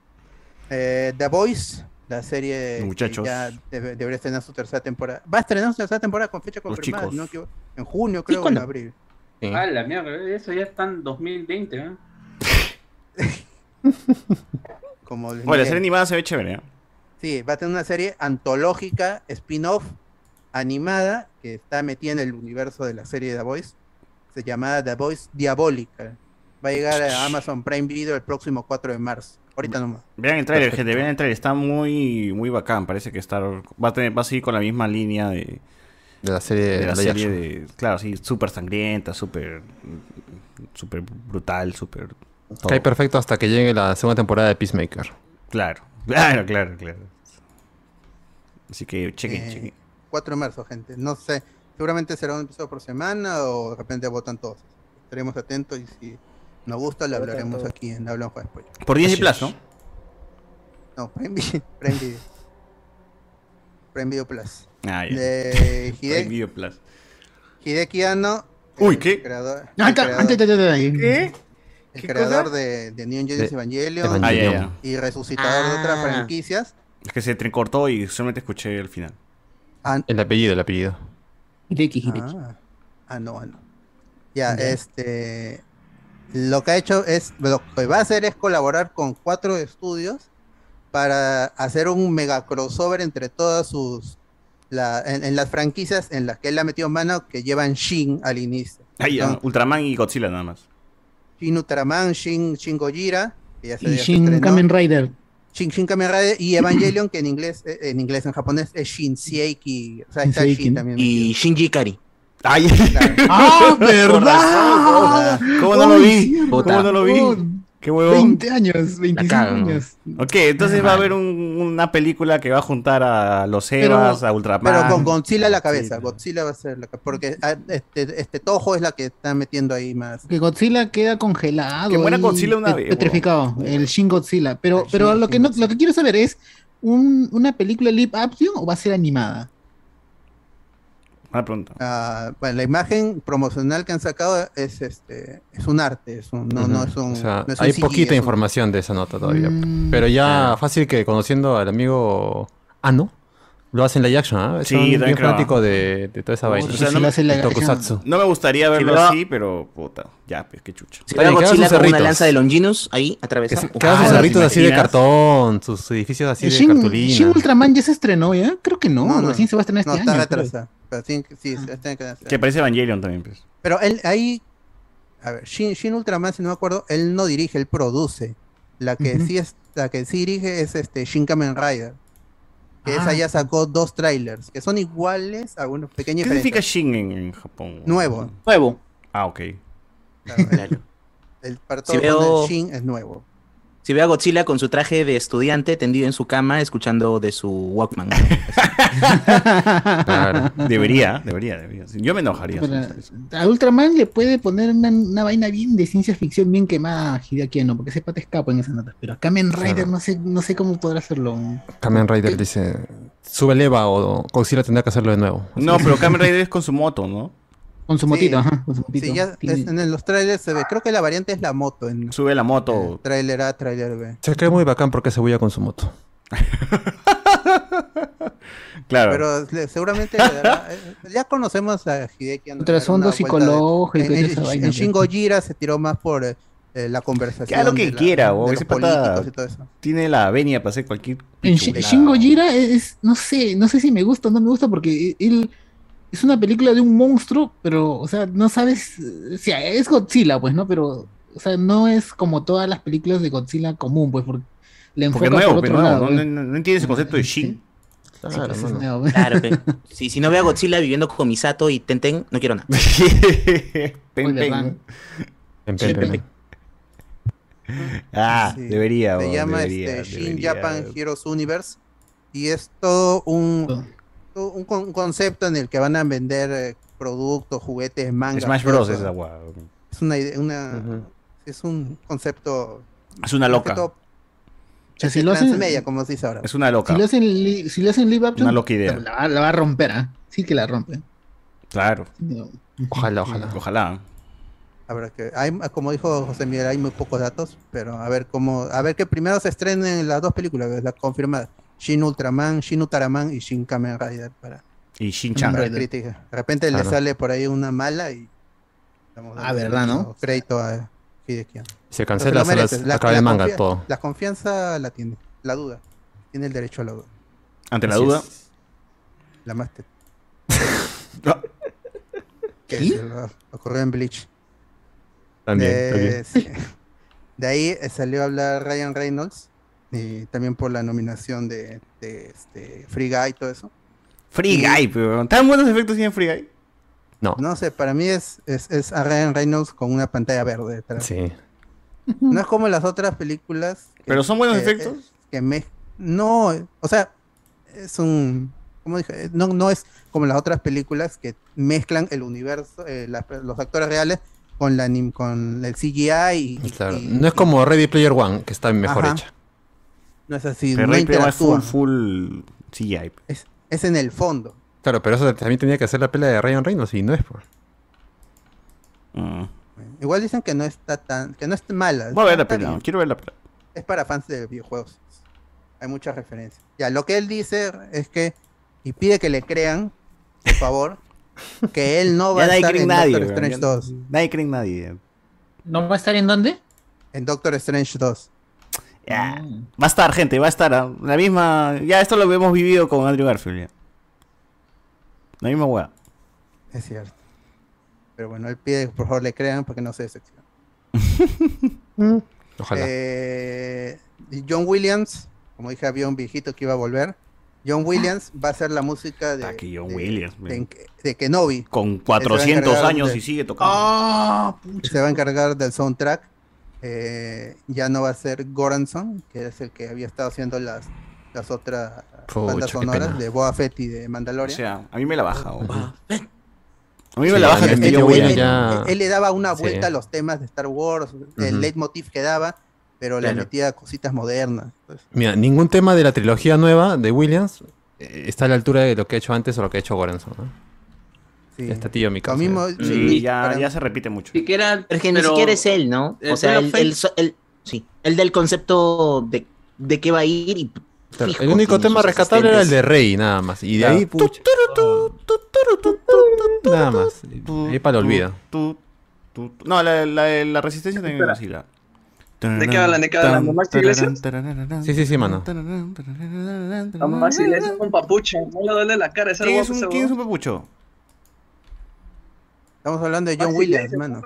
Speaker 1: Eh, The Voice, la serie que
Speaker 4: Muchachos.
Speaker 1: ya debe- debería estrenar su tercera temporada. Va a estrenar su tercera temporada con fecha confirmada.
Speaker 4: chicos.
Speaker 1: si no me equivoco, en junio, creo, o en
Speaker 5: cuándo?
Speaker 1: abril.
Speaker 8: Ah, la mierda, eso ya está en 2020, ¿eh?
Speaker 1: Como les
Speaker 4: Oye, la
Speaker 1: dije.
Speaker 4: serie animada se ve chévere, ¿eh?
Speaker 1: Sí, va a tener una serie antológica, spin-off, animada, que está metida en el universo de la serie The Voice, se llamada The Voice Diabólica. Va a llegar a Amazon Prime Video el próximo 4 de marzo. Ahorita nomás.
Speaker 4: Vean el trailer,
Speaker 3: Perfecto.
Speaker 4: gente, vean el trailer. Está muy, muy bacán. Parece que está, va, a tener, va a seguir con la misma línea de,
Speaker 3: De la serie
Speaker 4: de la
Speaker 3: live
Speaker 4: serie
Speaker 3: action.
Speaker 4: de. Claro, sí, súper sangrienta, súper. súper brutal, súper. todo.
Speaker 3: Cae perfecto hasta que llegue la segunda temporada de Peacemaker.
Speaker 4: Claro, claro, claro, claro. Así que chequen,
Speaker 1: Eh,
Speaker 4: chequen.
Speaker 1: 4 de marzo, gente. No sé. Seguramente será un episodio por semana o de repente votan todos. Estaremos atentos y si Nos gusta, la
Speaker 4: Por lo
Speaker 1: hablaremos
Speaker 4: tanto-
Speaker 1: aquí en Hablamos con Spoiler.
Speaker 4: Por Disney Plus, ¿no?
Speaker 1: No, Prime Video. Prime Video. Prime Video Plus.
Speaker 4: Ah, ya.
Speaker 1: De
Speaker 4: Prime
Speaker 1: Hide-
Speaker 4: Video Plus.
Speaker 1: Hideki Anno.
Speaker 4: Uy,
Speaker 1: el
Speaker 4: ¿qué?
Speaker 1: Creador,
Speaker 6: Ah,
Speaker 1: el
Speaker 6: acá,
Speaker 1: creador-
Speaker 6: antes, antes, antes, ahí.
Speaker 2: ¿Qué?
Speaker 1: el
Speaker 2: ¿Qué
Speaker 1: creador
Speaker 2: cosa?
Speaker 1: de, de Neon Genesis
Speaker 3: De-
Speaker 1: Evangelion,
Speaker 4: Ah,
Speaker 3: Evangelion.
Speaker 4: ya, ya.
Speaker 1: y resucitador de otras
Speaker 5: Ah.
Speaker 1: franquicias.
Speaker 4: Es que se te cortó y solamente escuché el final.
Speaker 1: An-
Speaker 3: El apellido, el apellido.
Speaker 6: Hideki, Hideki.
Speaker 1: Ah, Ah, no, ah, no. Ya, este. Lo que ha hecho es. Lo que va a hacer es colaborar con cuatro estudios para hacer un mega crossover entre todas sus. la- en, en las franquicias en las que él ha metido mano que llevan Shin al inicio.
Speaker 4: Ahí, ya,
Speaker 1: Entonces,
Speaker 4: Ultraman y Godzilla nada más.
Speaker 1: Shin Ultraman, Shin, Shin Gojira. que ya se- ya
Speaker 6: Y
Speaker 1: se
Speaker 6: Shin
Speaker 1: estrenó,
Speaker 6: Kamen Rider.
Speaker 1: Shin, Shin Kamen Rider y Evangelion, que en inglés, eh, en inglés, en japonés es Shin Seiki. O sea, está
Speaker 6: Seiki.
Speaker 1: Shin también.
Speaker 5: Y Shinji Ikari.
Speaker 4: ¡Ay!
Speaker 1: metido, claro.
Speaker 6: ¡Ah,
Speaker 1: Ah,
Speaker 6: verdad!
Speaker 4: ¿Cómo no lo vi?
Speaker 5: Puta.
Speaker 4: ¿Cómo no lo vi?
Speaker 6: Oh,
Speaker 4: ¡Qué huevón!
Speaker 6: 20 años, 25
Speaker 5: cagan.
Speaker 6: años.
Speaker 4: Ok, entonces va a haber un- una película que va a juntar a los Evas, a Ultraman.
Speaker 1: Pero con Godzilla a la cabeza,
Speaker 4: Sí.
Speaker 1: Godzilla va a ser la cabeza, porque ah, este, este Toho es la que está metiendo ahí más.
Speaker 6: Que Godzilla queda congelado.
Speaker 4: Que muera
Speaker 6: ahí,
Speaker 4: Godzilla una
Speaker 6: pet-
Speaker 4: vez,
Speaker 6: Petrificado, el Shin Godzilla. Pero,
Speaker 1: El
Speaker 6: pero
Speaker 1: Shin-
Speaker 6: lo, que
Speaker 1: Shin
Speaker 6: no, lo que quiero saber es, ¿un, ¿una película live action o va a ser animada?
Speaker 4: Buena pregunta.
Speaker 1: Ah, bueno, la imagen promocional que han sacado es este es un arte, es un- no, no es
Speaker 3: Ujú.
Speaker 1: un.
Speaker 3: O sea,
Speaker 1: no es un
Speaker 3: hay
Speaker 1: CGI,
Speaker 3: poquita
Speaker 1: es un-
Speaker 3: información de esa nota todavía.
Speaker 6: Mm,
Speaker 3: Pero ya fácil que conociendo al amigo Ano, lo hacen live action, ¿ah?
Speaker 4: Sí,
Speaker 3: Son bien
Speaker 4: también creo.
Speaker 3: fanático de, de toda esa vaina.
Speaker 4: o sea,
Speaker 6: si
Speaker 4: no
Speaker 6: lo
Speaker 4: me-
Speaker 6: hace la
Speaker 3: de Tokusatsu.
Speaker 4: No me gustaría verlo
Speaker 5: pero-
Speaker 4: así, pero puta, ya, pues qué chucha.
Speaker 3: Oye,
Speaker 5: Si veo
Speaker 3: que haga sus
Speaker 5: Godzilla con una
Speaker 3: cerritos.
Speaker 5: lanza de Longinus ahí
Speaker 3: Que,
Speaker 5: atravesando.
Speaker 3: que haga sus
Speaker 4: Ah,
Speaker 3: cerritos
Speaker 4: ¿te
Speaker 3: así de
Speaker 4: imaginas?
Speaker 3: cartón, sus edificios así
Speaker 6: ¿El
Speaker 3: de
Speaker 6: Shin,
Speaker 3: cartulina.
Speaker 6: Shin Ultraman ya se estrenó ya? Creo que no,
Speaker 1: No, no,
Speaker 6: recién se va a estrenar
Speaker 1: No,
Speaker 6: este
Speaker 1: está
Speaker 6: año. creo.
Speaker 1: retrasada. Pero sí, sí, sí, tiene que hacer.
Speaker 4: Que parece Evangelion también, pues.
Speaker 1: Pero él ahí. A ver, Shin, Shin Ultraman, si no me acuerdo, él no dirige, él produce. La que
Speaker 6: Ujú.
Speaker 1: sí es, la que sí dirige es este Shin Kamen Rider. Que esa
Speaker 6: Ah.
Speaker 1: ya sacó dos trailers, que son iguales, algunos
Speaker 4: ¿Qué
Speaker 1: pequeños
Speaker 4: significa Shin en, en Japón?
Speaker 1: Nuevo.
Speaker 8: Nuevo.
Speaker 4: Ah, ok.
Speaker 5: Claro.
Speaker 1: El, para
Speaker 5: Si
Speaker 1: todos los fans
Speaker 5: veo-
Speaker 1: del Shin es nuevo.
Speaker 5: Si veo a Godzilla con su traje de estudiante tendido en su cama escuchando de su Walkman.
Speaker 3: Claro.
Speaker 4: Debería, debería, debería. Yo me enojaría. si
Speaker 6: Pero
Speaker 4: no sale
Speaker 6: a Ultraman le puede poner una, una vaina bien de ciencia ficción bien quemada a Hideaki Anno, porque ese pata escapa en esas notas. Pero a Kamen Rider
Speaker 3: Claro.
Speaker 6: no sé no sé cómo podrá hacerlo.
Speaker 3: Kamen Rider dice, sube el Eva o Godzilla tendrá que hacerlo de nuevo.
Speaker 4: eso. No, pero Kamen Rider es con su moto, ¿no?
Speaker 6: Con su
Speaker 1: Sí.
Speaker 6: motito, ajá, con su motito.
Speaker 1: Sí, ya
Speaker 6: Tiene-
Speaker 1: es- en los trailers se ve. Creo que la variante es la moto. En
Speaker 4: Sube la
Speaker 1: eh,
Speaker 4: moto.
Speaker 1: trailer A, trailer B.
Speaker 3: Se cree muy bacán porque se voy con su moto.
Speaker 4: Claro.
Speaker 1: Pero le- seguramente le dará- eh, ya conocemos a Hideki. Anno,
Speaker 6: Un trasfondo
Speaker 1: una vuelta de-
Speaker 6: psicológico y
Speaker 1: En,
Speaker 6: toda
Speaker 1: en,
Speaker 6: esa vaina,
Speaker 1: en
Speaker 6: pues.
Speaker 1: Shin Gojira se tiró más por eh, eh, la conversación.
Speaker 4: Que haga lo que
Speaker 1: de la-
Speaker 4: quiera,
Speaker 1: de
Speaker 4: o
Speaker 1: los
Speaker 4: ese pata-
Speaker 1: políticos y todo eso.
Speaker 4: Tiene la avenia para hacer cualquier.
Speaker 6: En Shi-
Speaker 4: pichulada.
Speaker 6: Shin Gojira es, es- no sé, no sé si me gusta o no me gusta porque e-, él es una película de un monstruo, pero, o sea, no sabes, o sea, es Godzilla, pues, ¿no? Pero, o sea, no es como todas las películas de Godzilla común, pues, porque le enfoca
Speaker 4: Porque nuevo,
Speaker 6: por
Speaker 4: pero
Speaker 6: otro
Speaker 4: nuevo.
Speaker 6: lado.
Speaker 4: no, no, no, no entiendes el concepto de
Speaker 6: Sí.
Speaker 4: Shin.
Speaker 6: Sí,
Speaker 3: Claro,
Speaker 6: pues, es
Speaker 3: mano.
Speaker 6: nuevo, pues.
Speaker 5: Claro, pe. Si, si no veo a Godzilla viviendo con Misato y Tenten, no quiero nada.
Speaker 4: Pen,
Speaker 6: Spoiler
Speaker 4: pen,
Speaker 6: alert.
Speaker 4: ¿no?
Speaker 3: Pen, pen, pen.
Speaker 6: Siempre.
Speaker 4: Ah,
Speaker 1: Sí.
Speaker 4: debería.
Speaker 1: Se
Speaker 4: weón,
Speaker 1: llama
Speaker 4: debería,
Speaker 1: este, Shin
Speaker 4: debería.
Speaker 1: Japan Heroes Universe. Y es todo
Speaker 6: Oh.
Speaker 1: un, todo un, con- un concepto en el que van a vender eh, productos, juguetes, manga.
Speaker 4: Smash
Speaker 1: todo
Speaker 4: Bros.
Speaker 1: eso.
Speaker 4: es la guada, weón.
Speaker 1: Es una, ide- una-
Speaker 3: Ujú.
Speaker 1: es un concepto
Speaker 4: Es una
Speaker 1: más
Speaker 4: loca.
Speaker 1: que todo
Speaker 6: O sea, si lo hacen,
Speaker 1: transmedia, como se dice ahora.
Speaker 4: Es una loca.
Speaker 6: si lo hacen, li- si lo hacen live action,
Speaker 4: Una loca idea.
Speaker 6: La, va- la va a romper, ¿ah? Sí que la rompe.
Speaker 4: Claro.
Speaker 6: No.
Speaker 3: Ojalá,
Speaker 6: Ah.
Speaker 3: ojalá.
Speaker 4: Ojalá.
Speaker 1: Habrá que, hay, como dijo José Miguel, hay muy pocos datos, pero a ver cómo, a ver que primero se estrenen las dos películas, las confirmadas. Shin Ultraman, Shin Utaraman y Shin Kamen Rider para,
Speaker 4: Y Shin
Speaker 1: para
Speaker 4: Chan.
Speaker 6: Rider.
Speaker 1: crítica. De repente
Speaker 3: Claro.
Speaker 1: le sale por ahí una mala y estamos
Speaker 6: Ah, ¿verdad, no?
Speaker 1: mucho crédito a Hideki Anno.
Speaker 3: Se
Speaker 1: Pero se lo
Speaker 3: cancela, se las-
Speaker 1: merece,
Speaker 3: acaba el manga
Speaker 1: confia-
Speaker 3: todo.
Speaker 1: la confianza la tiene, la duda. Tiene el derecho a la duda.
Speaker 4: Ante la
Speaker 3: Así
Speaker 4: duda.
Speaker 3: es.
Speaker 1: La máster.
Speaker 4: Ah,
Speaker 1: que
Speaker 6: ¿Sí?
Speaker 1: se lo- ocurrió en Bleach.
Speaker 3: También,
Speaker 1: de,
Speaker 3: también.
Speaker 1: sí. De ahí eh, salió a hablar Ryan Reynolds, y también por la nominación de, de, este, Free Guy y todo eso.
Speaker 4: Free Guy, pero ¿Tan buenos efectos tiene Free Guy?
Speaker 3: No,
Speaker 1: No sé, para mí es, es, es a Ryan Reynolds con una pantalla verde detrás.
Speaker 3: sí.
Speaker 1: No es como las otras películas. que-
Speaker 4: ¿Pero son buenos
Speaker 1: eh, eh,
Speaker 4: efectos?
Speaker 1: que me... No, o sea, es un... ¿Cómo dije? No, no es como las otras películas que mezclan el universo, eh, las- los actores reales con, la, anim- con el CGI.
Speaker 4: Pues
Speaker 1: Y,
Speaker 3: Claro.
Speaker 1: y-
Speaker 3: No es como Ready Player One, que está mejor
Speaker 1: Ajá.
Speaker 3: hecha.
Speaker 1: no es así,
Speaker 4: Pero
Speaker 1: no
Speaker 4: ahí pega full,
Speaker 1: interactúan.
Speaker 4: full CGI.
Speaker 1: Es, es en el fondo.
Speaker 3: Claro, pero eso también tenía que hacer la pela de Ryan Reynolds y no es. pues. po.
Speaker 4: Mm.
Speaker 1: Igual dicen que no está tan, que no es mala.
Speaker 4: Voy a ver la
Speaker 1: está
Speaker 4: película,
Speaker 1: bien.
Speaker 4: quiero ver la película.
Speaker 1: Es para fans de videojuegos. Hay muchas referencias. Ya, lo que él dice es que, y pide que le crean, por favor, que él no va
Speaker 4: Ya
Speaker 1: a
Speaker 4: nadie
Speaker 1: estar
Speaker 4: cree en
Speaker 1: en
Speaker 4: nadie.
Speaker 1: Doctor
Speaker 4: weón,
Speaker 1: Strange
Speaker 4: ya
Speaker 1: 2.
Speaker 4: Nadie cree en nadie.
Speaker 6: ¿No va a estar en dónde?
Speaker 1: En Doctor Strange 2.
Speaker 4: Ya.
Speaker 8: Mm.
Speaker 4: Va a estar, gente, va a estar. ah, La misma. Ya esto lo hemos vivido con Andrew Garfield. ya. La misma weá.
Speaker 1: Es cierto. Pero bueno, él pide que por favor le crean para que no se decepcione.
Speaker 3: Ojalá.
Speaker 1: Eh, y John Williams, como dije, había un viejito que iba a volver. John Williams va a hacer la música de,
Speaker 4: Ah, que Ah. John
Speaker 1: de-
Speaker 4: Williams,
Speaker 1: de,
Speaker 4: man.
Speaker 1: de Kenobi.
Speaker 4: Con 400
Speaker 1: encargar
Speaker 4: años
Speaker 1: de-
Speaker 4: y sigue tocando.
Speaker 6: ¡Ah!
Speaker 1: que Se va a encargar del soundtrack. Eh, ya no va a ser Goranson, que es el que había estado haciendo las, las otras
Speaker 3: Pucha,
Speaker 1: bandas
Speaker 3: qué
Speaker 1: sonoras
Speaker 3: pena.
Speaker 1: de Boa Fett y de
Speaker 4: O
Speaker 1: Mandalorian.
Speaker 4: sea, a mí me la baja. weón.
Speaker 3: Ujú.
Speaker 4: A mí me
Speaker 3: Sí,
Speaker 4: la
Speaker 3: a
Speaker 4: baja
Speaker 3: mí
Speaker 4: que
Speaker 1: él,
Speaker 3: me
Speaker 4: esté
Speaker 1: él-
Speaker 4: John
Speaker 3: Williams
Speaker 1: él-
Speaker 4: Williams.
Speaker 3: ya-
Speaker 1: él le daba una
Speaker 3: Sí.
Speaker 1: vuelta a los temas de Star Wars, el
Speaker 3: Ujú.
Speaker 1: leitmotiv que daba, pero
Speaker 5: Claro.
Speaker 1: le metía cositas modernas. pues, Entonces,
Speaker 3: Mira, ningún tema de la trilogía nueva de Williams eh, está a la altura de lo que ha hecho antes o lo que ha hecho Goranson. ¿no?
Speaker 1: sí.
Speaker 3: Este tío, mi
Speaker 1: Lo
Speaker 3: casa.
Speaker 1: mismo,
Speaker 3: ya.
Speaker 1: sí,
Speaker 4: Sí, Mm, ya,
Speaker 1: para-
Speaker 4: ya se repite mucho.
Speaker 8: Siquiera,
Speaker 5: Pero es que ni siquiera es él, ¿no?
Speaker 6: eh,
Speaker 7: el
Speaker 5: o sea,
Speaker 7: Hall of
Speaker 5: el,
Speaker 7: Fame-
Speaker 5: el so- el- sí, el del concepto de, de qué va a ir y
Speaker 3: Claro,
Speaker 5: fijo
Speaker 3: el único
Speaker 5: tiene
Speaker 3: tema
Speaker 5: sus
Speaker 3: rescatable era el de
Speaker 5: asistentes.
Speaker 3: Rey, nada más. Y de
Speaker 4: Claro.
Speaker 3: ahí, pucha. Nada más. Ahí para el olvido.
Speaker 4: Tú, tú, tú. No, la, la, la resistencia también
Speaker 9: Espera.
Speaker 4: así la.
Speaker 9: ¿De qué hablan? ¿De qué hablan? ¿De Maxi Iglesias?
Speaker 3: Sí, sí, sí, mano.
Speaker 9: No, más si le haces un papucho. No le duele la cara, es
Speaker 4: ¿Quién
Speaker 9: algo
Speaker 4: es un, quién es un papucho?
Speaker 1: Estamos hablando de John Williams, mano.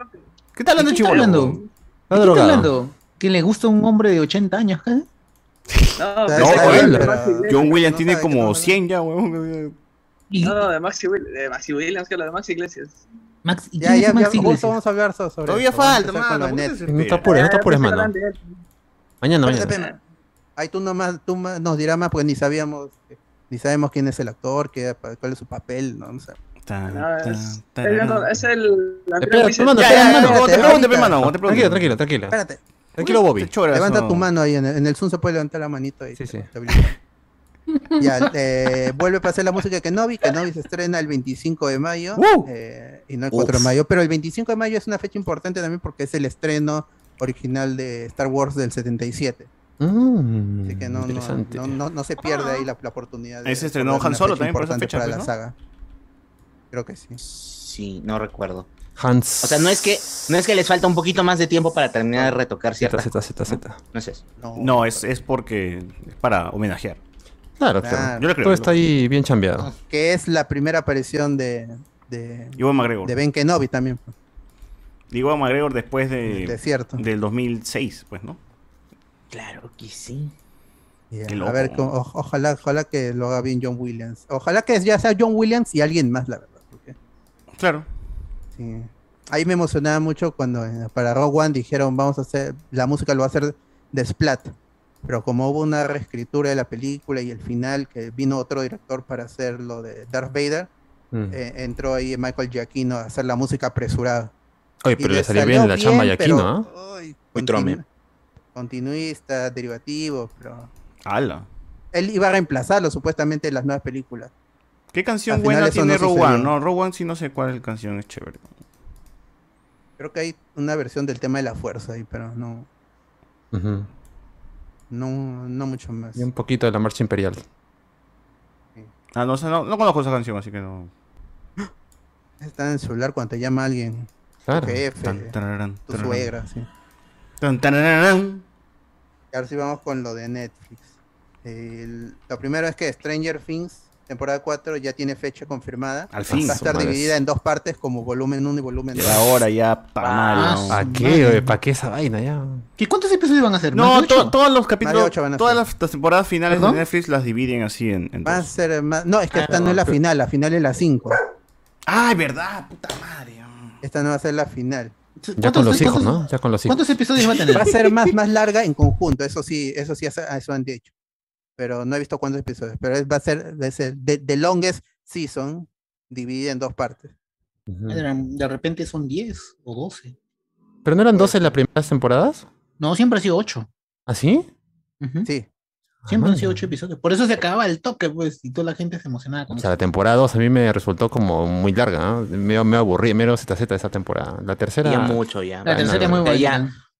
Speaker 4: ¿Qué tal hablando
Speaker 6: ¿De
Speaker 4: de
Speaker 6: qué está hablando?
Speaker 4: chivolo?
Speaker 3: Está
Speaker 6: ¿Qué está
Speaker 3: drogado.
Speaker 6: hablando? ¿Que le gusta un hombre de 80 años casi?
Speaker 9: No,
Speaker 1: Está-
Speaker 9: pero-
Speaker 1: está
Speaker 4: joder,
Speaker 9: de
Speaker 1: bien,
Speaker 3: la-
Speaker 1: pero-
Speaker 9: Maxi Iglesias.
Speaker 4: John Williams
Speaker 1: No
Speaker 4: tiene
Speaker 1: sabe qué
Speaker 4: como
Speaker 1: estamos
Speaker 4: 100 ya, weón.
Speaker 6: Y
Speaker 9: No, de Maxi Will- de Maxi Williams, que habla de Maxi Iglesias.
Speaker 6: Max, ¿y
Speaker 1: Ya,
Speaker 6: quién
Speaker 1: ya,
Speaker 6: es Max
Speaker 1: ya,
Speaker 6: Iglesias?
Speaker 1: justo vamos a hablar so- sobre
Speaker 4: Todavía
Speaker 1: eso. Vamos a
Speaker 4: falta,
Speaker 1: empezar con
Speaker 4: mano.
Speaker 1: la
Speaker 4: ¿cómo te
Speaker 1: net.
Speaker 3: No
Speaker 4: desesperas?
Speaker 3: está apures, no está apures,
Speaker 9: Ya, ya
Speaker 3: mano.
Speaker 9: hablan de él.
Speaker 3: Mañana,
Speaker 1: Espérate,
Speaker 3: mañana.
Speaker 1: espérate. Ahí tú nomás, tú más nos dirás más porque ni sabíamos, ni sabemos quién es el actor, qué, cuál es su papel, no, No sé.
Speaker 4: Tan,
Speaker 9: No,
Speaker 4: tan,
Speaker 9: Ah, es-
Speaker 4: tan,
Speaker 9: Él no-
Speaker 4: tan.
Speaker 9: Es el.
Speaker 3: Espera,
Speaker 9: Andrés
Speaker 3: espera, mano,
Speaker 4: Ya,
Speaker 1: espérate,
Speaker 4: ya,
Speaker 9: Vicente.
Speaker 4: mano, no te
Speaker 1: espérate,
Speaker 4: preguntes, pe,
Speaker 1: ahorita.
Speaker 4: mano. no te preguntes.
Speaker 3: Tranquilo, tranquilo, tranquilo.
Speaker 1: Espérate,
Speaker 3: Tranquilo, Bobby.
Speaker 4: Choras,
Speaker 1: levanta
Speaker 4: no.
Speaker 1: tu mano ahí, en el, en el Zoom se puede levantar la manito ahí.
Speaker 3: Sí, sí.
Speaker 1: Ya, eh, vuelve para hacer la música de Kenobi, Kenobi se estrena el 25 de mayo
Speaker 4: ¡Woo!
Speaker 1: eh, y no el 4 de
Speaker 4: Uf.
Speaker 1: mayo, pero el 25 de mayo es una fecha importante también porque es el estreno original de Star Wars del 77,
Speaker 3: Mm,
Speaker 1: así que no, no,
Speaker 3: interesante.
Speaker 1: no, no- no se pierde ahí la, la oportunidad. de
Speaker 4: Ahí se estrenó
Speaker 1: recordar
Speaker 4: Han
Speaker 1: una
Speaker 4: Solo
Speaker 1: fecha
Speaker 4: también por esa
Speaker 1: importante
Speaker 4: fecha,
Speaker 1: para
Speaker 4: pues,
Speaker 1: la
Speaker 4: ¿no?
Speaker 1: saga. Creo que sí.
Speaker 5: Sí, no recuerdo.
Speaker 3: Hans.
Speaker 5: O sea, no es que no es que les falta un poquito más de tiempo para terminar de retocar
Speaker 3: Z,
Speaker 5: ciertas
Speaker 3: Z, Z, Z.
Speaker 5: No es eso.
Speaker 4: No, es, es porque. Es para homenajear.
Speaker 3: Claro,
Speaker 1: Claro.
Speaker 3: claro.
Speaker 4: Yo lo creo.
Speaker 3: Todo está ahí bien chambeado.
Speaker 1: que es la primera aparición de, de,
Speaker 4: Iván McGregor.
Speaker 1: de Ben Kenobi también, pues.
Speaker 4: Iván McGregor después
Speaker 1: en el
Speaker 4: de,
Speaker 1: desierto.
Speaker 4: del 2006, pues, ¿no?
Speaker 5: Claro que sí.
Speaker 1: Ya,
Speaker 4: qué
Speaker 1: A
Speaker 4: loco.
Speaker 1: ver, cómo- o- ojalá, ojalá que lo haga bien John Williams. Ojalá que ya sea John Williams y alguien más, la verdad. porque,
Speaker 4: Claro.
Speaker 1: sí. Ahí me emocionaba mucho cuando eh, para Rogue One dijeron vamos a hacer, la música lo va a hacer de Splat. Pero como hubo una reescritura de la película y el final que vino otro director para hacer lo de Darth Vader,
Speaker 3: Mm.
Speaker 1: eh, entró ahí Michael Giacchino a hacer la música apresurada. Y
Speaker 3: Oye, Eh, pero le salió bien la chamba ya aquí,
Speaker 1: pero,
Speaker 3: ¿no?
Speaker 1: ay,
Speaker 5: Muy
Speaker 1: continu-
Speaker 5: trome.
Speaker 1: Continuista, derivativo, pero...
Speaker 4: Ala.
Speaker 1: Él iba a reemplazarlo supuestamente en las nuevas películas.
Speaker 4: ¿Qué
Speaker 1: Al
Speaker 4: canción
Speaker 1: final
Speaker 4: buena
Speaker 1: eso
Speaker 4: tiene
Speaker 1: no
Speaker 4: Rogue
Speaker 1: sucedió.
Speaker 4: One? No, Rogue One sí no sé cuál canción es chévere.
Speaker 1: Creo que hay una versión del tema de la fuerza ahí, pero no,
Speaker 3: Ujú.
Speaker 1: no, no mucho más.
Speaker 3: Y un poquito de la marcha imperial.
Speaker 4: Ah, no, o sea, no, no conozco esa canción, así que no.
Speaker 1: Está en el celular cuando te llama alguien,
Speaker 3: Claro.
Speaker 1: jefe,
Speaker 4: Tan, tararán,
Speaker 1: tu
Speaker 4: tararán.
Speaker 1: suegra, sí.
Speaker 4: Tan, tararán.
Speaker 1: Y ahora sí vamos con lo de Netflix. El- lo primero es que Stranger Things, temporada 4, ya tiene fecha confirmada.
Speaker 4: Al fin.
Speaker 1: Va a estar
Speaker 3: madre.
Speaker 1: dividida en dos partes como volumen 1 y volumen 2.
Speaker 4: Era hora ya para mal.
Speaker 1: Ah,
Speaker 4: ¿no?
Speaker 3: ¿Para
Speaker 6: su
Speaker 3: qué?
Speaker 6: madre.
Speaker 3: oye? ¿Para qué esa vaina ya?
Speaker 6: ¿Qué cuántos episodios van a hacer?
Speaker 4: No,
Speaker 6: ¿Más de
Speaker 4: to-
Speaker 6: ocho?
Speaker 4: todos los
Speaker 1: Más de
Speaker 4: capítulos,
Speaker 1: ocho van a
Speaker 4: todas
Speaker 1: ser.
Speaker 4: las, las temporadas finales
Speaker 6: ¿Perdón?
Speaker 4: de Netflix las dividen así en, en
Speaker 1: Va a
Speaker 3: pues.
Speaker 4: dos.
Speaker 1: ser más... No, es
Speaker 3: Ah,
Speaker 1: que esta no es la final, la final es la 5.
Speaker 4: Ay, verdad, puta madre.
Speaker 1: Esta no va a ser la final.
Speaker 3: Ya con
Speaker 6: ¿Cuántos-
Speaker 3: los hijos,
Speaker 6: cuántos-
Speaker 3: ¿no? Ya con los hijos.
Speaker 6: ¿Cuántos episodios va a tener?
Speaker 1: Va a ser más, más larga en conjunto, eso sí, eso sí, eso eso han dicho. Pero no he visto cuántos episodios, pero es- va a ser, va a ser the, the longest season dividida en dos partes.
Speaker 3: Ujú.
Speaker 6: De repente son 10 o 12.
Speaker 3: ¿Pero no eran 12 las primeras temporadas? ¿Ah,
Speaker 6: No, siempre ha sido 8.
Speaker 3: ¿Así?
Speaker 1: Sí.
Speaker 6: Siempre han sido 8 episodios. Por eso se acababa el toque, pues, y toda la gente se emocionaba con
Speaker 3: O
Speaker 6: eso.
Speaker 3: sea, la temporada 2 a mí me resultó como muy larga, ¿no? Me, me aburrí, mero ZZ esa temporada. La tercera.
Speaker 5: Ya mucho, ya.
Speaker 6: La
Speaker 3: Ah,
Speaker 6: tercera
Speaker 3: no,
Speaker 6: es muy
Speaker 5: no,
Speaker 6: buena.
Speaker 5: ya.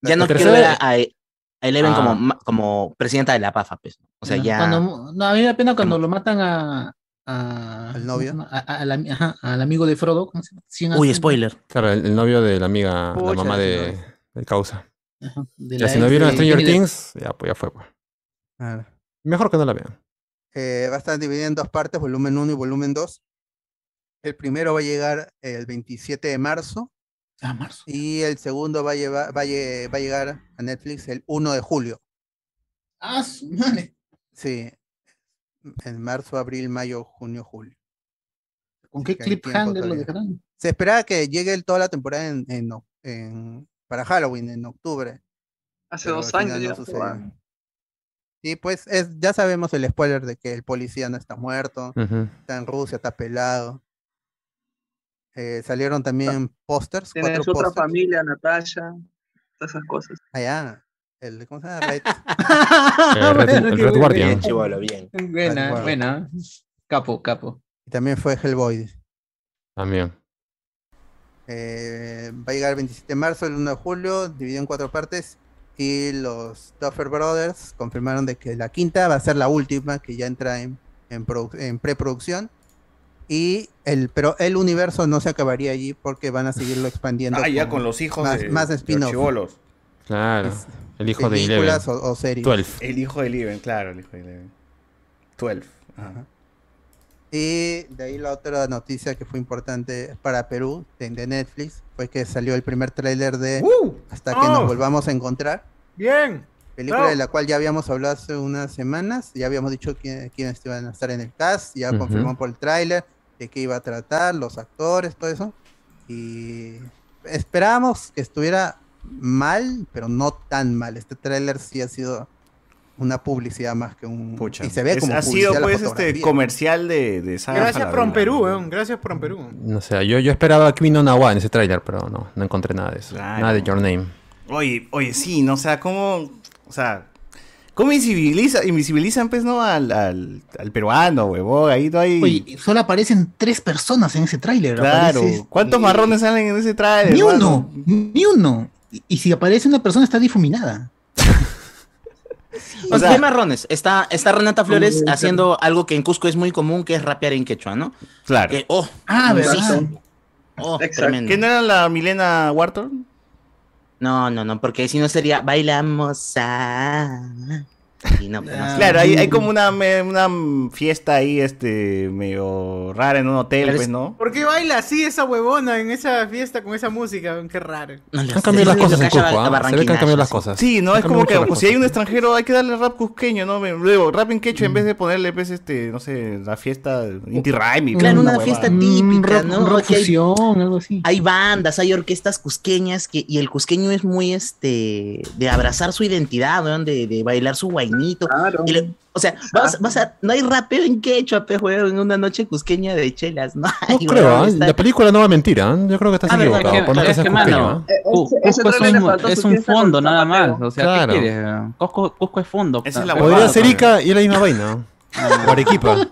Speaker 5: Ya no
Speaker 3: La
Speaker 5: quiero ver
Speaker 3: tercera-
Speaker 5: a, a- a Eleven
Speaker 3: Ah.
Speaker 5: como, ma- como presidenta de la PAFA, pues. O sea,
Speaker 6: No,
Speaker 5: ya.
Speaker 6: cuando mu- no, a mí me da pena cuando lo matan a. a-
Speaker 1: ¿Al novio?
Speaker 6: ¿cómo se llama? A- a- al ami- ajá, al amigo de Frodo. ¿cómo se llama? Sin
Speaker 5: Uy,
Speaker 6: acento.
Speaker 5: spoiler.
Speaker 3: Claro, el, el novio de la amiga,
Speaker 1: Pucha,
Speaker 3: la mamá de,
Speaker 1: sí,
Speaker 3: de Causa.
Speaker 6: Ajá, de
Speaker 3: Ya,
Speaker 6: la
Speaker 3: si no
Speaker 6: ex
Speaker 3: vieron
Speaker 6: de
Speaker 3: Stranger
Speaker 6: Johnny Depp.
Speaker 3: Things, ya, pues, ya fue. pues.
Speaker 1: Claro.
Speaker 3: Mejor que no la vean.
Speaker 1: eh, va a estar dividida en dos partes, volumen 1 y volumen 2. El primero va a llegar el 27 de marzo
Speaker 6: Ah, marzo.
Speaker 1: y el segundo va a, llevar, va a, lle- va a llegar a Netflix el 1 de julio.
Speaker 6: Ah, su madre.
Speaker 1: Sí, en marzo, abril, mayo, junio, julio.
Speaker 6: ¿Con
Speaker 1: Así
Speaker 6: qué
Speaker 1: que hay tiempo
Speaker 6: cliffhanger lo
Speaker 1: todavía.
Speaker 6: dejarán?
Speaker 1: Se esperaba que llegue el- toda la temporada en, en oc- en- para Halloween, en octubre.
Speaker 9: Hace
Speaker 1: pero
Speaker 9: dos
Speaker 1: al
Speaker 9: años
Speaker 1: final
Speaker 9: ya.
Speaker 1: no sucedió. Sí, pues es, ya sabemos el spoiler de que el policía no está muerto.
Speaker 3: Ujú.
Speaker 1: está en Rusia, está pelado. Eh, salieron también pósters, cuatro
Speaker 9: Tienes otra
Speaker 1: pósters.
Speaker 9: familia, Natasha, todas esas cosas.
Speaker 1: Allá, el, ¿cómo se llama? Red-
Speaker 3: Eh, Red-
Speaker 6: Bueno,
Speaker 3: el
Speaker 6: qué
Speaker 3: Red
Speaker 6: buena
Speaker 3: Guardian.
Speaker 5: Bien,
Speaker 6: idea.
Speaker 5: chivolo, bien.
Speaker 1: Tal
Speaker 6: Buena,
Speaker 1: cual.
Speaker 6: buena. Capo, capo.
Speaker 1: y también fue Hellboy.
Speaker 3: También.
Speaker 1: Eh, va a llegar el 27 de marzo, el 1 de julio, dividido en cuatro partes. Y los Duffer Brothers confirmaron de que la quinta va a ser la última, que ya entra en, en, produ- en preproducción. Y el, pero el universo no se acabaría allí porque van a seguirlo expandiendo.
Speaker 4: Ah, ya
Speaker 1: con
Speaker 4: con los hijos
Speaker 1: más-
Speaker 4: de,
Speaker 1: más
Speaker 4: de los
Speaker 1: spin-off.
Speaker 4: chibolos.
Speaker 3: Claro. El hijo de Eleven.
Speaker 1: películas o, o series.
Speaker 3: 12.
Speaker 4: El hijo de Eleven, claro, el hijo de Eleven. 12. Ajá.
Speaker 1: Y de ahí la otra noticia que fue importante para Perú, de, de Netflix, fue que salió el primer tráiler de
Speaker 4: ¡Uh!
Speaker 1: Hasta que nos
Speaker 2: ¡Oh!
Speaker 1: volvamos a encontrar,
Speaker 2: Bien.
Speaker 1: película
Speaker 2: ¡Bravo!
Speaker 1: de la cual ya habíamos hablado hace unas semanas, ya habíamos dicho quién- quiénes iban a estar en el cast, ya
Speaker 3: Ujú.
Speaker 1: confirmó por el tráiler de qué iba a tratar, los actores, todo eso. Y esperábamos que estuviera mal, pero no tan mal. Este tráiler sí ha sido una publicidad más que un...
Speaker 4: Pucha.
Speaker 1: y se ve
Speaker 4: Es-
Speaker 1: como
Speaker 4: ha sido
Speaker 1: publicidad la
Speaker 4: pues este
Speaker 1: fotografía.
Speaker 4: comercial de, de Saga
Speaker 2: Gracias
Speaker 4: Falabella.
Speaker 2: From Perú, weón. Gracias From Perú.
Speaker 3: No sé, yo, yo esperaba a Kimi no Nawa en ese tráiler, pero no, no encontré nada de eso.
Speaker 4: Claro.
Speaker 3: Nada de Your Name.
Speaker 4: Oye, oye, sí, no, o sea, cómo, o sea, cómo invisibiliza, invisibilizan, pues, ¿no? Al, al, al peruano, huevón, ahí no hay...
Speaker 6: Oye, solo aparecen tres personas en ese tráiler.
Speaker 4: claro,
Speaker 6: aparece-
Speaker 4: ¿cuántos marrones salen en ese trailer?
Speaker 6: Ni uno, ni uno. Y, y si aparece una persona está difuminada.
Speaker 4: O sea-
Speaker 5: ¿Qué marrones? Está, está Renata Flores
Speaker 6: Hombre,
Speaker 5: haciendo algo que en Cusco es muy común, que es rapear en quechua, ¿no?
Speaker 4: Claro.
Speaker 5: Que, oh,
Speaker 6: Ah,
Speaker 5: Sí,
Speaker 6: ¿verdad?
Speaker 5: sí. oh,
Speaker 9: Exacto.
Speaker 5: tremendo.
Speaker 4: Eh, ¿Que no era la Milena Wharton?
Speaker 5: No, no, no, porque si no sería bailamos a... Y no, pues, no
Speaker 6: Ah,
Speaker 5: sé.
Speaker 4: Claro, hay, hay como una, me- una fiesta ahí, este, medio rara en un hotel,
Speaker 5: Pero
Speaker 4: pues,
Speaker 5: es-
Speaker 4: ¿no?
Speaker 2: ¿Por qué baila así esa huevona en esa fiesta con esa música? weón? Qué raro.
Speaker 5: No lo
Speaker 3: Han
Speaker 5: sé.
Speaker 3: cambiado las
Speaker 5: Lo
Speaker 3: cosas en
Speaker 5: calla
Speaker 3: Cusco, ¿ah? Se ve
Speaker 5: a
Speaker 3: que han
Speaker 5: Barranquinazo,
Speaker 3: cambiado las
Speaker 5: sí.
Speaker 3: cosas.
Speaker 4: Sí, no,
Speaker 3: Han
Speaker 4: es como
Speaker 3: cambiado
Speaker 4: que pues,
Speaker 3: mucho las
Speaker 4: si hay un
Speaker 3: cosas.
Speaker 4: extranjero hay que darle rap cusqueño, ¿no? Me- Luego, rap en quechua en vez de ponerle, pues, este, no sé, la fiesta Inti Raimi.
Speaker 5: Claro,
Speaker 4: pues,
Speaker 5: una
Speaker 4: huevada.
Speaker 5: fiesta
Speaker 6: Mm,
Speaker 5: típica,
Speaker 6: rock-
Speaker 5: ¿no?
Speaker 6: rock
Speaker 5: Aquí hay-
Speaker 6: fusión, algo así. Ah,
Speaker 5: Hay bandas, hay orquestas cusqueñas que, y el cusqueño es muy este de abrazar su identidad, weón, de, de bailar su guainito.
Speaker 9: Claro.
Speaker 5: Y le- o sea, vas, vas a, no hay rapeo en quechua, pe, weón, en una noche cusqueña de chelas, ¿no?
Speaker 3: No
Speaker 5: Ay,
Speaker 3: creo,
Speaker 5: weón,
Speaker 3: ¿ah?
Speaker 5: está-
Speaker 3: la película no va a mentir, ¿ah? yo creo que estás
Speaker 5: Ah, verdad,
Speaker 3: equivocado,
Speaker 8: que-
Speaker 3: por más que
Speaker 8: es
Speaker 3: seas
Speaker 8: que,
Speaker 3: cusqueño,
Speaker 8: mano,
Speaker 3: ¿ah?
Speaker 9: Eh,
Speaker 8: Cu-
Speaker 9: ese- ese
Speaker 8: Cusco es
Speaker 9: trailer le
Speaker 8: un,
Speaker 9: faltó
Speaker 8: es
Speaker 9: su
Speaker 8: un
Speaker 9: fiesta con
Speaker 8: fondo nada más.
Speaker 9: zapatero.
Speaker 8: O sea,
Speaker 3: Claro.
Speaker 8: ¿qué quieres? Cusco, Cusco es fondo. pues.
Speaker 4: Esa es la
Speaker 3: Podría
Speaker 4: huevada
Speaker 3: ser
Speaker 4: también.
Speaker 3: Ica y es la misma vaina. ¿eh? O Arequipa.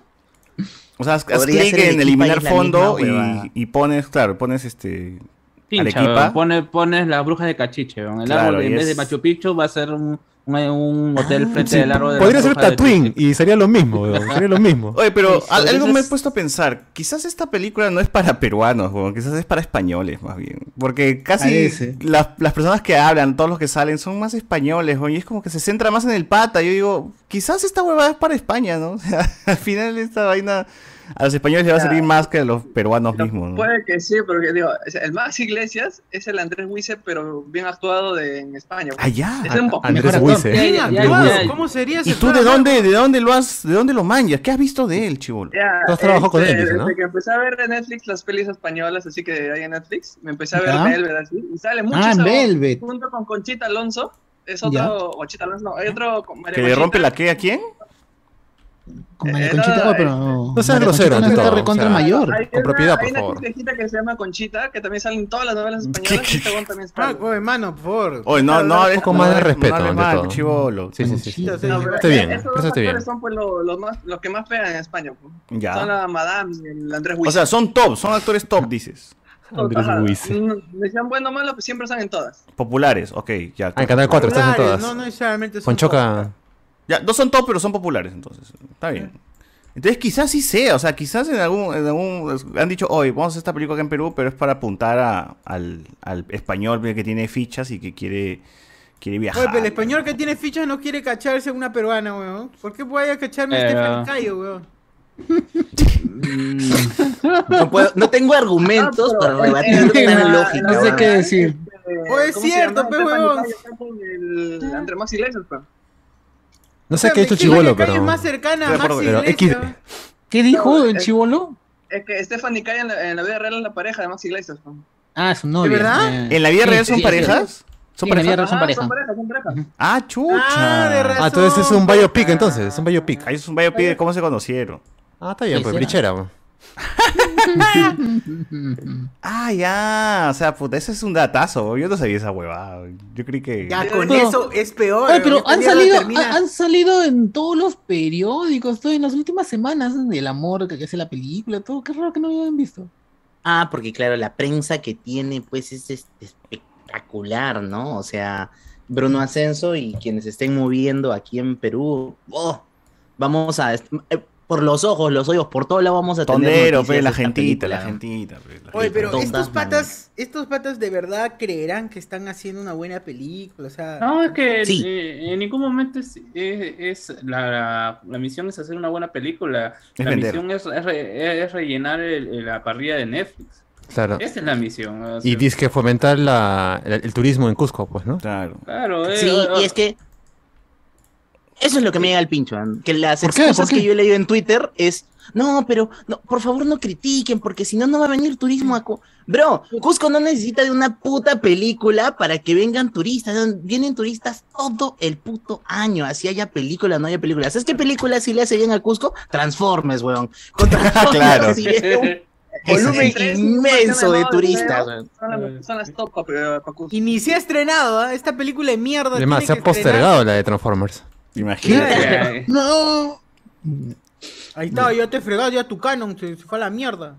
Speaker 4: O sea, haz haz
Speaker 5: Podría
Speaker 4: clic
Speaker 5: ser el
Speaker 4: en
Speaker 5: equipo
Speaker 4: eliminar
Speaker 5: ahí la
Speaker 4: fondo
Speaker 5: misma
Speaker 4: y,
Speaker 5: huevada.
Speaker 4: y pones, claro, pones este.
Speaker 8: Pincha,
Speaker 4: Arequipa.
Speaker 8: weón. Pone- pones las brujas de Cachiche. weón. El
Speaker 4: Claro,
Speaker 8: árbol en
Speaker 4: y
Speaker 8: vez de
Speaker 4: es-
Speaker 8: Machu Picchu va a ser un, un, un hotel frente
Speaker 3: Ah, Sí,
Speaker 8: al árbol de
Speaker 3: podría
Speaker 8: las
Speaker 3: ser
Speaker 8: brujas de
Speaker 3: Tatooine
Speaker 8: Chiche.
Speaker 3: y sería lo mismo, weón, sería lo mismo.
Speaker 4: Oye, pero
Speaker 5: Sí,
Speaker 4: al-
Speaker 5: sobre
Speaker 4: algo me he
Speaker 5: esas-
Speaker 4: puesto a pensar. Quizás esta película no es para peruanos, weón, quizás es para españoles más bien. Porque casi
Speaker 6: Parece.
Speaker 4: las, las personas que hablan, todos los que salen, son más españoles, weón, y es como que se centra más en el pata. Yo digo, quizás esta huevada es para España, ¿no? O sea, al final esta vaina a los españoles le va a servir más que a los peruanos
Speaker 9: No,
Speaker 4: mismos, ¿no?
Speaker 9: Puede que sí, porque digo, o sea, el Max Iglesias es el Andrés Huise, pero bien actuado de, en España.
Speaker 4: Ah, ya.
Speaker 9: Es un poco-
Speaker 3: Andrés
Speaker 6: mejor
Speaker 3: Huise.
Speaker 2: Bien
Speaker 8: ya, ya,
Speaker 2: actuado,
Speaker 8: ya, ya.
Speaker 2: ¿Cómo sería ese
Speaker 4: ¿Y tú de
Speaker 2: trailer?
Speaker 4: dónde, de dónde lo has, de dónde lo manjas? ¿Qué has visto de él, chivolo?
Speaker 9: Ya, este,
Speaker 3: Tú has trabajado con él, dice, ¿no?
Speaker 9: Desde que empecé a ver en Netflix las pelis españolas, así que hay en Netflix, me empecé a ver
Speaker 6: Ya.
Speaker 9: Velvet así, y sale mucho
Speaker 6: Ah,
Speaker 9: esa voz,
Speaker 6: Velvet.
Speaker 9: junto con Conchita Alonso, es
Speaker 6: Ya.
Speaker 9: otro, Conchita Alonso, no, hay otro con María
Speaker 4: ¿Que le rompe
Speaker 9: Conchita.
Speaker 4: la que a quién?
Speaker 6: Con
Speaker 9: Eh,
Speaker 6: María
Speaker 9: no,
Speaker 6: Conchita,
Speaker 9: no,
Speaker 6: oh, pero no.
Speaker 3: No seas grosero
Speaker 6: María Conchita
Speaker 3: ante
Speaker 6: no está
Speaker 3: todo,
Speaker 6: recontra
Speaker 3: o sea,
Speaker 6: mayor.
Speaker 9: Hay
Speaker 3: Con propiedad, por
Speaker 9: hay una
Speaker 3: favor.
Speaker 9: pendejita que se llama Conchita, que también sale en todas las novelas españolas. y este weón también está.
Speaker 2: Ah, oye, mano, por favor.
Speaker 4: Oye, no, no hables
Speaker 3: poco más de respeto,
Speaker 4: No hables
Speaker 3: ante
Speaker 4: mal,
Speaker 3: todo.
Speaker 4: chivolo.
Speaker 3: Sí, sí, sí. sí.
Speaker 6: Conchita,
Speaker 2: No,
Speaker 9: pero
Speaker 3: Está bien,
Speaker 9: esos dos
Speaker 3: pero está bien.
Speaker 9: actores son pues, lo- los, más, los que más pegan en España. pues. Son
Speaker 4: Ya.
Speaker 9: la Madame y el Andrés
Speaker 4: O
Speaker 9: Huiz.
Speaker 4: sea, son top, son actores top, dices.
Speaker 3: Andrés
Speaker 9: Ajá.
Speaker 3: Huiz.
Speaker 9: Mm, Decían bueno o malo, pues siempre están en todas.
Speaker 4: Populares, ok, ya.
Speaker 3: Ah, en Canal 4 están en
Speaker 2: Populares,
Speaker 3: todas.
Speaker 2: No, no necesariamente son
Speaker 3: Ponchoca.
Speaker 4: Ya, no son top, pero son populares, entonces. Está bien. Entonces quizás sí sea, o sea, quizás en algún, en algún han dicho, hoy vamos a hacer esta película acá en Perú, pero es para apuntar a- al, al español que tiene fichas y que quiere, quiere
Speaker 2: top.
Speaker 4: viajar.
Speaker 2: Oye, pero el español que tiene fichas no quiere cacharse a una peruana, weón. ¿Por qué voy a cacharme a
Speaker 8: Eh,
Speaker 2: Stephanie
Speaker 8: ah.
Speaker 2: Cayo, weón?
Speaker 5: Mm, no, puedo- no tengo argumentos
Speaker 9: Ah, pero
Speaker 5: para
Speaker 9: en-
Speaker 5: rebatir tan
Speaker 9: en la-
Speaker 5: lógica.
Speaker 6: No sé
Speaker 5: weón.
Speaker 6: qué decir.
Speaker 9: Eh,
Speaker 2: Oh, es
Speaker 9: ¿cómo se
Speaker 2: cierto,
Speaker 9: llama?
Speaker 2: pe,
Speaker 9: Estefan
Speaker 2: huevón.
Speaker 9: Italia está con el Andrés Max Iglesias, pe.
Speaker 3: No
Speaker 2: O
Speaker 3: sé
Speaker 2: sea,
Speaker 3: qué ha hecho
Speaker 2: Stephanie
Speaker 3: chivolo,
Speaker 2: Cayo
Speaker 3: pero.
Speaker 2: es más cercana a
Speaker 4: Pero,
Speaker 2: Maxi
Speaker 3: pero,
Speaker 2: Iglesias.
Speaker 3: X-
Speaker 6: ¿Qué dijo
Speaker 9: No,
Speaker 6: el
Speaker 9: eh,
Speaker 6: chivolo?
Speaker 9: Es que Estefan y Calle en la, en la vida real es la pareja de Max Iglesias. pe.
Speaker 6: Ah, su novia.
Speaker 2: verdad?
Speaker 6: eh.
Speaker 4: ¿En la vida
Speaker 6: Sí,
Speaker 4: real
Speaker 6: sí,
Speaker 4: son
Speaker 6: sí,
Speaker 4: parejas? ¿Son
Speaker 6: Sí, en la vida
Speaker 4: parejas?
Speaker 6: real son
Speaker 9: Ajá,
Speaker 6: pareja.
Speaker 9: Ah, Son pareja, son pareja.
Speaker 4: Ah, chucha. Ah,
Speaker 2: Ah, de razón.
Speaker 3: Ah, entonces es un biopic, entonces. Es un biopic.
Speaker 4: Ahí es un biopic de cómo se conocieron.
Speaker 3: Ah, está bien,
Speaker 6: Sí,
Speaker 3: pues,
Speaker 6: será.
Speaker 3: brichera. weón.
Speaker 4: Ah, ya. O sea, puta, ese es un datazo. Yo no sabía esa huevada. Yo creí que.
Speaker 2: Ya, con
Speaker 6: Pero-
Speaker 2: eso es peor.
Speaker 6: Oye, pero
Speaker 2: weón.
Speaker 6: han
Speaker 2: Esta mierda
Speaker 6: salido,
Speaker 2: termina-
Speaker 6: han- han salido en todos los periódicos, todo, en las últimas semanas, el amor que hace la película, todo, qué raro que no hayan visto.
Speaker 5: Ah, porque claro, la prensa que tiene, pues es este, espectacular, ¿no? O sea, Bruno Ascenso y quienes estén moviendo aquí en Perú, oh, vamos a. est- eh, Por los ojos, los oídos, por todo lado vamos a tener.
Speaker 4: Tondero,
Speaker 5: noticias
Speaker 4: pe,
Speaker 5: de
Speaker 4: la
Speaker 5: esta
Speaker 4: gentita, la
Speaker 5: película.
Speaker 4: gentita. pe, la
Speaker 2: Oye,
Speaker 4: gente.
Speaker 2: pero
Speaker 5: Tontas,
Speaker 2: estos
Speaker 5: man.
Speaker 2: patas, estos patas de verdad creerán que están haciendo una buena película, o sea.
Speaker 7: No, es que
Speaker 5: Sí.
Speaker 7: eh, en ningún momento es, es- es- la, la- la misión es hacer una buena película.
Speaker 4: Es
Speaker 7: la
Speaker 4: vender.
Speaker 7: misión es, es re- es rellenar el- el- la parrilla de Netflix.
Speaker 3: Claro.
Speaker 7: Esa es la misión. o sea,
Speaker 3: Y dice que fomentar la, el, el turismo en Cusco, pues, ¿no?
Speaker 4: Claro.
Speaker 7: Claro, eh,
Speaker 5: Sí,
Speaker 7: o-
Speaker 5: y es que. Eso es lo que me llega al pincho, ¿eh? que las
Speaker 6: ¿Por qué?
Speaker 5: excusas
Speaker 6: ¿Por qué?
Speaker 5: que yo he leído en Twitter es, no, pero no, por favor no critiquen, porque si no, no va a venir turismo a... Cu-". Bro, Cusco no necesita de una puta película para que vengan turistas, vienen turistas todo el puto año, así haya película o no haya película. ¿Sabes qué película sí le hace bien a Cusco? Transformes, weón. Con Transformers
Speaker 4: Claro.
Speaker 5: sí viene un volumen
Speaker 9: Tres
Speaker 5: inmenso de
Speaker 9: millones
Speaker 5: turistas,
Speaker 9: nuevos.
Speaker 5: weón.
Speaker 9: Son las, son las top, pe, pa' Cusco.
Speaker 2: Y ni se ha estrenado, ¿ah? Esta película de mierda.
Speaker 3: Además,
Speaker 2: tiene
Speaker 3: se ha
Speaker 2: que estrenar.
Speaker 3: postergado la de Transformers.
Speaker 4: Imagínate.
Speaker 7: Eh,
Speaker 6: No. Mm,
Speaker 2: Ahí está, ya te he fregado, ya tu canon se, se fue a la mierda.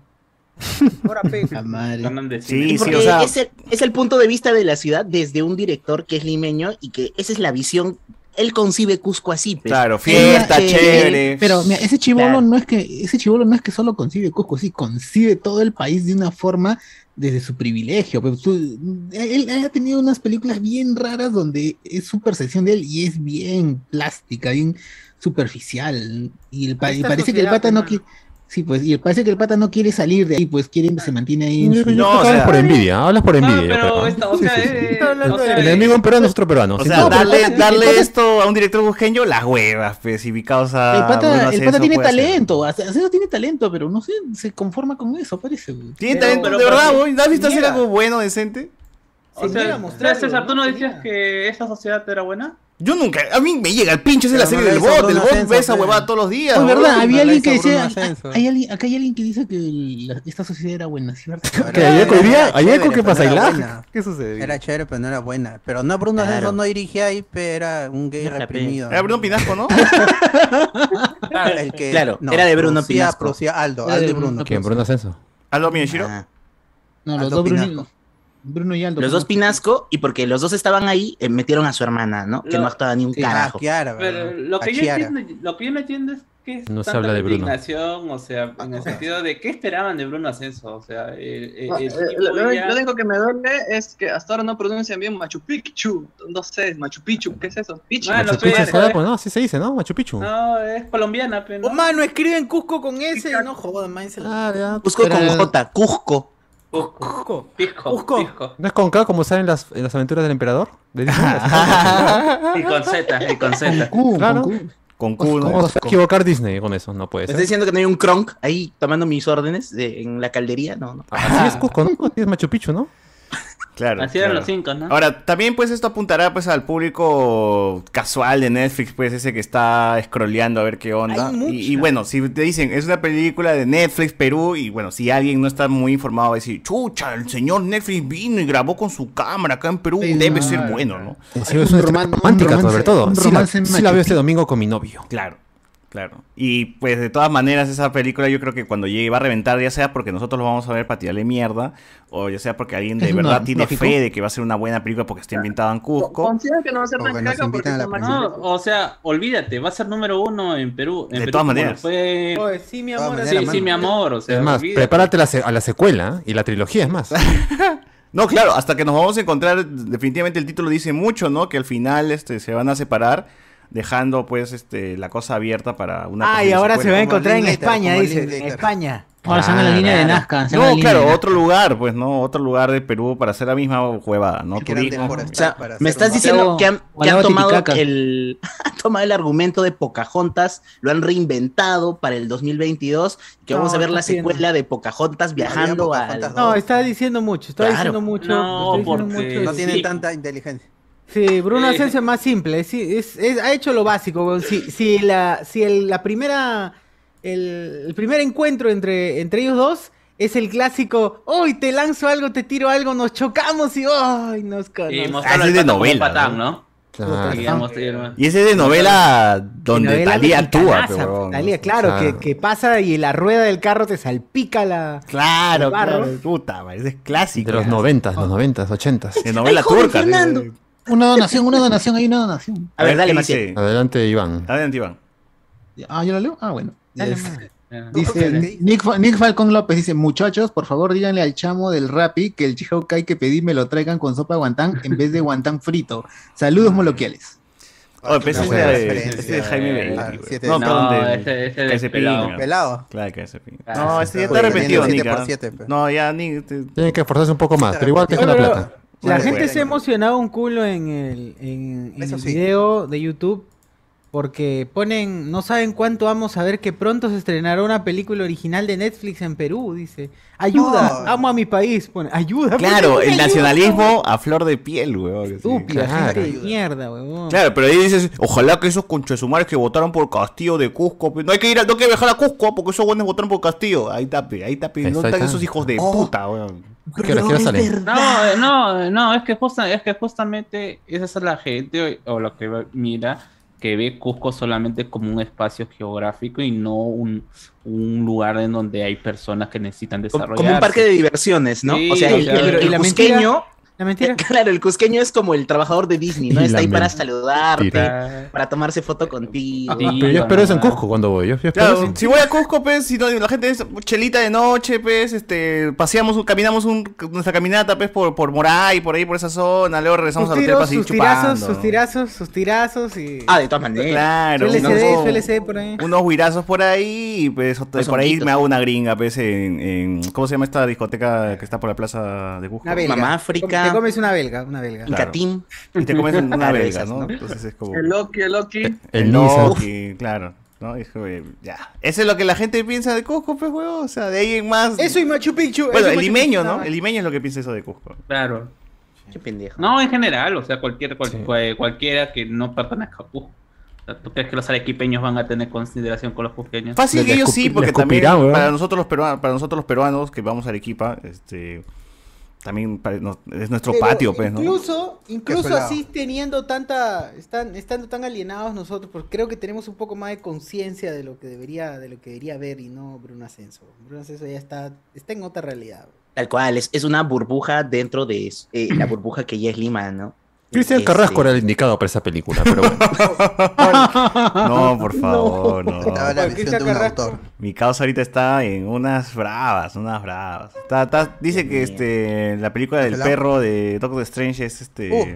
Speaker 2: Ahora
Speaker 6: La
Speaker 2: pega.
Speaker 6: madre.
Speaker 7: ganan de
Speaker 4: Sí,
Speaker 7: cine.
Speaker 4: sí,
Speaker 5: Porque
Speaker 4: o sea-
Speaker 5: es, el, es el punto de vista de la ciudad desde un director que es limeño y que esa es la visión. Él concibe Cusco así, pues.
Speaker 4: Claro, fiesta,
Speaker 5: Eh,
Speaker 4: chévere.
Speaker 6: Pero mira, ese chivolo
Speaker 5: Claro.
Speaker 6: no es que ese chivolo no es que solo concibe Cusco, sí concibe todo el país de una forma desde su privilegio. Pero tú- él, él ha tenido unas películas bien raras donde es su percepción de él y es bien plástica, bien superficial y, el pa- y
Speaker 2: Esta
Speaker 6: parece que el
Speaker 2: sociedad,
Speaker 6: pata no
Speaker 2: hermano.
Speaker 6: quiere Sí, pues, y parece que el pata no quiere salir de ahí, pues quiere, se mantiene ahí en
Speaker 3: Yo- yo
Speaker 6: su-
Speaker 3: creo
Speaker 4: No,
Speaker 3: que
Speaker 4: o
Speaker 3: hablas
Speaker 4: sea-
Speaker 3: por envidia, ¿ah? hablas por envidia.
Speaker 7: No,
Speaker 3: yo creo.
Speaker 7: pero esta, o
Speaker 3: Sí,
Speaker 7: sea,
Speaker 3: sí, sí.
Speaker 7: eh,
Speaker 2: Está hablando
Speaker 7: o sea,
Speaker 2: de-
Speaker 3: El enemigo en peruano es otro peruano.
Speaker 4: O
Speaker 3: sin
Speaker 4: sea,
Speaker 3: duda.
Speaker 4: darle,
Speaker 6: pata-
Speaker 4: darle
Speaker 6: el pata-
Speaker 4: esto a un director bujeño, las huevas, pues, y mi causa.
Speaker 6: El
Speaker 5: Ah,
Speaker 6: pata,
Speaker 4: Bruno
Speaker 6: el pata
Speaker 4: Ascenso
Speaker 6: tiene
Speaker 4: puede hacer.
Speaker 6: talento, Asensio tiene talento, pero no sé, se conforma con eso, parece. güey.
Speaker 4: Tiene
Speaker 7: Pero-
Speaker 4: talento,
Speaker 7: pero-
Speaker 4: de verdad,
Speaker 7: pero-
Speaker 4: güey. ¿No has visto hacer
Speaker 2: niega.
Speaker 4: algo bueno, decente?
Speaker 7: o
Speaker 2: Se
Speaker 7: sea,
Speaker 2: niega a mostrarlo,
Speaker 7: César, ¿tú no
Speaker 2: se
Speaker 7: decías
Speaker 2: niega.
Speaker 7: que esa sociedad era buena?
Speaker 4: Yo nunca, a mí me llega el pinche, esa es la
Speaker 1: Pero
Speaker 4: serie del
Speaker 1: no le hizo
Speaker 4: bot, el
Speaker 1: Bruno
Speaker 4: bot
Speaker 1: Ascenso,
Speaker 4: ve esa
Speaker 1: pero-
Speaker 4: huevada todos los días.
Speaker 6: Es
Speaker 1: Oye,
Speaker 4: güey.
Speaker 6: verdad,
Speaker 1: Bruno
Speaker 6: había alguien que
Speaker 1: Leiza, Bruno
Speaker 6: decía,
Speaker 1: Ascenso.
Speaker 6: hay alguien, acá hay alguien que dice que la- esta sociedad era buena, ¿cierto?
Speaker 3: Que
Speaker 1: Era-
Speaker 3: ayer con- hoy día-
Speaker 1: era
Speaker 3: ayer con
Speaker 1: chévere,
Speaker 3: que
Speaker 1: pero
Speaker 3: pasa
Speaker 1: no era
Speaker 3: Ilac.
Speaker 1: buena.
Speaker 3: ¿Qué sucede?
Speaker 1: Era chévere, pero no era buena. Pero no, Bruno Ascenso
Speaker 5: Claro.
Speaker 1: no dirigía ahí, pero era un gay
Speaker 5: Era pe-
Speaker 1: reprimido.
Speaker 4: Era Bruno Pinasco, ¿no?
Speaker 1: El que-
Speaker 5: Claro, era de Bruno
Speaker 1: producía-
Speaker 5: Pinasco.
Speaker 1: producía Aldo,
Speaker 6: Era
Speaker 1: Aldo
Speaker 6: de
Speaker 1: y
Speaker 6: Bruno
Speaker 1: Bruno.
Speaker 3: ¿Quién? Bruno Ascenso.
Speaker 4: Aldo Mineshiro.
Speaker 5: Ah,
Speaker 6: No, los
Speaker 1: Aldo
Speaker 6: dos Bruno,
Speaker 1: Pinasco.
Speaker 6: Bruno y Aldo.
Speaker 5: los dos Pinasco, y porque los dos estaban ahí, eh, metieron a su hermana, ¿no? Que
Speaker 7: No.
Speaker 5: no actuaba ni un
Speaker 1: Sí,
Speaker 5: carajo.
Speaker 1: ah, Chiara,
Speaker 7: Pero
Speaker 1: ¿verdad?
Speaker 7: lo que,
Speaker 1: A
Speaker 7: yo
Speaker 1: Chiara.
Speaker 7: entiendo, lo que yo no entiendo es que es
Speaker 3: No se
Speaker 7: tanta
Speaker 3: habla de Bruno.
Speaker 7: indignación, o
Speaker 9: Ah,
Speaker 7: sea, en el sentido de qué esperaban de Bruno Ascenso, o sea, el, el-
Speaker 9: No,
Speaker 7: el
Speaker 9: eh,
Speaker 7: tipo
Speaker 9: lo, lo-
Speaker 7: ya-
Speaker 9: lo único que me duele es que hasta ahora no pronuncian bien Machu Picchu. No sé, Machu Picchu, ¿qué es eso? Pichu.
Speaker 7: Ah, no,
Speaker 3: Machu
Speaker 7: pe-
Speaker 3: Picchu
Speaker 7: eh,
Speaker 3: es allá, pues, no, así se dice, ¿no? Machu Picchu.
Speaker 7: No, es colombiana, pero
Speaker 2: Oh, mano, escriben Cusco con ese. No jodan, man. se la-
Speaker 3: Ah, ya.
Speaker 5: Cusco con
Speaker 6: Era-
Speaker 5: J, Cusco.
Speaker 7: Cusco,
Speaker 2: Cusco.
Speaker 7: Pisco,
Speaker 2: Cusco.
Speaker 7: Pisco.
Speaker 3: ¿No es con K como salen las, en las aventuras del emperador? De Disney.
Speaker 8: Ah.
Speaker 7: Y con Z, y con Z.
Speaker 6: Q,
Speaker 3: Claro.
Speaker 6: con Q.
Speaker 4: Con Q, ¿no?
Speaker 3: ¿Cómo se va a equivocar Disney con eso? No
Speaker 6: Pues
Speaker 3: puede
Speaker 5: ¿Me estás
Speaker 3: ser.
Speaker 5: diciendo que no hay un cronk
Speaker 3: Ah,
Speaker 5: ahí tomando mis órdenes de- en la caldería? No, no.
Speaker 3: Así es Cusco, ¿no? Así es Machu Picchu, ¿no?
Speaker 4: Claro.
Speaker 8: Así eran
Speaker 4: claro.
Speaker 8: los cinco, ¿no?
Speaker 4: Ahora, también pues esto apuntará pues al público casual de Netflix, pues ese que está scrolleando a ver qué onda.
Speaker 5: Hay mucha.
Speaker 4: Y, y bueno, si te dicen, es una película de Netflix Perú, y bueno, si alguien no está muy informado va a decir, chucha, el señor Netflix vino y grabó con su cámara acá en Perú,
Speaker 6: Sí,
Speaker 4: debe
Speaker 6: no,
Speaker 4: ser
Speaker 6: no,
Speaker 4: bueno, ¿no?
Speaker 3: Encima
Speaker 6: un
Speaker 3: es una
Speaker 6: roman-
Speaker 3: estrella
Speaker 6: un
Speaker 3: romántica,
Speaker 6: romance-
Speaker 3: sobre todo.
Speaker 6: un
Speaker 3: Sí la,
Speaker 6: romance en
Speaker 3: sí la
Speaker 6: Machu
Speaker 3: veo
Speaker 6: Picchu.
Speaker 3: este domingo con mi novio.
Speaker 4: Claro, claro. Y pues de todas maneras esa película yo creo que cuando llegue va a reventar, ya sea porque nosotros lo vamos a ver para tirarle mierda, o ya sea porque alguien de
Speaker 6: Es
Speaker 4: verdad
Speaker 6: nor-
Speaker 4: tiene
Speaker 6: lógico.
Speaker 4: fe de que va a ser una buena película porque está ambientada en Cusco.
Speaker 9: Confía que no va a ser
Speaker 1: O
Speaker 9: tan
Speaker 1: que nos
Speaker 9: caca porque
Speaker 1: invitan a la
Speaker 9: está Maxi
Speaker 8: No,
Speaker 9: Iglesias.
Speaker 8: o sea, olvídate, va a ser número uno en Perú.
Speaker 4: De
Speaker 8: En Perú,
Speaker 4: todas
Speaker 8: como lo
Speaker 4: maneras.
Speaker 8: fue-
Speaker 2: Oye, sí, mi amor.
Speaker 1: Todas
Speaker 2: así-
Speaker 8: Sí,
Speaker 1: maneras,
Speaker 8: sí, mi amor. O sea,
Speaker 3: Es más,
Speaker 8: olvídate.
Speaker 3: prepárate a la, se- a la secuela y la trilogía, es más.
Speaker 4: No, claro, hasta que nos vamos a encontrar, definitivamente el título dice mucho, ¿no? Que al final este, se van a separar, dejando pues este, la cosa abierta para una...
Speaker 2: Ah, y
Speaker 4: posible
Speaker 2: ahora se va a
Speaker 4: secuela.
Speaker 1: Como
Speaker 2: encontrar en
Speaker 1: Linklater,
Speaker 2: España,
Speaker 1: como
Speaker 2: dice. En
Speaker 1: Linklater.
Speaker 2: España.
Speaker 6: Ahora se llama la
Speaker 3: Claro.
Speaker 6: línea de Nazca. se llama
Speaker 4: No,
Speaker 6: la línea de
Speaker 4: claro,
Speaker 6: Nazca.
Speaker 4: otro lugar, pues, ¿no? Otro lugar de Perú para hacer la misma huevada, ¿no?
Speaker 1: Que eran de
Speaker 4: Turismo.
Speaker 1: Forestal
Speaker 5: O sea,
Speaker 1: para
Speaker 5: me
Speaker 1: hacer
Speaker 5: estás
Speaker 1: un-
Speaker 5: diciendo
Speaker 6: Guanajuato-
Speaker 5: que han, que han
Speaker 6: Guanajuato,
Speaker 5: tomado
Speaker 6: Titicaca.
Speaker 5: el han tomado el argumento de Pocahontas, lo han reinventado para el 2022, que
Speaker 2: No,
Speaker 5: vamos a ver
Speaker 2: está
Speaker 5: la
Speaker 2: haciendo.
Speaker 5: secuela de Pocahontas viajando al
Speaker 1: Pocahontas
Speaker 2: No, está diciendo mucho, está
Speaker 5: Claro.
Speaker 2: diciendo mucho.
Speaker 8: No,
Speaker 2: está diciendo
Speaker 8: porque-
Speaker 1: No
Speaker 2: sí.
Speaker 1: tienen
Speaker 8: Sí.
Speaker 1: tanta inteligencia.
Speaker 2: Sí, Bruno
Speaker 8: Eh.
Speaker 2: Asensio es más simple. sí, es- es- ha hecho lo básico. weón. Si, si la, si el- la primera, el, el primer encuentro entre, entre ellos dos es el clásico, hoy te lanzo algo, te tiro algo, nos chocamos y ¡ay! nos
Speaker 8: Y
Speaker 2: conocemos.
Speaker 4: Ah,
Speaker 8: mostrarlo al
Speaker 4: es de
Speaker 8: pato como
Speaker 4: novela,
Speaker 8: patán, ¿no?
Speaker 3: Claro.
Speaker 8: Y ya mostré- hermano.
Speaker 4: Y ese es de novela donde Talía actúa, pero, huevón.
Speaker 2: Talía, claro,
Speaker 3: Claro.
Speaker 2: Que, que pasa y la rueda del carro te salpica la...
Speaker 4: Claro,
Speaker 2: Barro.
Speaker 4: claro. Puta, madre, ese es clásico.
Speaker 3: De los noventas, los noventas, ochentas.
Speaker 4: De novela
Speaker 5: Ay, joven
Speaker 4: turca. sí,
Speaker 5: Fernando.
Speaker 4: sí.
Speaker 6: Una donación, una donación, hay una donación.
Speaker 5: A ver, dale,
Speaker 4: ¿qué
Speaker 5: Maciel.
Speaker 4: dice?
Speaker 3: Adelante, Iván.
Speaker 4: Adelante, Iván.
Speaker 6: Ah, yo la leo. Ah, bueno.
Speaker 1: Yes.
Speaker 8: Ah.
Speaker 6: Dice
Speaker 1: Ok.
Speaker 6: Nick- Nick, Fa- Nick Falcón López, dice, muchachos, por favor díganle al chamo del Rappi que el chihaukai que pedí me lo traigan con sopa de guantán en vez de guantán frito. Saludos moloquiales.
Speaker 4: Oh, pero ese es
Speaker 1: Una
Speaker 4: de-
Speaker 1: referencia
Speaker 4: ese es de Jaime
Speaker 1: de-
Speaker 4: Bailey,
Speaker 1: ah,
Speaker 4: güey.
Speaker 1: siete
Speaker 4: No,
Speaker 1: de-
Speaker 4: perdón,
Speaker 8: No,
Speaker 4: de-
Speaker 8: este, este
Speaker 4: que
Speaker 8: de
Speaker 4: se
Speaker 8: pelado.
Speaker 4: pinga.
Speaker 1: Pelado.
Speaker 4: Claro que ese pin.
Speaker 8: Ah,
Speaker 4: No, ese ya
Speaker 1: sí,
Speaker 4: está
Speaker 1: sí.
Speaker 4: repetido,
Speaker 1: Siete
Speaker 4: Nick,
Speaker 1: por
Speaker 4: ah.
Speaker 1: siete, pe.
Speaker 4: No, ya, Nick. te-
Speaker 3: Tienen que esforzarse un poco más, pero igual que es una
Speaker 2: Oye, pero-
Speaker 3: plata.
Speaker 2: La
Speaker 4: Bueno,
Speaker 2: gente
Speaker 4: bueno.
Speaker 2: se ha emocionado un culo en el, en, en
Speaker 1: Eso
Speaker 2: el
Speaker 1: sí.
Speaker 2: video de YouTube porque ponen, no saben cuánto vamos a ver que pronto se estrenará una película original de Netflix en Perú, dice. Ayuda,
Speaker 1: No.
Speaker 2: amo a mi país, pone, ayuda.
Speaker 4: Claro,
Speaker 2: pone,
Speaker 4: el
Speaker 2: ayuda,
Speaker 4: nacionalismo a flor de piel, weón. que sí.
Speaker 2: Estúpida,
Speaker 3: Claro.
Speaker 2: gente de mierda, huevón.
Speaker 4: Claro, pero ahí dices, ojalá que esos conchesumares que votaron por Castillo de Cusco, pe- no hay que ir, a- no hay que viajar a Cusco porque esos buenos votaron por Castillo. Ahí está, pe, ahí está, pe,
Speaker 3: Ahí
Speaker 4: no
Speaker 3: está,
Speaker 4: están
Speaker 3: ahí
Speaker 4: esos
Speaker 3: está.
Speaker 4: hijos de
Speaker 1: Oh.
Speaker 4: puta, weón.
Speaker 3: ¿A qué hora- a qué hora
Speaker 1: Bro,
Speaker 3: sale?
Speaker 1: es verdad.
Speaker 8: No, eh, no, no, es que, justa- es que justamente esa es la gente o, o lo que ve- mira que ve Cusco solamente como un espacio geográfico y no un, un lugar en donde hay personas que necesitan
Speaker 5: como,
Speaker 8: desarrollar.
Speaker 5: como un parque de diversiones, ¿no?
Speaker 8: Sí,
Speaker 5: o sea, el,
Speaker 8: claro.
Speaker 5: el- el
Speaker 2: Y la
Speaker 5: cusqueño,
Speaker 2: La
Speaker 4: Eh,
Speaker 2: mentira.
Speaker 5: claro, el cusqueño es como el trabajador de Disney, ¿no?
Speaker 3: Y
Speaker 5: Está
Speaker 3: la
Speaker 5: ahí para
Speaker 3: mentira.
Speaker 5: saludarte,
Speaker 4: eh,
Speaker 5: para tomarse foto contigo.
Speaker 8: Sí.
Speaker 3: Pero yo espero eso en
Speaker 8: Claro.
Speaker 3: Cusco cuando voy. Yo, yo espero
Speaker 4: Claro,
Speaker 3: eso.
Speaker 4: si voy a Cusco, pues, si no, la gente es chelita de noche, pues, este, paseamos, un- caminamos un- nuestra caminata, pues, por, por Moray, por ahí, por esa zona, luego regresamos
Speaker 2: Sus
Speaker 4: al hotel para
Speaker 2: tiros,
Speaker 4: seguir
Speaker 2: sus tirazos,
Speaker 4: chupando.
Speaker 2: sus tirazos, sus tirazos y...
Speaker 5: Ah, de todas maneras.
Speaker 4: Claro,
Speaker 2: Su
Speaker 4: unos-
Speaker 2: LCD, su LCD por ahí.
Speaker 4: unos huirazos por ahí y pues ot-
Speaker 5: Los
Speaker 4: por ahí
Speaker 5: honguitos.
Speaker 4: me hago una gringa, pues, en, en- ¿cómo se llama esta discoteca que está por la plaza de Cusco?
Speaker 2: Una belga.
Speaker 5: Mamá África.
Speaker 2: Te comes una belga, una belga.
Speaker 4: Claro.
Speaker 5: Incatín.
Speaker 4: Y te comes una belga,
Speaker 5: Esas,
Speaker 4: ¿no?
Speaker 5: ¿no?
Speaker 4: Entonces es como...
Speaker 9: El Loki, el Loki.
Speaker 3: El
Speaker 4: no,
Speaker 3: Niza.
Speaker 4: que- claro. ¿no? Es como, eh, ya. Eso es lo que la gente piensa de Cusco, pues, huevón. O sea, de ahí en más...
Speaker 2: Eso y Machu Picchu.
Speaker 4: bueno,
Speaker 2: eso y
Speaker 4: el
Speaker 2: Machu
Speaker 4: limeño,
Speaker 2: Picchu,
Speaker 4: ¿no?
Speaker 2: nada
Speaker 4: El limeño es lo que piensa eso de Cusco.
Speaker 8: Claro.
Speaker 5: Qué pendejo.
Speaker 8: No, en general, o sea, cualquier, cual- cual- cualquiera que no pertenezca a Cusco. O sea, ¿Tú crees que los arequipeños van a tener consideración con los cusqueños?
Speaker 4: Fácil
Speaker 3: Le-
Speaker 4: que
Speaker 3: le
Speaker 4: ellos
Speaker 3: escupi-
Speaker 4: sí,
Speaker 3: le
Speaker 4: porque también
Speaker 3: escupirán, weón.
Speaker 4: para nosotros los peruanos, para nosotros los peruanos que vamos a Arequipa, este también pare- no- es nuestro
Speaker 2: Pero
Speaker 4: patio, pues, ¿no?
Speaker 2: Incluso, incluso
Speaker 1: pelado.
Speaker 2: así teniendo tanta, están, estando tan alienados nosotros, porque creo que tenemos un poco más de conciencia de lo que debería, de lo que debería haber y no Bruno Ascenso. Bruno Ascenso ya está, está en otra realidad.
Speaker 5: Tal cual, es, es una burbuja dentro de eh, la burbuja que ya es Lima, ¿no?
Speaker 3: Cristian
Speaker 5: Este,
Speaker 3: Carrasco era el indicado para esa película, pero bueno.
Speaker 4: No, por favor, no.
Speaker 1: Estaba la
Speaker 2: Oye,
Speaker 1: visión
Speaker 2: Cristian
Speaker 1: de un
Speaker 2: Carrasco.
Speaker 1: autor.
Speaker 4: Mi causa ahorita está en unas bravas, unas bravas. Está- está- dice que este la película del
Speaker 1: Ojalá.
Speaker 4: perro de Doctor Strange es este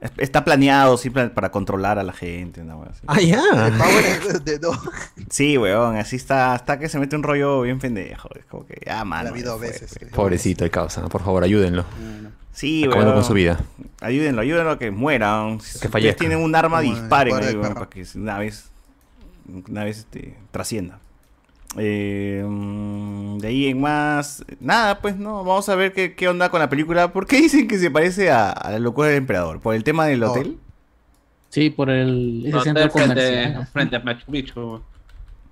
Speaker 4: es- está planeado simple para controlar a la gente, una weá así.
Speaker 3: ah, ya.
Speaker 1: Power de dos.
Speaker 4: Sí, weón, así está, está que se mete un rollo bien pendejo. Es como que, ah, mano.
Speaker 1: La vi
Speaker 4: ya
Speaker 1: dos
Speaker 4: fue,
Speaker 1: veces.
Speaker 3: eh.
Speaker 4: pues.
Speaker 3: Pobrecito el causa, por favor, ayúdenlo.
Speaker 4: Sí,
Speaker 3: Acabando
Speaker 4: weón.
Speaker 3: con su vida.
Speaker 4: Ayúdenlo, ayúdenlo a que mueran. Si
Speaker 3: Que
Speaker 4: ustedes
Speaker 3: fallezca.
Speaker 4: tienen un arma,
Speaker 1: Como el
Speaker 4: disparen
Speaker 1: cuadro
Speaker 4: ahí,
Speaker 1: de
Speaker 4: weón,
Speaker 1: perro.
Speaker 4: para que una vez, una vez este, trascienda. Eh, mm, de ahí en más, nada, pues no, vamos a ver qué, qué onda con la película. ¿Por qué dicen que se parece a, a la locura del emperador? ¿Por el tema del
Speaker 5: Oh.
Speaker 1: No.
Speaker 4: hotel?
Speaker 6: Sí, por el ese
Speaker 7: No,
Speaker 6: centro
Speaker 7: está
Speaker 6: comercial.
Speaker 7: frente, frente a Machu Picchu.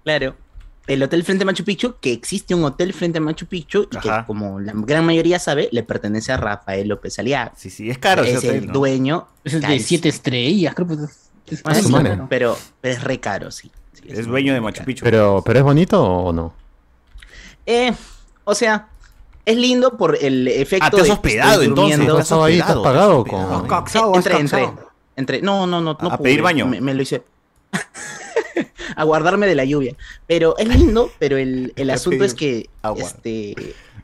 Speaker 5: Claro. El hotel frente a Machu Picchu, que existe un hotel frente a Machu Picchu y que,
Speaker 4: Ajá.
Speaker 5: como la gran mayoría sabe, le pertenece a Rafael López Aliaga.
Speaker 4: Sí, sí, es caro ese
Speaker 5: es
Speaker 4: hotel.
Speaker 5: el
Speaker 4: ¿no? Ah,
Speaker 5: dueño.
Speaker 6: Es el de
Speaker 5: carísimo.
Speaker 6: siete estrellas, creo que es- es
Speaker 5: Ah, sí,
Speaker 6: carísimo,
Speaker 3: madre.
Speaker 6: pero-
Speaker 5: pero, pero es re caro, sí. Sí,
Speaker 4: Es
Speaker 5: muy
Speaker 4: dueño de
Speaker 5: caro.
Speaker 4: Machu Picchu. Ah,
Speaker 3: Pero, pero es bonito o no?
Speaker 5: Eh, o sea, es lindo por el efecto.
Speaker 4: Ah, te has
Speaker 5: de-
Speaker 4: hospedado
Speaker 5: estoy
Speaker 4: entonces.
Speaker 5: durmiendo.
Speaker 4: te has
Speaker 3: Estás ahí, estás
Speaker 4: hospedado, te has
Speaker 3: pagado
Speaker 4: hospedado.
Speaker 3: con-
Speaker 5: Sí, Eh, entré, entré, entré. No, no, no.
Speaker 4: A-
Speaker 5: no
Speaker 4: a
Speaker 5: pude,
Speaker 4: pedir baño.
Speaker 5: Me, me lo hice. a guardarme de la lluvia. Pero es lindo, pero el, el
Speaker 4: A
Speaker 5: asunto
Speaker 4: pedir
Speaker 5: es que
Speaker 4: agua.
Speaker 5: este,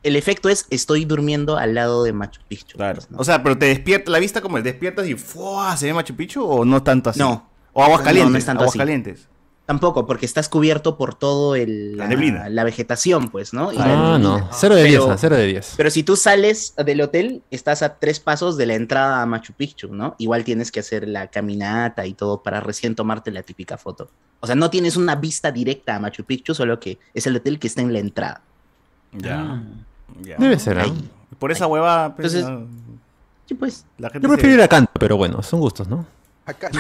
Speaker 5: el efecto es estoy durmiendo al lado de Machu Picchu.
Speaker 4: Claro.
Speaker 5: pues, ¿no?
Speaker 4: O sea, pero te despierta la vista como despiertas y ¡fua! se ve Machu Picchu o no tanto así.
Speaker 5: No.
Speaker 4: O aguas
Speaker 5: No,
Speaker 4: calientes.
Speaker 5: no es tanto
Speaker 4: aguas
Speaker 5: así.
Speaker 4: calientes.
Speaker 5: Tampoco, porque estás cubierto por todo el
Speaker 4: La neblina.
Speaker 5: la vegetación, pues, ¿no? Y la
Speaker 3: Ah, no.
Speaker 5: neblina.
Speaker 3: 0 de 10,
Speaker 5: Pero-
Speaker 3: 0 de 10.
Speaker 5: Pero si tú sales del hotel, estás a tres pasos de la entrada a Machu Picchu, ¿no? Igual tienes que hacer la caminata y todo para recién tomarte la típica foto. O sea, no tienes una vista directa a Machu Picchu, solo que es el hotel que está en la entrada.
Speaker 8: Ah.
Speaker 3: Ah.
Speaker 4: Ya. ya.
Speaker 3: Debe ser, ¿ah?
Speaker 5: Ahí.
Speaker 4: Por esa hueva. pues,
Speaker 5: Entonces-
Speaker 4: la-
Speaker 5: Sí, pues,
Speaker 4: la gente
Speaker 3: Yo prefiero
Speaker 4: se-
Speaker 3: ir a Canto, pero bueno, son gustos, ¿no?
Speaker 1: Acá.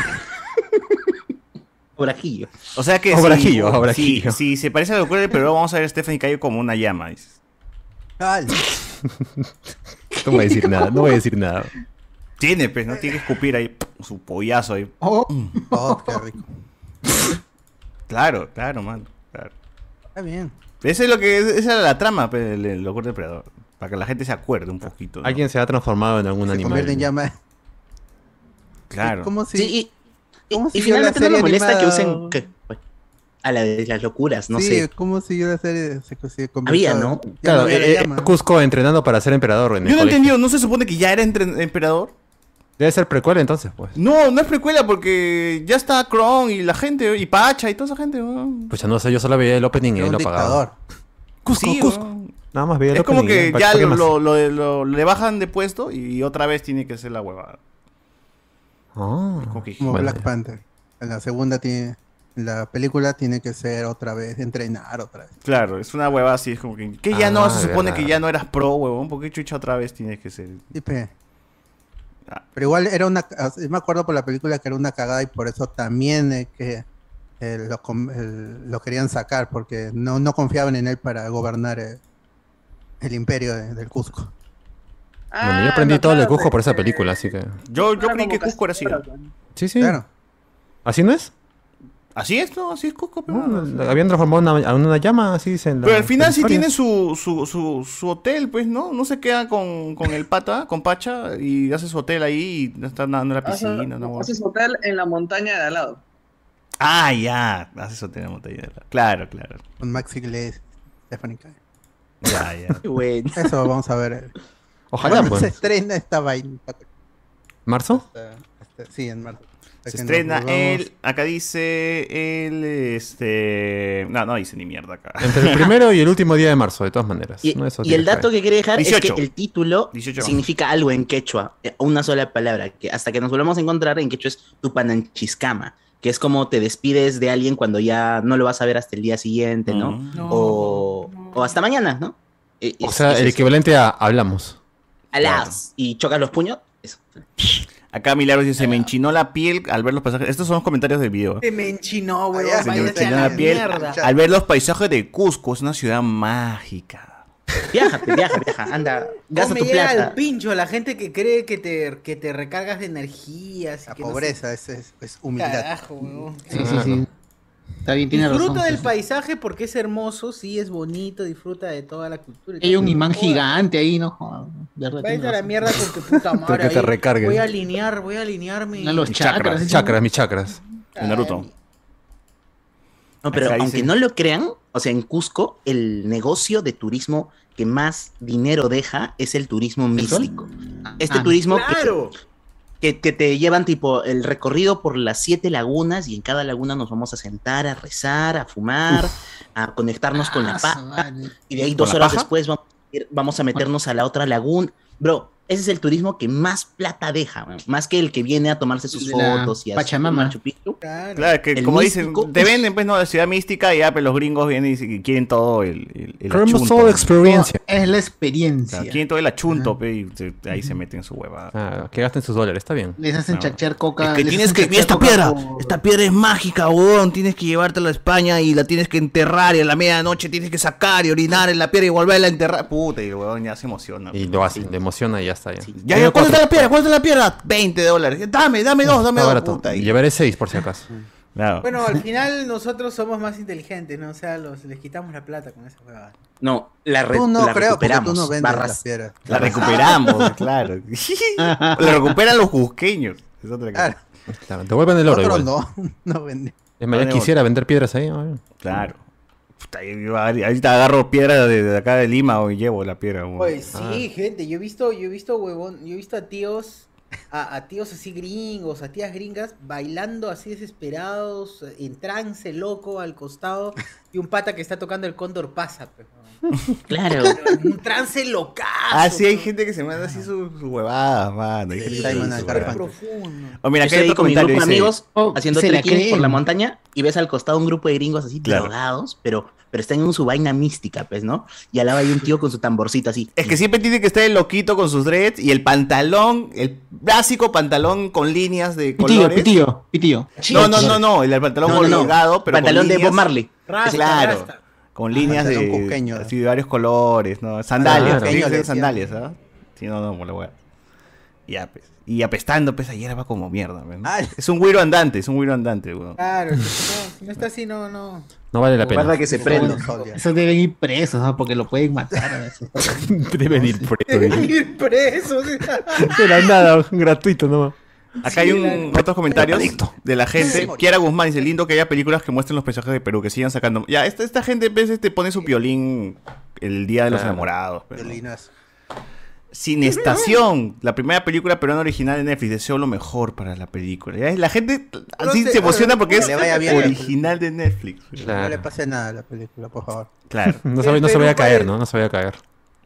Speaker 5: orajillo.
Speaker 4: O sea que.
Speaker 3: A
Speaker 4: si-
Speaker 3: Brajillo, a
Speaker 4: si-
Speaker 3: Brajillo.
Speaker 4: Si, se parece a la locura del Perú, vamos a ver a Stephanie Cayo como una llama. dices.
Speaker 1: Dale.
Speaker 3: No voy a decir nada, no voy a decir nada.
Speaker 4: Tiene, pues, no tiene que escupir ahí su pollazo ahí.
Speaker 6: Oh,
Speaker 1: Oh, qué rico.
Speaker 4: Claro, claro, mano. Claro.
Speaker 1: Está bien.
Speaker 4: Esa es lo que esa era la trama pues, del del locura del Perú. Para que la gente se acuerde un poquito. ¿no?
Speaker 3: Alguien se ha transformado en algún
Speaker 1: Se convierte en
Speaker 3: animal.
Speaker 1: llama.
Speaker 4: Claro.
Speaker 1: ¿Cómo si?
Speaker 5: Sí, y- y,
Speaker 1: ¿Cómo
Speaker 5: y
Speaker 1: siguió la
Speaker 5: finalmente no me
Speaker 1: serie
Speaker 5: molesta que
Speaker 1: animada?
Speaker 5: usen ¿qué? a la de las locuras, no
Speaker 1: sí,
Speaker 5: sé.
Speaker 1: ¿cómo si yo la serie se, se convirtió?
Speaker 5: Había, ¿no?
Speaker 1: Ya
Speaker 3: Claro,
Speaker 1: no había la
Speaker 3: eh, eh,
Speaker 1: llama.
Speaker 3: Cusco entrenando para ser emperador. En el
Speaker 4: Yo no
Speaker 3: colegio.
Speaker 4: entendí, ¿no se supone que ya era entre- emperador?
Speaker 3: Debe ser precuela entonces, pues.
Speaker 4: No, no es precuela porque ya está Kron y la gente, y Pacha y toda esa gente. weón.
Speaker 3: Pues ya no sé, yo solo veía el opening y
Speaker 1: Era
Speaker 3: ahí
Speaker 1: un
Speaker 3: lo apagaba.
Speaker 1: dictador.
Speaker 4: Sí,
Speaker 3: Cusco.
Speaker 4: weón.
Speaker 3: Nada más veía el
Speaker 4: Es como
Speaker 3: opening y
Speaker 4: que
Speaker 3: ¿para-
Speaker 4: ya
Speaker 3: para qué
Speaker 4: lo,
Speaker 3: más?
Speaker 4: lo- lo- lo- le bajan de puesto y otra vez tiene que hacer la huevada.
Speaker 3: Ah.
Speaker 4: Como que-
Speaker 1: Como
Speaker 3: Bueno,
Speaker 1: Black
Speaker 3: ya.
Speaker 1: Panther. En la segunda tiene. en la película tiene que ser otra vez, entrenar otra vez.
Speaker 4: Claro, es una huevada así, es como que, que ya
Speaker 3: Ah,
Speaker 4: no, se supone
Speaker 3: verdad.
Speaker 4: que ya no eras pro, huevón, porque chucha otra vez tienes que ser.
Speaker 1: Sí, pe.
Speaker 4: Ah.
Speaker 1: Pero igual era una. ah, sí, Me acuerdo por la película que era una cagada y por eso también eh, que eh, lo, com- el- lo querían sacar porque no, no confiaban en él para gobernar eh, el imperio de- del Cusco.
Speaker 3: Bueno,
Speaker 4: Ah,
Speaker 3: yo
Speaker 9: Ah,
Speaker 3: aprendí todo el dibujo por esa película, así que.
Speaker 4: Yo, yo creí que Cusco era así. ¿no?
Speaker 3: Sí, sí.
Speaker 1: Claro.
Speaker 3: ¿Así no es?
Speaker 4: Así es, ¿no? Así es Cusco, pero.
Speaker 3: No, la- habían transformado una- a una llama, así dicen. la-
Speaker 4: Pero al final
Speaker 3: las
Speaker 4: sí tiene
Speaker 3: historias.
Speaker 4: su, su, su, su hotel, pues, ¿no? No se queda con, con el pata, con Pacha, y hace su hotel ahí y está nadando en la
Speaker 9: Hace,
Speaker 4: piscina. una huevada.
Speaker 9: hace su hotel en la montaña de al lado.
Speaker 4: Ah, ya. Hace su hotel en la montaña. de la- Claro, claro.
Speaker 1: Con Max Iglesias, Stephanie Cayo.
Speaker 4: Ya, ya.
Speaker 5: Qué bueno.
Speaker 1: Eso vamos a ver. eh.
Speaker 3: Ojalá,
Speaker 1: Bueno, se
Speaker 3: pues.
Speaker 1: estrena esta vaina.
Speaker 3: ¿Marzo?
Speaker 1: Hasta- hasta- sí, en marzo. Hasta que
Speaker 4: Se
Speaker 1: nos
Speaker 4: estrena
Speaker 1: volvamos-
Speaker 4: el. Acá dice el. Este. No, no dice ni mierda acá.
Speaker 3: Entre el primero y el último día de marzo, de todas maneras.
Speaker 5: Y,
Speaker 3: No, eso
Speaker 5: y
Speaker 3: tiene
Speaker 5: el dato
Speaker 3: ver.
Speaker 5: que quería dejar es
Speaker 4: 18.
Speaker 5: que el título
Speaker 4: 18.
Speaker 5: significa algo en quechua, eh, una sola palabra, que hasta que nos volvamos a encontrar en quechua es tupananchishkama, que es como te despides de alguien cuando ya no lo vas a ver hasta el día siguiente, ¿no?
Speaker 4: Ujú.
Speaker 5: o, o hasta mañana, ¿no? Eh,
Speaker 3: Mm. O
Speaker 5: es-
Speaker 3: sea,
Speaker 5: es
Speaker 3: el
Speaker 5: eso.
Speaker 3: equivalente a hablamos.
Speaker 5: Alas, y chocas los puños. Eso.
Speaker 4: Acá Milagros dice: Me enchinó la piel al ver los pasajes. Estos son los comentarios del video.
Speaker 2: Te me enchinó,
Speaker 1: weón, Ah,
Speaker 2: weón.
Speaker 1: ya,
Speaker 4: Señor,
Speaker 1: váyase
Speaker 2: Váyate
Speaker 1: a
Speaker 2: a
Speaker 4: enchinó
Speaker 1: la
Speaker 2: la
Speaker 4: la piel
Speaker 2: mierda.
Speaker 4: al ver los paisajes de Cusco. Es una ciudad mágica.
Speaker 5: Viaja, pues, viaja, viaja, anda, gasta
Speaker 2: me
Speaker 5: tu
Speaker 2: llega
Speaker 5: plata.
Speaker 2: al pincho la gente que cree que te, que te recargas de energías. y
Speaker 1: La
Speaker 2: que no sé ah.
Speaker 1: pobreza es, es, es
Speaker 2: qué
Speaker 1: humildad.
Speaker 2: Carajo, weón.
Speaker 6: sí, sí, sí. Está bien, tiene
Speaker 2: disfruta
Speaker 6: razón.
Speaker 2: del
Speaker 6: pues.
Speaker 2: paisaje porque es hermoso, sí, es bonito, disfruta de toda la cultura. y
Speaker 6: Hay
Speaker 2: todo.
Speaker 6: un imán
Speaker 2: Joda,
Speaker 6: gigante ahí, ¿no? Joder, de verdad, tiene
Speaker 2: Váyate a la
Speaker 6: razón.
Speaker 2: mierda con tu puta madre.
Speaker 3: Para que te
Speaker 2: ahí.
Speaker 3: recargues.
Speaker 2: Voy a alinear, voy a alinearme.
Speaker 6: Mira los
Speaker 4: Mis
Speaker 6: chakras.
Speaker 4: chakras,
Speaker 6: ese-
Speaker 3: Chakras, mis chakras.
Speaker 4: En Naruto.
Speaker 5: No, pero
Speaker 4: Acá dice-
Speaker 5: aunque no lo crean, o sea, en Cusco, el negocio de turismo que más dinero deja es el turismo
Speaker 6: ¿Sexual?
Speaker 5: místico. Este
Speaker 6: Ah,
Speaker 5: turismo que-
Speaker 2: Claro.
Speaker 5: que, que te llevan tipo el recorrido por las siete lagunas y en cada laguna nos vamos a sentar, a rezar, a fumar, a conectarnos con la
Speaker 6: ah,
Speaker 5: paz.
Speaker 6: su madre.
Speaker 5: Y de ahí
Speaker 4: ¿Con
Speaker 5: dos
Speaker 4: la
Speaker 5: horas
Speaker 4: paja?
Speaker 5: después vamos a, ir- vamos a meternos a la otra laguna. Bro, ese es el turismo que más plata deja, weón. más que el que viene a tomarse sus
Speaker 6: La
Speaker 5: fotos y a
Speaker 6: Pachamama.
Speaker 5: Machu Picchu.
Speaker 4: Claro, que
Speaker 5: El
Speaker 4: como
Speaker 5: místico.
Speaker 4: dicen, te venden pues no la ciudad mística y ya pues, los gringos vienen y dicen que quieren todo el, el, el
Speaker 6: Queremos
Speaker 4: achunto,
Speaker 6: todo
Speaker 4: ¿no?
Speaker 6: experiencia.
Speaker 2: Es la
Speaker 4: Claro,
Speaker 2: experiencia.
Speaker 4: quieren todo el achunto, pe, y se- ahí se meten su huevada.
Speaker 3: Ah, que gasten sus dólares, está bien.
Speaker 6: Les hacen
Speaker 4: No.
Speaker 6: chachear coca.
Speaker 4: Es que
Speaker 6: les
Speaker 4: tienes
Speaker 6: hacen
Speaker 4: que.
Speaker 6: chachear
Speaker 4: Mira esta
Speaker 6: coca
Speaker 4: piedra.
Speaker 6: por-
Speaker 4: Esta piedra es mágica, huevón. Tienes que llevártela a España y la tienes que enterrar. Y a la medianoche tienes que sacar y orinar en la piedra y volverla a enterrar. Puta, y el huevón ya se emociona. pues.
Speaker 3: Y lo hacen, le emociona y ya está. Ya,
Speaker 4: Ya, ya, ¿cuánto está la piedra? ¿Cuánto está la piedra? 20 dólares. Dame, dame dos,
Speaker 3: Está
Speaker 4: dame dos.
Speaker 3: barato.
Speaker 4: Puta, y-
Speaker 3: Llevaré seis por si acaso.
Speaker 5: Mm.
Speaker 4: Claro.
Speaker 2: Bueno, al final nosotros somos más inteligentes, ¿no? O sea, los, les quitamos la plata con esa huevada.
Speaker 5: No, la, re-
Speaker 1: Tú no
Speaker 5: la
Speaker 1: creo, porque tú
Speaker 5: recuperamos.
Speaker 1: no vendes las
Speaker 5: barras.
Speaker 1: piedras.
Speaker 4: la recuperamos, claro. la recuperan los cusqueños. Es otra cosa.
Speaker 1: Claro,
Speaker 3: Claro, devuelvan el oro
Speaker 1: nosotros
Speaker 3: igual.
Speaker 1: no, no vendemos.
Speaker 3: Es más, ya
Speaker 4: Devuelvan.
Speaker 3: quisiera vender piedras ahí. ay.
Speaker 4: Claro. Puta, yo- yo ahor- ahorita agarro piedra de, de acá de Lima o llevo la piedra. huevón.
Speaker 2: Oye, Pues sí, gente, yo he visto, yo he visto huevón, yo he visto a tíos, a, a tíos así gringos, a tías gringas, bailando así desesperados, en trance loco al costado, y un pata que está tocando el cóndor pasa, pe, huevón.
Speaker 5: Claro.
Speaker 2: un trance locazo.
Speaker 4: Ah, sí, hay
Speaker 2: pe,
Speaker 4: gente que se manda así sus su huevadas, mano. Hay
Speaker 1: Sí,
Speaker 4: gente que se
Speaker 1: Simon
Speaker 4: manda
Speaker 1: and
Speaker 4: sus
Speaker 1: Garfunkel.
Speaker 4: huevadas.
Speaker 2: profundo.
Speaker 4: O Oh, mira,
Speaker 5: Yo
Speaker 4: acá
Speaker 5: estoy
Speaker 4: hay
Speaker 5: ahí
Speaker 4: otro
Speaker 5: con mi
Speaker 4: comentario.
Speaker 5: grupo de
Speaker 4: dice,
Speaker 5: amigos
Speaker 6: Oh,
Speaker 5: haciendo
Speaker 6: se la
Speaker 5: trekking
Speaker 6: creen.
Speaker 5: por la montaña y ves al costado un grupo de gringos así
Speaker 4: Claro.
Speaker 5: drogados, pero, pero están en su vaina mística, pues, ¿no? Y al lado hay un tío con su tamborcito así.
Speaker 4: Es que siempre tiene que estar el loquito con sus dreads y el pantalón, el básico pantalón con líneas de
Speaker 6: Pitillo,
Speaker 4: colores.
Speaker 6: pitillo, pitillo.
Speaker 4: No, no, no, no, el pantalón
Speaker 5: No, no, no.
Speaker 4: holgado, pero con
Speaker 5: Pantalón de
Speaker 4: líneas-
Speaker 5: Bob Marley. ¿eh?
Speaker 2: Rasta,
Speaker 4: claro.
Speaker 2: rasta.
Speaker 4: Con líneas de,
Speaker 1: pantalón cusqueño.
Speaker 4: así de varios colores, ¿no? Sandalias,
Speaker 3: Claro.
Speaker 4: tiene que ser
Speaker 1: Cusqueño,
Speaker 4: sandalias, ¿ah? Sí, no, no, por la weá. Ya, pues. Y apestando, pues, ayer va como mierda, pues, ¿no?
Speaker 1: Ah.
Speaker 4: Es un güiro andante, es un güiro andante, weón.
Speaker 2: Claro, si no, si no está así, no, no.
Speaker 3: No vale la pena.
Speaker 5: Guarda que se prende.
Speaker 1: Bueno, Soldier.
Speaker 6: Esos deben ir presos, ¿no? porque lo pueden matar a veces.
Speaker 3: Debe ir por esto.
Speaker 2: Deben ir presos.
Speaker 3: Pero nada, gratuito nomás.
Speaker 4: Acá hay un, otros comentarios de la gente. Kiara Guzmán dice, lindo que haya películas que muestren los paisajes de Perú, que sigan sacando. Ya, esta, esta gente, ves, te pone su violín el Día de los
Speaker 3: Claro.
Speaker 4: Enamorados. pues, ¿no?
Speaker 1: Violinazo.
Speaker 4: Sin estación, la primera película peruana original de Netflix. Deseo lo mejor para la película. Ya, La gente así
Speaker 2: te-
Speaker 4: se emociona porque
Speaker 1: Que
Speaker 4: es
Speaker 1: le vaya bien.
Speaker 4: original de Netflix.
Speaker 1: No le
Speaker 3: Claro.
Speaker 1: pase nada a la película, por favor.
Speaker 4: Claro.
Speaker 3: No se, no se vaya a caer, ¿no? No se vaya a caer.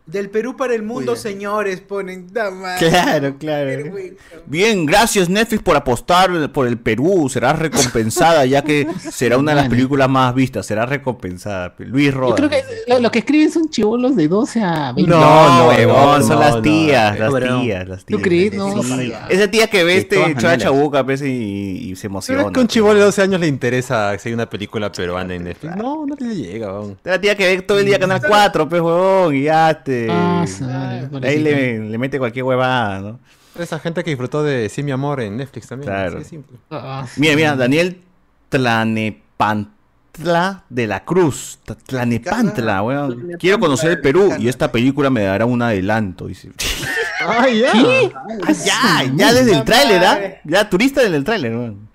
Speaker 2: Del Perú para el mundo,
Speaker 1: Muy bien.
Speaker 2: señores, ponen. Da madre,
Speaker 4: Claro, claro.
Speaker 2: güey.
Speaker 4: Bien, gracias Netflix por apostar por el Perú. Serás recompensada ya que será una de las películas más vistas. Será recompensada. Luis
Speaker 6: Yo
Speaker 4: Rodas.
Speaker 6: creo que lo, lo que escriben son chivolos de 12 a 20.
Speaker 4: No,
Speaker 3: No,
Speaker 4: no,
Speaker 3: huevón,
Speaker 4: son
Speaker 3: no,
Speaker 4: las
Speaker 3: no,
Speaker 4: tías, las
Speaker 5: Cabrón.
Speaker 4: tías, las tías.
Speaker 6: ¿Tú crees? No,
Speaker 5: Sí.
Speaker 6: sí.
Speaker 4: Esa tía que ve
Speaker 5: De
Speaker 4: este
Speaker 5: todas
Speaker 4: Chola
Speaker 5: maneras.
Speaker 4: Chabuca a veces y, y se
Speaker 3: Pero
Speaker 4: emociona. pues.
Speaker 3: es que un chivolo de 12 años le interesa si hay una película peruana en Netflix. No, no le llega, weón.
Speaker 4: De la tía que ve todo el día Canal 4, pues, huevón, y ya te...
Speaker 6: Ah, su madre,
Speaker 4: Ahí
Speaker 6: pobrecito.
Speaker 4: le, le mete cualquier huevada, ¿no?
Speaker 3: Esa gente que disfrutó de Sí, mi amor en Netflix también.
Speaker 4: Claro.
Speaker 3: así de simple.
Speaker 6: Ah, su
Speaker 4: Mira, mira,
Speaker 6: madre.
Speaker 4: Daniel Tlanepantla de la Cruz. T- Tlanepantla, huevón. Quiero conocer el Perú y esta película me dará un adelanto, dice.
Speaker 6: Ah, ya.
Speaker 4: Ah, ya, ya desde el tráiler, ¿ah? Ya turista desde el tráiler, huevón.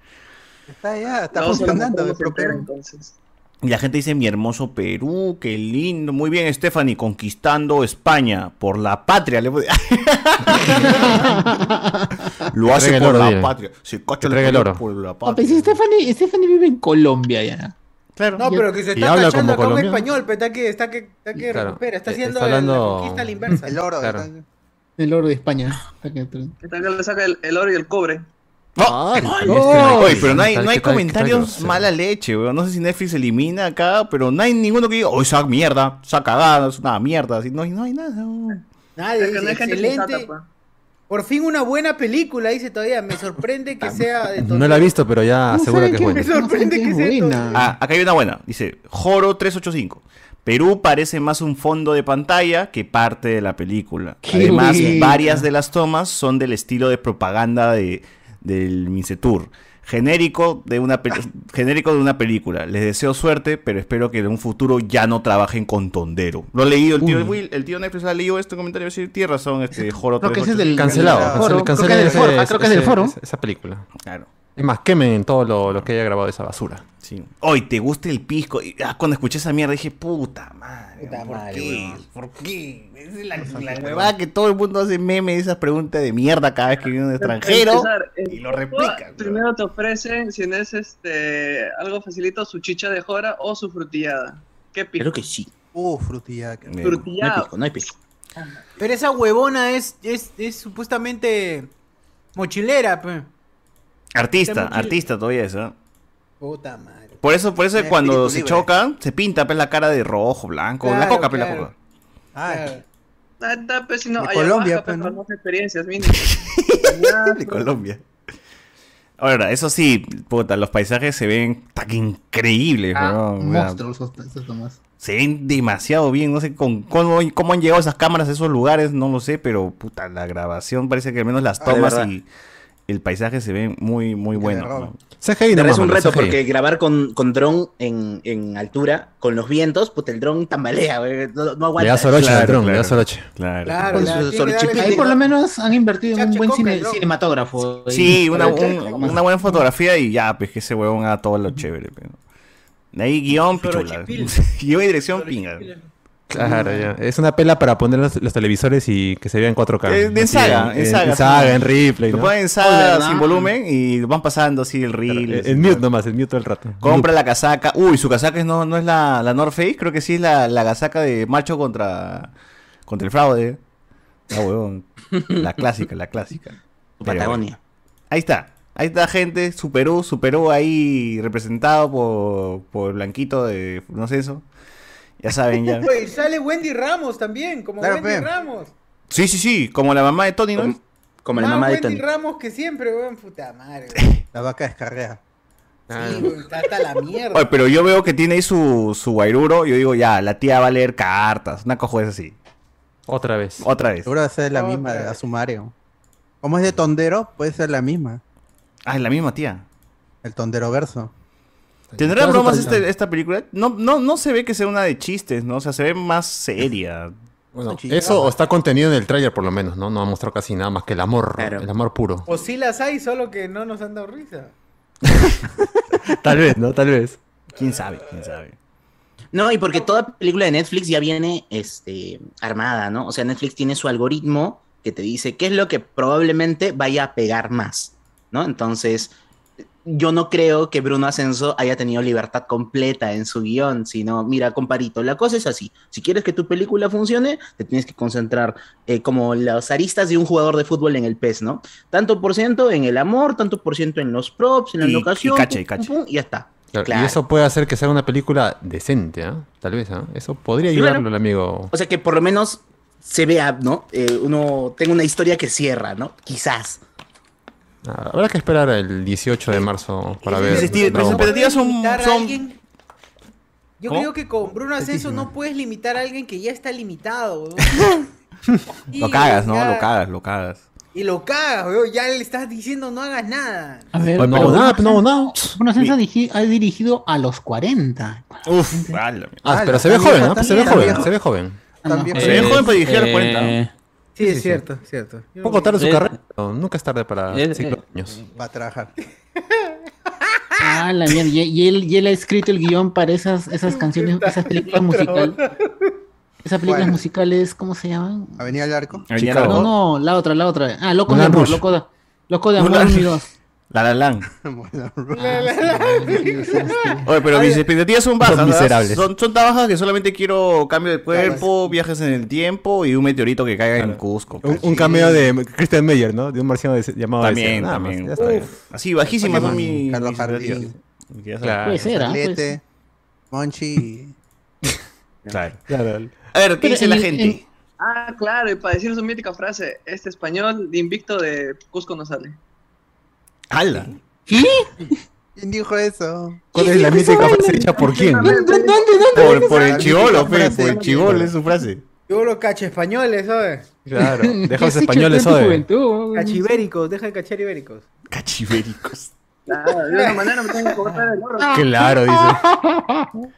Speaker 1: Está ya, está
Speaker 9: No, solo
Speaker 1: funcionando.
Speaker 9: no
Speaker 1: de
Speaker 9: se entera,
Speaker 1: propio.
Speaker 9: entonces.
Speaker 4: Y la gente dice, mi hermoso Perú, qué lindo. Muy bien, Stephanie, conquistando España por la patria. Le... Lo
Speaker 3: traiga
Speaker 4: hace
Speaker 3: el
Speaker 4: por
Speaker 3: oro,
Speaker 4: la
Speaker 3: dile.
Speaker 4: patria. Se cacha
Speaker 3: Que traiga el
Speaker 4: Perú
Speaker 3: oro.
Speaker 4: por la
Speaker 6: Ah, pero si
Speaker 4: patria.
Speaker 6: Stephanie, Stephanie vive en Colombia ya.
Speaker 4: Claro.
Speaker 2: No, pero que se
Speaker 3: Y
Speaker 2: está
Speaker 3: habla
Speaker 2: cachando
Speaker 3: como
Speaker 2: acá un
Speaker 3: colombiano.
Speaker 2: español, pero está que, está que, está que
Speaker 3: Claro.
Speaker 2: recupera, está
Speaker 3: Eh,
Speaker 2: haciendo
Speaker 3: está hablando-
Speaker 2: la conquista a la inversa.
Speaker 1: El oro.
Speaker 3: Claro.
Speaker 1: está-
Speaker 6: El oro de España.
Speaker 4: Ah,
Speaker 6: Está que-
Speaker 9: ¿Qué tal que le saca el, el oro y el cobre?
Speaker 4: No.
Speaker 3: no. Este
Speaker 4: Oye, pero no hay, no
Speaker 3: ¿Qué
Speaker 4: hay
Speaker 3: tal- qué tal
Speaker 4: comentarios
Speaker 3: grosero?
Speaker 4: mala leche, weón. No sé si Netflix elimina acá, pero no hay ninguno que diga, oh, esa mierda, esa cagada, es una mierda. Así, no, hay- no hay nada. weón.
Speaker 2: Nadie
Speaker 9: Es que no
Speaker 2: dice,
Speaker 9: hay gente que pues.
Speaker 2: excelente.
Speaker 9: saca, pa.
Speaker 2: Por fin una buena película, dice todavía. Me sorprende que sea de
Speaker 3: Ah, No la he visto, pero ya
Speaker 6: No
Speaker 3: asegura
Speaker 6: saben
Speaker 3: que es
Speaker 6: qué
Speaker 3: buena.
Speaker 2: Me sorprende que
Speaker 6: Es
Speaker 2: sea
Speaker 6: buena.
Speaker 2: todo.
Speaker 4: Ah, acá hay una buena. Dice, Joro 385. Perú parece más un fondo de pantalla que parte de la película.
Speaker 6: Qué
Speaker 4: Además,
Speaker 6: buena.
Speaker 4: varias de las tomas son del estilo de propaganda de, del Mincetur. Genérico de, una pe- genérico de una película. Les deseo suerte, pero espero que en un futuro ya no trabajen con Tondero. Lo he leído, el tío, Will- el tío Netflix ha leído este comentario. Sí, tiene razón, este Joro
Speaker 6: Creo que ese es
Speaker 4: 385.
Speaker 6: del
Speaker 3: Cancelado.
Speaker 1: Foro,
Speaker 3: cancel-
Speaker 6: Foro. Creo
Speaker 3: cancelen
Speaker 6: que es del
Speaker 3: ese-
Speaker 6: foro. Ah, creo que es del
Speaker 3: ese-
Speaker 6: foro.
Speaker 3: esa- Esa película.
Speaker 4: Claro.
Speaker 3: Es más, quemen todo lo, lo que haya grabado de esa basura.
Speaker 4: Sí. Hoy te gusta el pisco. Y, ah, cuando escuché esa mierda dije, puta madre.
Speaker 2: Puta
Speaker 4: ¿Por
Speaker 2: madre,
Speaker 4: qué?
Speaker 2: weón.
Speaker 4: ¿Por qué? Esa es la, la huevada que todo el mundo hace meme de esas preguntas de mierda cada vez que viene un extranjero.
Speaker 9: Empezar, eh,
Speaker 4: y lo replican,
Speaker 9: Primero te ofrecen, si no es este, algo facilito, su chicha de jora o su frutillada. ¿Qué pico?
Speaker 5: Creo que sí.
Speaker 1: Uh, frutilla.
Speaker 4: Eh,
Speaker 9: Frutillada.
Speaker 5: No hay pisco, no hay pisco.
Speaker 2: Pero esa huevona es, es, es supuestamente mochilera, pe.
Speaker 4: Artista,
Speaker 2: Está muy
Speaker 4: artista todavía es, ¿ah?
Speaker 2: Puta madre.
Speaker 4: Por eso, por eso
Speaker 1: Es
Speaker 4: cuando
Speaker 1: espíritu
Speaker 4: se
Speaker 1: libre.
Speaker 4: choca, se pinta pues, la cara de rojo, blanco, la
Speaker 2: Claro,
Speaker 4: coca, pues, la
Speaker 2: claro.
Speaker 4: coca.
Speaker 1: Ah,
Speaker 9: Nada, pues, si no,
Speaker 1: De
Speaker 9: hay
Speaker 1: Colombia,
Speaker 9: Ayahuasca,
Speaker 1: pues,
Speaker 9: pues,
Speaker 1: ¿no?
Speaker 9: para más experiencias, mínimo.
Speaker 4: de Colombia. Ahora, eso sí, puta, los paisajes se ven tan increíbles,
Speaker 6: Ah,
Speaker 4: weón, weón.
Speaker 6: monstruos, esos- esos nomás.
Speaker 4: Se ven demasiado bien, no sé con, cómo, cómo han llegado esas cámaras a esos lugares, no lo sé, pero puta, la grabación parece que al menos las
Speaker 5: Ah, de
Speaker 4: tomas
Speaker 5: verdad.
Speaker 4: y el paisaje se ve muy, muy bueno.
Speaker 1: verdad.
Speaker 4: ¿no?
Speaker 3: CGI
Speaker 5: Pero
Speaker 3: no
Speaker 5: es un reto porque grabar con, con dron en, en altura, con los vientos, puta, el dron tambalea, güey, no, no
Speaker 3: Le
Speaker 5: aguanta.
Speaker 3: da soroche
Speaker 4: Claro,
Speaker 3: al dron, le
Speaker 4: claro.
Speaker 3: da soroche.
Speaker 4: Claro.
Speaker 2: Claro,
Speaker 5: Con
Speaker 2: la-
Speaker 5: su-
Speaker 2: tiene que darle-
Speaker 5: sorchichita.
Speaker 6: Ahí por lo menos han invertido en un
Speaker 2: Chacha,
Speaker 6: buen
Speaker 2: coca,
Speaker 6: cine-
Speaker 2: ¿no?
Speaker 6: cinematógrafo. ahí.
Speaker 4: Sí, una,
Speaker 6: Para-
Speaker 4: un- una buena fotografía y ya, pues que ese huevón haga todo lo chévere. Pero... Ahí guión, pichula.
Speaker 2: Sorochipil.
Speaker 4: Guión y dirección, pinga.
Speaker 3: Claro, ya. Es una pela para poner los, los televisores y que se vean 4K.
Speaker 4: Eh, en
Speaker 3: Así,
Speaker 4: saga, en saga,
Speaker 3: En saga,
Speaker 4: sí.
Speaker 3: en replay.
Speaker 4: Lo
Speaker 3: ¿no?
Speaker 4: ponen en
Speaker 2: Pues,
Speaker 4: sala
Speaker 9: ¿verdad?
Speaker 4: sin volumen y van pasando así el
Speaker 3: Claro,
Speaker 4: reel.
Speaker 3: en-
Speaker 4: así,
Speaker 3: en
Speaker 4: ¿no?
Speaker 3: mute nomás, en mute todo el rato.
Speaker 4: Compra la casaca. Uy, su casaca es- no, no es la, la North Face, creo que sí es la, la casaca de macho contra, contra el fraude. Ah, huevón. La clásica, la clásica. Pero
Speaker 5: Patagonia.
Speaker 4: Ahí está. Ahí está gente, su Perú, su Perú ahí representado por, por Blanquito de no sé eso. Ya saben ya.
Speaker 2: Güey, sale Wendy Ramos también, como
Speaker 1: Claro,
Speaker 2: Wendy
Speaker 1: pe.
Speaker 2: Ramos.
Speaker 4: Sí, sí, sí, como la mamá de Tony, ¿no?
Speaker 5: Como, como
Speaker 4: Ah,
Speaker 5: la
Speaker 2: Más
Speaker 5: mamá de
Speaker 2: Ah, Wendy
Speaker 5: Tony.
Speaker 2: Ramos que siempre, weón, puta madre. weón.
Speaker 1: la vaca descarrea.
Speaker 2: Sí, weón, está hasta la mierda.
Speaker 4: Oye, pero yo veo que tiene ahí su, su guairuro, yo digo, ya, la tía va a leer cartas, una cojones así.
Speaker 3: Otra vez.
Speaker 4: Otra vez.
Speaker 1: Seguro va a ser la
Speaker 2: Otra
Speaker 1: misma de
Speaker 2: vez.
Speaker 1: la Sumario. Como es de tondero, puede ser la misma.
Speaker 4: Ah, es la misma tía.
Speaker 1: El tondero verso.
Speaker 4: ¿Tendrá
Speaker 3: Todas
Speaker 4: bromas
Speaker 3: otras-
Speaker 4: este- esta película? No, no, no se ve que sea una de chistes, ¿no? O sea, se ve más seria.
Speaker 3: Bueno,
Speaker 1: Son chilladas.
Speaker 3: eso o está contenido en el tráiler por lo menos, ¿no? No ha mostrado casi nada más que el amor,
Speaker 5: Claro.
Speaker 3: el amor puro.
Speaker 2: O sí las hay, solo que no nos han dado risa.
Speaker 3: Tal vez, ¿no? Tal vez.
Speaker 4: ¿Quién sabe? ¿Quién sabe?
Speaker 5: No, y porque toda película de Netflix ya viene este, armada, ¿no? O sea, Netflix tiene su algoritmo que te dice qué es lo que probablemente vaya a pegar más, ¿no? Entonces, yo no creo que Bruno Ascenso haya tenido libertad completa en su guión, sino, mira, comparito, la cosa es así. Si quieres que tu película funcione, te tienes que concentrar eh, como las aristas de un jugador de fútbol en el PES, ¿no? Tanto por ciento en el amor, tanto por ciento en los props, en la
Speaker 4: Y- y
Speaker 5: locación,
Speaker 4: cacha, y
Speaker 5: pum, pum,
Speaker 4: cacha.
Speaker 5: pum, y ya está.
Speaker 3: Claro,
Speaker 5: Claro.
Speaker 3: Y eso puede hacer que sea una película decente, ¿ah? Tal vez, ¿ah? Eso podría
Speaker 5: Claro.
Speaker 3: ayudarlo el amigo.
Speaker 5: O sea, que por lo menos se vea, ¿no? Eh, uno tenga una historia que cierra, ¿no? Quizás.
Speaker 3: Ah, habrá que esperar el 18 de marzo para
Speaker 4: Es
Speaker 3: ver.
Speaker 4: decir,
Speaker 3: Dragon
Speaker 4: las
Speaker 3: Ball.
Speaker 4: expectativas- expectativas son-
Speaker 2: Limitar a
Speaker 4: son-
Speaker 2: alguien- Yo
Speaker 4: ¿Cómo?
Speaker 2: creo que con Bruno Ascenso no puedes limitar a alguien que ya está limitado. weón. Y
Speaker 4: Lo cagas, ¿no?
Speaker 2: ya-
Speaker 4: Lo cagas, lo cagas.
Speaker 2: Y lo cagas, weón. Ya le estás diciendo no hagas nada.
Speaker 6: A ver,
Speaker 3: Oye, pero
Speaker 6: pero
Speaker 3: nada, no, no.
Speaker 6: Bruno Ascenso digi- ha dirigido a los 40.
Speaker 4: Uf, ala, mierda.
Speaker 1: Ah,
Speaker 3: Ah, pero
Speaker 1: la-
Speaker 3: se ve
Speaker 1: la
Speaker 3: joven,
Speaker 1: vieja
Speaker 3: ¿ah? Se ve
Speaker 1: también,
Speaker 3: joven,
Speaker 1: la vieja.
Speaker 3: se ve joven.
Speaker 1: También
Speaker 3: Pues, eh,
Speaker 6: Ah,
Speaker 4: Se ve
Speaker 8: Es-
Speaker 4: joven para dirigir a los 40, ¿no?
Speaker 8: eh,
Speaker 2: Sí, es cierto, cierto.
Speaker 3: Un poco tarde su
Speaker 8: Eh,
Speaker 3: carrera, pero nunca es tarde para
Speaker 8: eh,
Speaker 3: ciclos
Speaker 8: eh,
Speaker 3: de años.
Speaker 1: va a trabajar.
Speaker 6: Ah, la mierda. Y, y él, y él ha escrito el guión para esas, esas canciones, esas películas musicales. Esas películas
Speaker 1: ¿Cuál?
Speaker 6: musicales, ¿cómo se llaman?
Speaker 1: Avenida del Arco.
Speaker 4: Venía
Speaker 3: Chicago.
Speaker 4: la-
Speaker 6: No, no, la otra, la otra. Ah, Loco de
Speaker 3: Moulin
Speaker 6: Amor,
Speaker 3: Rouge.
Speaker 6: Loco de, Loco de
Speaker 4: Moulin
Speaker 6: Amor Ah,
Speaker 4: Rouge.
Speaker 6: 1
Speaker 4: La La Land.
Speaker 1: Bueno,
Speaker 4: pues. Oye, pero mis expectativas son bajas.
Speaker 3: Son
Speaker 4: ¿verdad?
Speaker 3: miserables.
Speaker 4: Son, son tan bajas que solamente quiero cambio de cuerpo, viajes en el tiempo y un meteorito que caiga en Cusco.
Speaker 3: Un,
Speaker 4: casi.
Speaker 3: un cameo de Christian Meyer, ¿no? De un marciano de- llamado
Speaker 4: También,
Speaker 3: Deseo, nada más,
Speaker 4: también.
Speaker 3: ya está.
Speaker 4: Uf. Así, bajísimas son mis
Speaker 1: Carlos
Speaker 4: mis expectativas.
Speaker 1: Jardín.
Speaker 4: Ya sabes.
Speaker 3: Claro.
Speaker 6: Puede ser, ¿ah? Puede ser.
Speaker 1: Lete, Monchi.
Speaker 4: Claro.
Speaker 3: Claro.
Speaker 4: A ver, ¿qué
Speaker 6: Pero
Speaker 4: dice
Speaker 6: en
Speaker 4: la
Speaker 6: el-
Speaker 4: gente?
Speaker 9: Ah, claro, y para decir su mítica frase, este español de invicto de Cusco no sale.
Speaker 4: ¡Hala!
Speaker 1: ¿Quién dijo eso?
Speaker 3: ¿Cuál es la mítica frase hecha por quién?
Speaker 6: ¿Dónde, dónde, dónde?
Speaker 4: Por, por el
Speaker 1: Esa
Speaker 4: chivolo, fe,
Speaker 1: frase.
Speaker 4: por el chivolo es su frase.
Speaker 2: Yo lo cacho españoles, ¿sabes?
Speaker 3: Claro, deja los
Speaker 6: ¿Qué has hecho
Speaker 3: españoles
Speaker 6: tú en tu
Speaker 3: hoy.
Speaker 6: juventud?
Speaker 2: Cachibéricos, deja de cachar ibéricos.
Speaker 4: Cachivéricos.
Speaker 9: Claro, Ah, de una manera me tengo que cortar el oro.
Speaker 3: Claro, dice.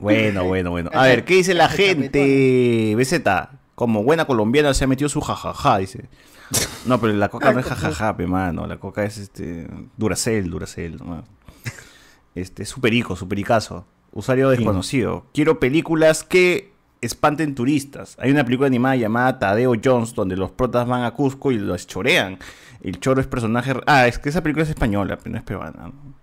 Speaker 4: Bueno, bueno, bueno. A ver, ¿qué dice la gente? BZ, como buena colombiana se ha metido su jajaja, dice. No, pero la coca no es jajaja, pe mano. La coca es este. Duracel, Duracel. ¿no? Este, superico, supericazo. Usuario desconocido. Quiero películas que espanten turistas. Hay una película animada llamada Tadeo Jones, donde los protas van a Cusco y los chorean. El choro es personaje. Ah, es que esa película es española, pero no es peruana. ¿no?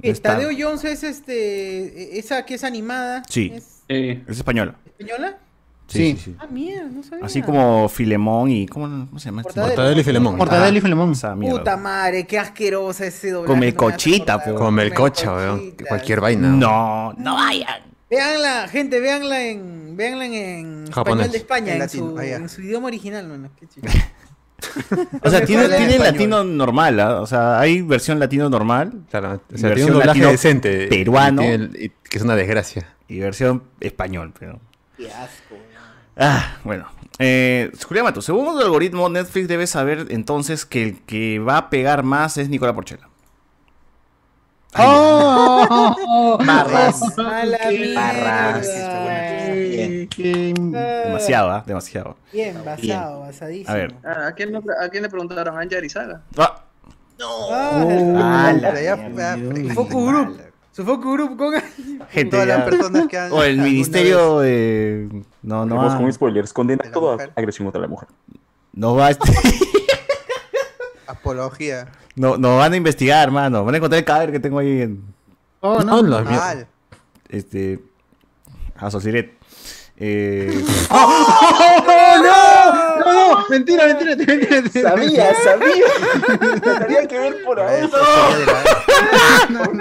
Speaker 2: Eh,
Speaker 4: Está-
Speaker 2: Tadeo Jones es este. eh, e, Esa que es animada.
Speaker 4: Sí.
Speaker 2: ¿Es
Speaker 8: eh,
Speaker 4: Es española.
Speaker 2: española?
Speaker 4: Sí, sí, sí.
Speaker 2: Ah, mierda, no sabía.
Speaker 4: Así como Filemón y. ¿Cómo, cómo se llama? este?
Speaker 2: Mortadelo.
Speaker 3: Mortadelo y Filemón. Ah,
Speaker 6: Mortadelo y Filemón.
Speaker 4: Esa mierda.
Speaker 2: Puta madre, qué asquerosa ese doblaje.
Speaker 4: Come
Speaker 2: no me vas a
Speaker 4: cochita,
Speaker 2: acordar.
Speaker 4: pe.
Speaker 3: pues. Come el cocha, weón.
Speaker 2: cochita.
Speaker 3: Cualquier vaina.
Speaker 4: No, no vayan.
Speaker 2: Véanla, gente, véanla en, véanla en, en español
Speaker 3: Japonés.
Speaker 2: de España,
Speaker 1: En
Speaker 2: en,
Speaker 1: latino,
Speaker 2: su,
Speaker 1: ah, ya.
Speaker 2: en su idioma original, mano. Qué chido.
Speaker 4: O sea,
Speaker 2: Mejor
Speaker 4: tiene,
Speaker 2: lean
Speaker 4: tiene
Speaker 2: español.
Speaker 4: latino normal, ¿ah? O sea, hay versión latino normal
Speaker 3: Claro, o
Speaker 4: Versión
Speaker 3: sea, tiene un doblaje
Speaker 4: latino
Speaker 3: decente. y
Speaker 4: peruano.
Speaker 3: tiene el- y que es una desgracia.
Speaker 4: y versión español, pero.
Speaker 2: Qué asco.
Speaker 4: Ah, bueno. Eh, Julián Matos, según el algoritmo, Netflix debe saber entonces que el que va a pegar más es Nicola Porchela. Ah.
Speaker 6: ¡Oh! oh, oh, oh.
Speaker 5: Barras.
Speaker 2: Mala
Speaker 5: Barras.
Speaker 2: mierda.
Speaker 6: Que-
Speaker 4: Demasiado, ¿ah? Demasiado.
Speaker 2: Bien, basado, basadísimo.
Speaker 4: A ver.
Speaker 9: Ah, ¿A quién, no pre- a quién le preguntaron? A Yarizaga.
Speaker 4: Ah,
Speaker 2: Ah,
Speaker 5: Oh.
Speaker 4: Ah, la
Speaker 1: ya-
Speaker 4: mierda.
Speaker 1: ah, pre-
Speaker 2: Focus Group. Su Focus Group con...
Speaker 4: gente.
Speaker 1: Todas las
Speaker 4: ya.
Speaker 1: personas que han.
Speaker 4: O el
Speaker 1: alguna
Speaker 4: ministerio de. No, no
Speaker 10: Vamos
Speaker 4: va.
Speaker 6: Ah.
Speaker 10: con spoilers. Condena
Speaker 1: ¿De la
Speaker 10: toda
Speaker 1: mujer?
Speaker 10: agresión contra la mujer.
Speaker 4: No va. este,
Speaker 1: vez, Apología.
Speaker 4: No, no van a investigar, mano. Van a encontrar el cadáver que tengo ahí en.
Speaker 6: Oh,
Speaker 3: No,
Speaker 6: no.
Speaker 3: la mierda.
Speaker 1: Mal.
Speaker 4: Este. A Sosiret. Eh,
Speaker 6: No, no, mentira, mentira, mentira. mentira.
Speaker 5: Sabía, sabía. Tenía que ver por ahí.
Speaker 1: Ministerio de la-
Speaker 4: No,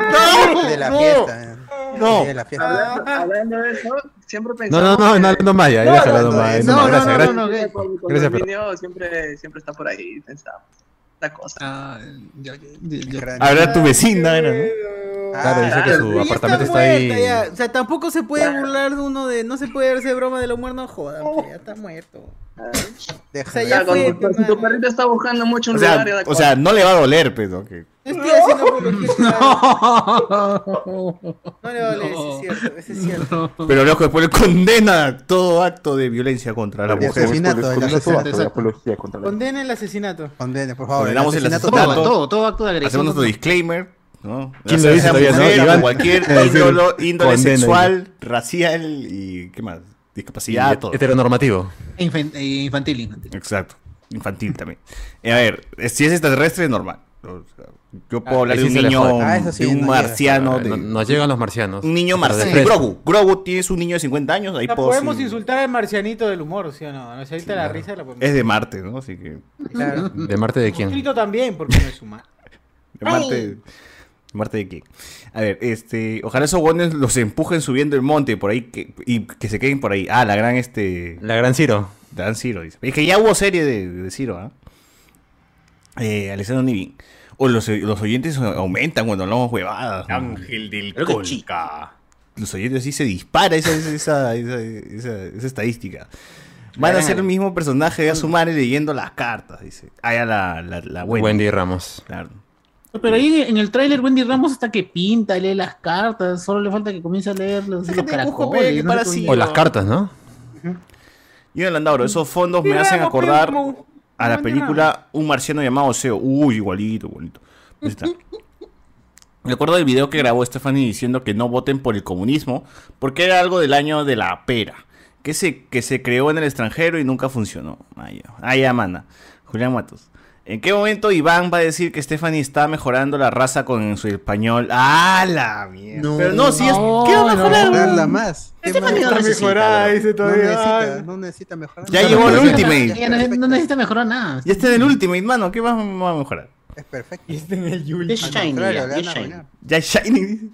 Speaker 1: De la
Speaker 4: no.
Speaker 1: fiesta. eh.
Speaker 4: no.
Speaker 1: De la fiesta.
Speaker 9: Hablando, hablando de eso, siempre
Speaker 3: No,
Speaker 9: pensaba.
Speaker 3: no, no, no hablando más ya. ya deja hablando más,
Speaker 1: no,
Speaker 3: no,
Speaker 1: no, no,
Speaker 3: gracias, gracias.
Speaker 6: no, ok.
Speaker 3: Gracias, pero-
Speaker 9: siempre, siempre está por ahí, pensaba. La cosa.
Speaker 1: Ah, yo- yo- yo-
Speaker 4: Habrá tu vecina, ¿no?
Speaker 3: Claro, dice que su
Speaker 2: Pero ya
Speaker 3: apartamento está
Speaker 2: está
Speaker 3: ahí.
Speaker 2: muerta, ya. O sea, tampoco se puede burlar de uno de. No se puede hacer broma de lo muerto, no jodan, pe, ya está muerto.
Speaker 1: Déjame.
Speaker 2: O sea,
Speaker 9: Ya,
Speaker 2: ya
Speaker 9: cuando-
Speaker 2: fue, pe,
Speaker 9: si tu
Speaker 2: mano.
Speaker 9: perrito está buscando mucho un
Speaker 4: O sea,
Speaker 9: lugar, ya da
Speaker 4: o
Speaker 9: cosa.
Speaker 4: sea, no le va a doler, pero. que-
Speaker 2: No estoy haciendo apología. No. no le vale, eso es cierto, eso es cierto.
Speaker 3: Pues
Speaker 4: Pero loco, después condena todo acto de violencia contra la
Speaker 1: De
Speaker 4: mujer.
Speaker 1: asesinato, de
Speaker 10: Condena
Speaker 1: los
Speaker 10: toda,
Speaker 1: 60,
Speaker 10: toda
Speaker 1: exacto.
Speaker 10: apología contra la mujer.
Speaker 2: Condena el asesinato.
Speaker 1: Condene, por favor.
Speaker 4: Condenamos el
Speaker 1: asesinato
Speaker 4: asesinato.
Speaker 1: todo.
Speaker 6: Todo, todo, todo acto de agresión.
Speaker 4: Hacemos nuestro disclaimer, ¿no?
Speaker 3: ¿Quién lo
Speaker 4: Ya
Speaker 3: dice
Speaker 4: sea
Speaker 3: todavía, no?
Speaker 4: mujer,
Speaker 3: Iván.
Speaker 4: cualquier
Speaker 3: Es decir,
Speaker 4: índolo- índole
Speaker 3: condena,
Speaker 4: sexual, racial y ¿qué más?
Speaker 3: Y este
Speaker 4: Discapacidad, todo.
Speaker 3: heteronormativo.
Speaker 6: Infan- eh, infantil, infantil.
Speaker 4: Exacto. Infantil también. Eh, a ver, eh, si es extraterrestre, normal. O sea, yo puedo
Speaker 3: Ah,
Speaker 4: hablar de
Speaker 3: ahí
Speaker 4: un
Speaker 3: sí se le
Speaker 4: niño,
Speaker 3: jode.
Speaker 1: Ah, eso sí,
Speaker 4: de un
Speaker 1: no llega.
Speaker 4: marciano, de-
Speaker 3: Ah, No- Nos llegan los marcianos.
Speaker 4: un niño
Speaker 3: Pero de
Speaker 4: marciano.
Speaker 3: fresco.
Speaker 4: Grogu. Grogu tienes un niño de 50 años, ahí
Speaker 2: O sea,
Speaker 4: puedo,
Speaker 2: podemos
Speaker 4: sí.
Speaker 2: insultar al marcianito del humor, ¿sí o no? O sea, ahorita la risa la podemos.
Speaker 4: Es de Marte, ¿no? Así que.
Speaker 2: Claro.
Speaker 3: ¿De Marte de quién?
Speaker 2: Suscrito también, porque no es humano.
Speaker 4: De Marte. de Marte de quién. A ver, este. Ojalá esos guones los empujen subiendo el monte por ahí que- y que se queden por ahí. Ah, la gran este.
Speaker 3: La Gran Ciro.
Speaker 4: Dan Ciro, dice. Es que ya hubo serie de, de Ciro, ¿ah? Eh, Alessandro Nivin. O los, los oyentes aumentan cuando hablamos huevadas. Ángel del Colca. Los oyentes sí se dispara esa, esa, esa, esa- esa- esa estadística. Van a ser el mismo personaje de Asumare leyendo las cartas, dice. Ah, ya la, la, la Wendy.
Speaker 3: Wendy Ramos.
Speaker 4: Claro.
Speaker 6: Pero ahí en el tráiler Wendy Ramos está que pinta, lee las cartas, solo le falta que comience a leer los, los
Speaker 4: te dibujo, pe, que
Speaker 6: caracoles. no sé
Speaker 4: para
Speaker 6: cómo-
Speaker 4: sí.
Speaker 3: O las cartas, ¿no?
Speaker 4: Y Landauro, esos fondos me hacen acordar a la película Un marciano llamado Seo. Uy, igualito, igualito. Ahí está. Me acuerdo del video que grabó Stephanie diciendo que no voten por el comunismo porque era algo del año de la pera, que se, que se creó en el extranjero y nunca funcionó. Ah, ya, Ah, ya, mana. Julián Matos. ¿En qué momento Iván va a decir que Stephanie está mejorando la raza con su español? ¡Ah, la mierda!
Speaker 1: No,
Speaker 4: Pero no, si es...
Speaker 6: no,
Speaker 4: ¿Qué va a
Speaker 6: no.
Speaker 4: mejorar?
Speaker 1: Mejorarla más. ¿Qué más?
Speaker 6: Stephanie,
Speaker 1: No
Speaker 6: no
Speaker 1: necesita,
Speaker 2: mejorada, dice
Speaker 1: No
Speaker 2: todavía.
Speaker 1: necesita, no necesita mejorar.
Speaker 4: Ya
Speaker 1: No,
Speaker 4: llegó el
Speaker 1: no,
Speaker 6: Ella no-
Speaker 4: Ultimate.
Speaker 6: ella no, no necesita mejorar nada.
Speaker 4: Ya está en este el Ultimate, mano. ¿Qué más va a mejorar?
Speaker 1: Es perfecto.
Speaker 2: Y este en el Yul.
Speaker 6: Es
Speaker 1: Al
Speaker 6: shiny,
Speaker 1: contrario,
Speaker 6: ya,
Speaker 1: le van
Speaker 6: es
Speaker 1: a
Speaker 6: shiny.
Speaker 1: arruinar.
Speaker 4: Ya es Shining dice.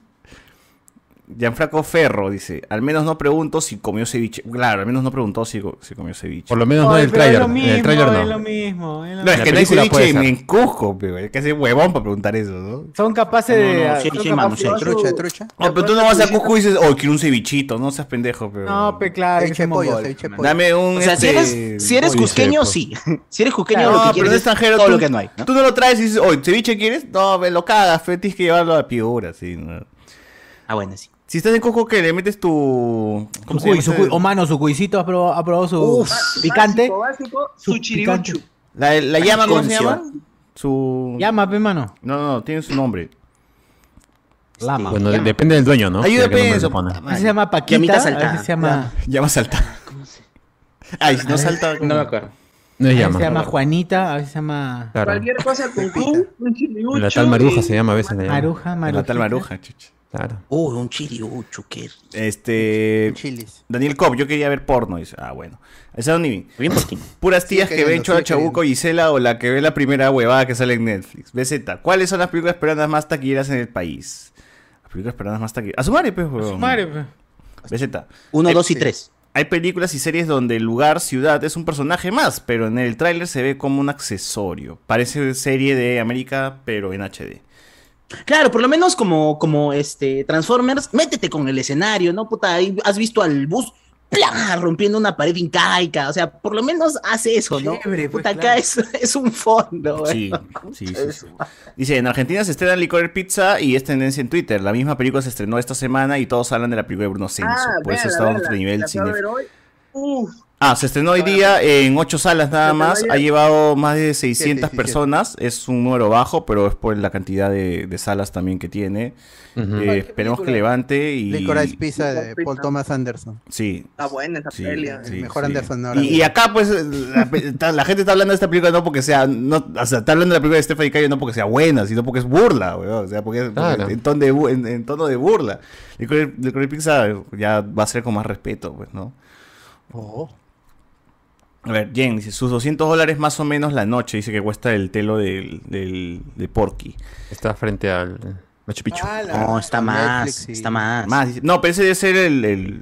Speaker 4: Gianfranco Ferro dice, al menos no pregunto si comió ceviche. Claro, al menos no preguntó si, co- si comió ceviche.
Speaker 3: Por lo menos no
Speaker 2: Ay,
Speaker 3: en el
Speaker 2: pero
Speaker 3: tráiler.
Speaker 2: es lo
Speaker 3: En el
Speaker 2: mismo,
Speaker 3: tráiler
Speaker 2: es lo
Speaker 3: no.
Speaker 2: mismo, es lo
Speaker 4: No, es
Speaker 3: la
Speaker 4: que no hay
Speaker 3: película
Speaker 4: ceviche
Speaker 3: puede
Speaker 4: en,
Speaker 3: ser.
Speaker 4: en Cusco, pero hay que ser huevón para preguntar eso, ¿no?
Speaker 2: Son capaces
Speaker 10: No, no,
Speaker 2: de.
Speaker 10: no,
Speaker 2: ah,
Speaker 10: sí,
Speaker 2: son
Speaker 10: sí,
Speaker 2: capaces-
Speaker 10: mano, sí.
Speaker 1: Trucha, trucha.
Speaker 4: No, pero tú no vas a Cusco y dices, oh, quiero un cevichito, no seas pendejo, pero.
Speaker 2: No, pe claro, que
Speaker 1: Ceviche
Speaker 2: se
Speaker 1: de pollo,
Speaker 2: mongol,
Speaker 1: ceviche de
Speaker 2: man.
Speaker 1: pollo.
Speaker 4: Dame un.
Speaker 5: O sea, si
Speaker 4: este,
Speaker 5: eres, si eres
Speaker 3: Oye,
Speaker 5: cusqueño,
Speaker 3: seco.
Speaker 5: sí. Si eres
Speaker 4: No,
Speaker 5: cusqueño, lo que
Speaker 4: pero
Speaker 5: quieres
Speaker 4: es
Speaker 5: es
Speaker 4: extranjero.
Speaker 5: todo
Speaker 4: tú,
Speaker 5: lo que no hay. ¿no?
Speaker 4: tú no lo traes y dices, oye, ceviche quieres? No, me lo cagas, pero tienes que llevarlo a Piura, sí. ¿no?
Speaker 5: Ah, bueno, sí.
Speaker 4: Si estás en Cusco, que le metes tu. ¿Cómo se
Speaker 2: Sucuy,
Speaker 4: llama
Speaker 2: sucuy.
Speaker 4: este?
Speaker 2: O mano, su cuisito ha probado, ha probado su picante.
Speaker 9: Básico, básico,
Speaker 2: Su
Speaker 9: su chirigochu.
Speaker 2: picante.
Speaker 4: La, la llama, ¿cómo se
Speaker 5: Concio.
Speaker 4: llama? Su.
Speaker 2: Llama, pe mano.
Speaker 4: No, no, no, tiene su nombre.
Speaker 2: Lama.
Speaker 3: Bueno, de- depende del dueño, ¿no?
Speaker 4: Ayuda,
Speaker 3: De qué nombre
Speaker 4: Penzo.
Speaker 3: le pone.
Speaker 2: Ese se llama
Speaker 5: Llamita
Speaker 2: Paquita.
Speaker 5: saltada.
Speaker 2: ese se llama,
Speaker 4: Llama salta. Ay, no salta.
Speaker 10: No me acuerdo.
Speaker 3: No
Speaker 2: ese
Speaker 3: es
Speaker 2: se llama
Speaker 3: llama.
Speaker 2: Juanita, a veces se llama
Speaker 3: Claro.
Speaker 9: Cualquier cosa con cu, un chirigochu.
Speaker 3: La tal Maruja
Speaker 9: y-
Speaker 3: se llama a veces. la llaman.
Speaker 2: Maruja, Maruja.
Speaker 4: La tal maruja, chucha.
Speaker 3: Claro.
Speaker 5: Uy, un chiriucho, qué
Speaker 4: Este.
Speaker 1: Chilis.
Speaker 4: Daniel Cop, yo quería ver porno. Dice, ah, bueno. El Sado Nivi.
Speaker 5: Bien por ti.
Speaker 4: Puras tías
Speaker 1: Sigue
Speaker 4: que ven
Speaker 1: queriendo, sigue
Speaker 4: Chola Chabuco, Gisela o la que ve la primera huevada que sale en Netflix. BZ, ¿cuáles son las películas peruanas más taquilleras en el país? Las películas peruanas más taquilleras. A su madre, pues, huevón. BZ,
Speaker 5: Uno,
Speaker 4: Eh,
Speaker 5: dos y
Speaker 1: sí.
Speaker 5: tres.
Speaker 4: hay películas y series donde el lugar, ciudad es un personaje más, pero en el tráiler se ve como un accesorio. Parece serie de América, pero en HD.
Speaker 5: Claro, por lo menos como, como este Transformers, métete con el escenario, ¿no? Puta, ahí has visto al bus ¡plá! rompiendo una pared incaica. O sea, por lo menos hace eso, ¿no?
Speaker 2: Chévere, pues,
Speaker 5: Puta, acá
Speaker 2: claro.
Speaker 5: es, es un fondo, güey.
Speaker 4: Sí, sí, sí, sí. Dice, en Argentina se estrena Licor Pizza y es tendencia en Twitter. La misma película se estrenó esta semana y todos hablan de la película de Bruno Senso. por eso está a otro nivel
Speaker 9: Ah, la acabo de
Speaker 4: cine.
Speaker 9: ver hoy. Uf,
Speaker 4: Ah, se estrenó hoy día en ocho salas nada
Speaker 9: Se estrenó
Speaker 4: más.
Speaker 9: ayer.
Speaker 4: Ha llevado más de 600
Speaker 1: sí, sí.
Speaker 4: personas. Es un número bajo, pero es por la cantidad de, de salas también que tiene.
Speaker 3: Ujú.
Speaker 4: Eh,
Speaker 2: qué
Speaker 4: esperemos que
Speaker 2: película.
Speaker 4: levante y...
Speaker 1: Licorice Pizza de
Speaker 9: Licorice
Speaker 1: Paul
Speaker 9: Pizza.
Speaker 1: Thomas Anderson.
Speaker 4: Sí,
Speaker 9: está buena esa
Speaker 4: Sí,
Speaker 9: peli.
Speaker 4: sí,
Speaker 1: el mejor
Speaker 4: sí.
Speaker 1: Anderson ahora.
Speaker 4: Y, y acá, pues, la, pe- ta- la gente está hablando de esta película no porque sea. No, o sea, está hablando de la película de Stephanie Cayo no porque sea buena, sino porque es burla, weón. O sea, porque, porque
Speaker 3: Claro.
Speaker 4: en, tono de, bu- en, en tono de burla. Licorice Licorice Pizza ya va a ser con más respeto, pues, ¿no?
Speaker 1: Oh.
Speaker 4: A ver, Jen dice: sus 200 dólares más o menos la noche, dice que cuesta el telo del, del, de Porky.
Speaker 3: Está frente al Machu Picchu.
Speaker 1: Ah,
Speaker 5: No, está más,
Speaker 1: Netflix y-
Speaker 5: está más.
Speaker 4: Más, dice- no, pero ese debe ser el, el,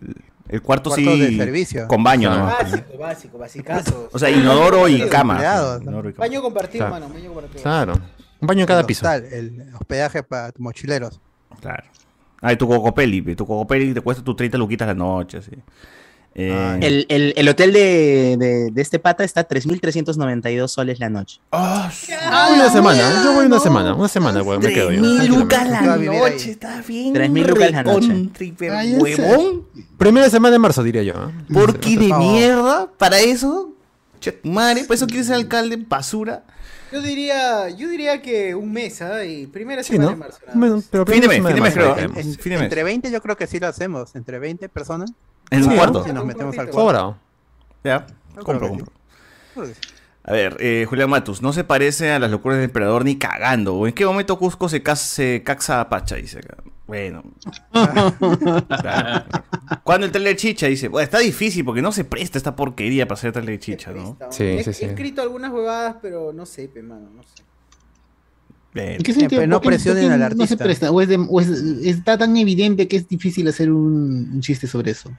Speaker 4: el cuarto,
Speaker 1: Cuarto
Speaker 4: sí.
Speaker 1: de servicio.
Speaker 4: Con baño,
Speaker 3: Claro.
Speaker 4: nomás.
Speaker 2: Básico, básico, básicazo.
Speaker 4: O sea, inodoro y cama.
Speaker 1: Empleados, ¿no?
Speaker 4: Inodoro y cama.
Speaker 2: Baño compartido,
Speaker 3: Claro.
Speaker 2: mano, baño compartido.
Speaker 3: Claro. Un baño en cada
Speaker 1: El
Speaker 3: piso.
Speaker 1: hostal, el hospedaje para mochileros.
Speaker 4: Claro. Ah, y tu cocopeli, pe, tu cocopeli te cuesta tus 30 luquitas la noche, así. Eh,
Speaker 1: Ah,
Speaker 5: El, el, el hotel de, de, de este pata está 3.392 soles la noche.
Speaker 4: ah, su-
Speaker 3: una semana. Yo voy una semana. Una semana, weón. Me quedo yo.
Speaker 5: 3.000
Speaker 1: Tú
Speaker 5: lucas
Speaker 1: vas a vivir ahí.
Speaker 5: 3.000 lucas la noche.
Speaker 6: Ay, ese-
Speaker 3: Primera semana de marzo, diría yo. ¿eh?
Speaker 4: ¿Por qué de
Speaker 1: favor.
Speaker 4: mierda? ¿Para eso? Che, tu madre, ¿para eso quieres ser alcalde en basura?
Speaker 2: Yo diría, yo diría que un mes, ¿ah? Y primera
Speaker 3: Sí,
Speaker 2: semana
Speaker 3: ¿no?
Speaker 2: de marzo. nada más.
Speaker 3: Bueno, pero
Speaker 4: Fin de mes,
Speaker 3: primera
Speaker 4: fin de mes,
Speaker 3: semana
Speaker 4: creo.
Speaker 3: de marzo, ¿eh?
Speaker 4: En-
Speaker 3: digamos.
Speaker 4: en- fin de mes.
Speaker 1: Entre 20 yo creo que sí lo hacemos. Entre 20 personas.
Speaker 4: En su
Speaker 3: Sí,
Speaker 4: cuarto.
Speaker 1: Si nos metemos al
Speaker 2: Un
Speaker 1: cuarto.
Speaker 3: Sobrado.
Speaker 4: Ya,
Speaker 1: Yo creo
Speaker 4: compro,
Speaker 1: que sí.
Speaker 4: compro.
Speaker 1: Creo que sí.
Speaker 4: A ver, eh, Julián Matus, no se parece a las locuras del emperador ni cagando. ¿O ¿En qué momento Cusco se, cas- se caxa a Pacha? Dice acá. Bueno. Claro. Cuando el trailer chicha dice, bueno, está difícil porque no se presta esta porquería para hacer trailer chicha, ¿no?
Speaker 2: Triste,
Speaker 3: Sí,
Speaker 2: ¿no? He-
Speaker 3: sí, sí.
Speaker 2: He escrito algunas huevadas, pero no sé, pe, mano, no sé.
Speaker 4: Bien.
Speaker 6: ¿En qué sentido?
Speaker 1: Pero no
Speaker 6: ¿Por qué- por qué
Speaker 1: presionen al
Speaker 6: No se
Speaker 1: artista.
Speaker 6: presta, o, es de- o es- está tan evidente que es difícil hacer un, un chiste sobre eso.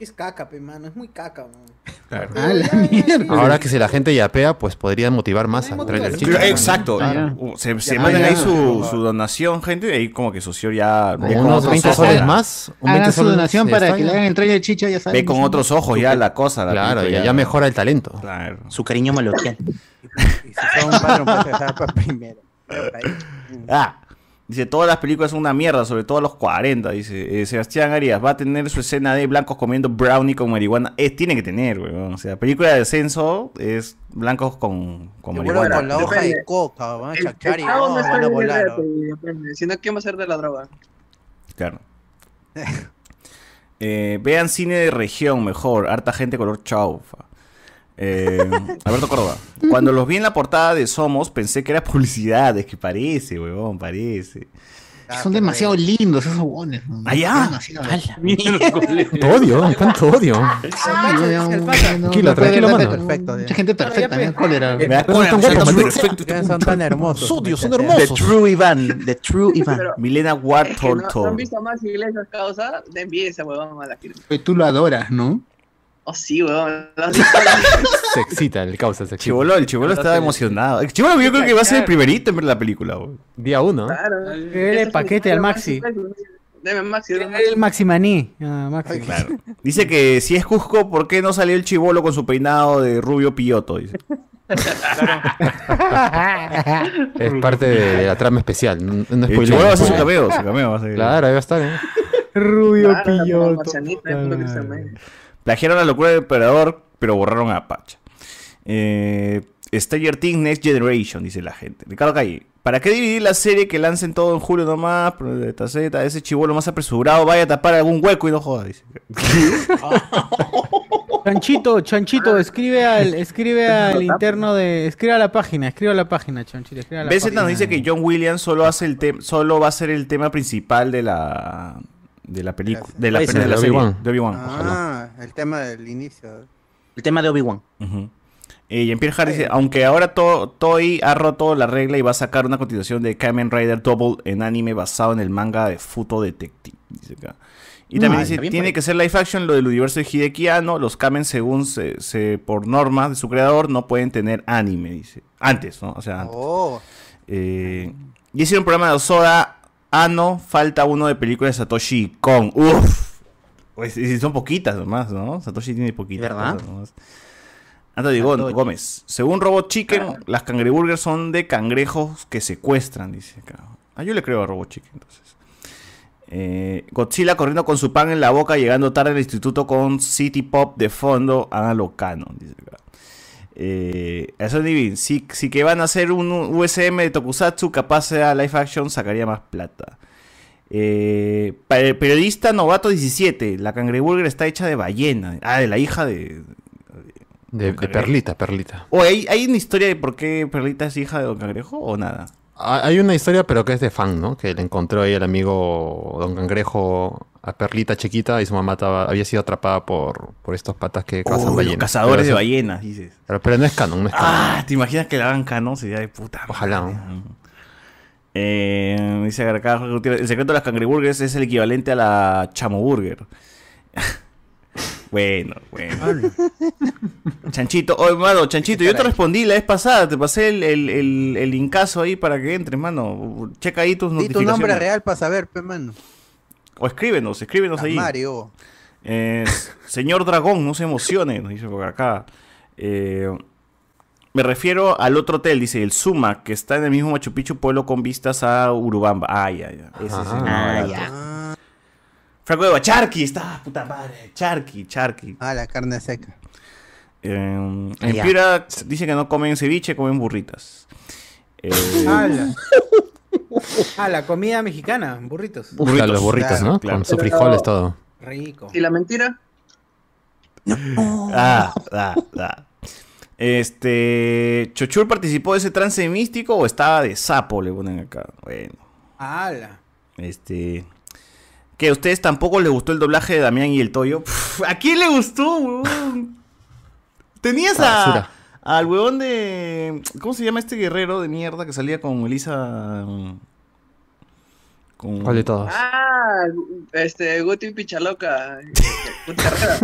Speaker 2: Es caca, pe, mano, es muy caca, mano.
Speaker 4: Claro.
Speaker 6: Ah, la
Speaker 2: Ay, ay,
Speaker 6: mierda.
Speaker 2: ay.
Speaker 3: Ahora que si la gente yapea, pues podría motivar más
Speaker 2: Hay
Speaker 3: a traer el
Speaker 2: motivación.
Speaker 3: chico.
Speaker 4: Pero, Exacto.
Speaker 6: Ah,
Speaker 4: ya.
Speaker 6: ya.
Speaker 4: Uh, Se, se
Speaker 1: Ya,
Speaker 4: mandan
Speaker 1: ya.
Speaker 4: ahí su, su donación, gente, y ahí como que socio ya
Speaker 3: Como
Speaker 4: ve con
Speaker 3: unos
Speaker 4: otros
Speaker 3: 20
Speaker 4: ojos,
Speaker 3: soles
Speaker 4: ya.
Speaker 3: más. un 20
Speaker 6: Hagan su
Speaker 3: soles,
Speaker 6: donación
Speaker 3: ya
Speaker 6: para
Speaker 3: está,
Speaker 6: que
Speaker 3: ya.
Speaker 6: le hagan el trailer chicha, ya saben.
Speaker 4: Ve con otros ojos ya la cosa. la
Speaker 3: Claro,
Speaker 4: película,
Speaker 3: ya, ya mejora el talento.
Speaker 4: Claro.
Speaker 5: Su cariño maloquial.
Speaker 1: Y si son Patreon, pues dejar para primero. Creo que ahí.
Speaker 4: Ah, dice, todas las películas son una mierda, sobre todo a los 40. Dice, eh, Sebastián Arias va a tener su escena de blancos comiendo brownie con marihuana. Es, tiene que tener, weón. O sea, película de descenso es blancos con, con
Speaker 1: Yo vuelvo
Speaker 4: marihuana.
Speaker 1: con la hoja de
Speaker 9: Depende.
Speaker 1: coca, van a
Speaker 9: El,
Speaker 1: chachar y
Speaker 9: el chavo
Speaker 1: oh,
Speaker 9: no está
Speaker 1: van a
Speaker 9: bien
Speaker 1: volar.
Speaker 9: reto, depende, sino que va a ser de la droga.
Speaker 4: Claro. Eh, vean cine de región mejor, harta gente color chaufa. Eh, Alberto Córdoba. Cuando los vi en la portada de Somos, pensé que era publicidad. Es que parece, huevón, parece.
Speaker 6: Son demasiado lindos esos huevones. ¿no?
Speaker 4: Ah, ya.
Speaker 6: Demasiado.
Speaker 3: Cuánto odio, cuánto odio.
Speaker 6: Ah, no, no, no,
Speaker 3: Tranquilo,
Speaker 6: no,
Speaker 3: tranquilo,
Speaker 6: no,
Speaker 3: mano.
Speaker 1: Perfecto,
Speaker 6: Mucha
Speaker 1: ya.
Speaker 6: gente perfecta, Eh, me da cólera.
Speaker 4: Me da
Speaker 3: Pero
Speaker 4: cólera,
Speaker 3: son
Speaker 4: me salta
Speaker 3: guapos,
Speaker 4: su-
Speaker 3: pero-
Speaker 1: Ya Son tan hermosos.
Speaker 3: Son
Speaker 1: Muchas
Speaker 5: The
Speaker 3: hermosos.
Speaker 5: True Iván. The True Iván.
Speaker 9: Pero-
Speaker 4: Milena
Speaker 9: Es que no, no
Speaker 4: Wartortor.
Speaker 9: han visto más iglesias causa, de envidia ese huevón a la firma.
Speaker 6: Pues Tú lo adoras, ¿no?
Speaker 9: Oh, sí, huevón. Lo has visto.
Speaker 3: Se excita el causa, se excita.
Speaker 4: Chivolo, el chivolo estaba emocionado. El chivolo yo creo que va a ser el primerito en ver la película. huevón.
Speaker 3: Día uno. ¿eh?
Speaker 9: Claro.
Speaker 2: Dele paquete al Maxi.
Speaker 9: pues, Deme Maxi, deme Maxi.
Speaker 2: El Maximaní. Ah, Maxi.
Speaker 4: Claro. Dice que si es Cusco, ¿por qué no salió el chivolo con su peinado de rubio pilloto? Dice.
Speaker 3: Es parte de, de la trama especial. No, no
Speaker 4: El
Speaker 3: spoileo.
Speaker 4: chivolo va a hacer su cameo, su cameo va a ser-
Speaker 3: Claro, ahí va a estar. ¿eh?
Speaker 2: Rubio
Speaker 9: Claro, la
Speaker 2: Pilloto.
Speaker 9: marcianita, es lo que se me-
Speaker 4: Plagiaron la locura del emperador, pero borraron a Apache. Eh, Stranger Things Next Generation, dice la gente. Ricardo Calle, ¿para qué dividir la serie que lancen todo en julio nomás? Pero de Taceta, ese chivolo más apresurado vaya a tapar algún hueco y no joda, dice.
Speaker 2: Chanchito,
Speaker 1: Ah.
Speaker 2: Chanchito, escribe al, escribe al interno de. Escribe a la página, escribe a la página, Chanchito. Escribe a la
Speaker 4: BZ
Speaker 2: página.
Speaker 4: nos dice que John Williams solo hace el tem- solo va a ser el tema principal de la de la película de la,
Speaker 5: Ahí sí,
Speaker 4: de la
Speaker 3: de
Speaker 4: serie
Speaker 3: Obi-Wan.
Speaker 4: de Obi-Wan. ojalá.
Speaker 1: Ah, el tema del inicio.
Speaker 5: El tema de Obi-Wan.
Speaker 4: Ujú. Eh, y en Pierre Harris dice, aunque ahora To- Toei ha roto la regla y va a sacar una continuación de Kamen Rider Double en anime basado en el manga de Futo Detective. dice acá. Y también
Speaker 5: Ah,
Speaker 4: dice,
Speaker 5: está bien por
Speaker 4: tiene
Speaker 5: ahí.
Speaker 4: que ser live action lo del universo de Hideki Anno, los Kamen según se, se- por normas de su creador no pueden tener anime, dice. Antes, ¿no? O sea, antes.
Speaker 1: Oh,
Speaker 4: Eh, y hicieron un programa de Osoda. Ah, no, falta uno de películas de Satoshi Kon. Uf. Pues y son poquitas nomás, ¿no? Satoshi tiene poquitas.
Speaker 5: ¿Verdad?
Speaker 4: cosas nomás. Anthony Gó-
Speaker 5: Satoshi.
Speaker 4: Gómez. Según Robot Chicken, las cangreburgers son de cangrejos que secuestran, dice acá. Ah, yo le creo a Robot Chicken, entonces. Eh, Godzilla corriendo con su pan en la boca, llegando tarde al instituto con City Pop de fondo, hágalo canon, dice acá. Eh, a Sony Bean, si, si que van a hacer un USM de Tokusatsu, capaz sea live action, sacaría más plata. Eh, para el periodista novato 17, la cangreburger está hecha de ballena. Ah, de la hija de.
Speaker 3: De, de Perlita, Perlita.
Speaker 4: Oh, ¿hay, hay una historia de por qué Perlita es hija de Don Cangrejo o nada?
Speaker 3: Ah, Hay una historia, pero que es de fan, ¿no? Que le encontró ahí el amigo Don Cangrejo a Perlita chiquita y su mamá estaba- había sido atrapada por, por estos patas que
Speaker 4: Oh,
Speaker 3: cazan
Speaker 4: los
Speaker 3: ballenas.
Speaker 4: cazadores
Speaker 3: Pero
Speaker 4: de
Speaker 3: eso-
Speaker 4: ballenas, dices.
Speaker 3: Pero, pero no es canon, no es canon.
Speaker 4: Ah, ¿te imaginas que la hagan canon? Sería de puta. madre.
Speaker 3: Ojalá, ¿no?
Speaker 4: Eh, dice acá, Jorge Gutiérrez, el secreto de las cangreburgers es el equivalente a la chamoburger. bueno, bueno. Chanchito, oh, hermano, Chanchito, yo te respondí la vez pasada, te pasé el, el, el, el linkazo ahí para que entres, mano. Checa ahí tus
Speaker 1: di tu
Speaker 4: notificaciones.
Speaker 1: nombre real para saber, pe mano. oh.
Speaker 4: O escríbenos, escríbenos ahí.
Speaker 1: Mario.
Speaker 4: Eh, señor Dragón, no se emocione, nos dice por acá. Eh, me refiero al otro hotel, dice el Suma, que está en el mismo Machu Picchu, pueblo con vistas a Urubamba. Ah, ya, ya. Ese sí,
Speaker 3: Ah,
Speaker 4: no, barato.
Speaker 5: ya.
Speaker 1: Ah,
Speaker 4: Franco de Charqui, está, puta madre. Charqui, Charqui.
Speaker 1: ah, la carne seca.
Speaker 4: Eh, en
Speaker 5: Ya.
Speaker 4: Piura dice que no comen ceviche, comen burritas. Eh,
Speaker 2: Ala. Ah, la comida mexicana, burritos.
Speaker 3: Uf,
Speaker 4: burritos.
Speaker 3: los burritos,
Speaker 1: Claro,
Speaker 3: ¿no?
Speaker 4: claro.
Speaker 3: Con sus frijoles, todo.
Speaker 2: Rico.
Speaker 9: ¿Y la mentira?
Speaker 6: Oh.
Speaker 4: Ah, ah, ah. Este. ¿Chochur participó de ese trance místico o estaba de sapo? Le ponen acá. Bueno.
Speaker 2: Ala.
Speaker 4: Este. Que a ustedes tampoco les gustó el doblaje de Damián y el Toyo. Pff, ¿A quién le gustó, huevón? Tenías a,
Speaker 3: Basura.
Speaker 4: al huevón de. ¿Cómo se llama este guerrero de mierda que salía con Elisa? mm, Con...
Speaker 3: ¿Cuál de todos?
Speaker 9: Ah, este, Guti Pichaloca. Guti Carrera.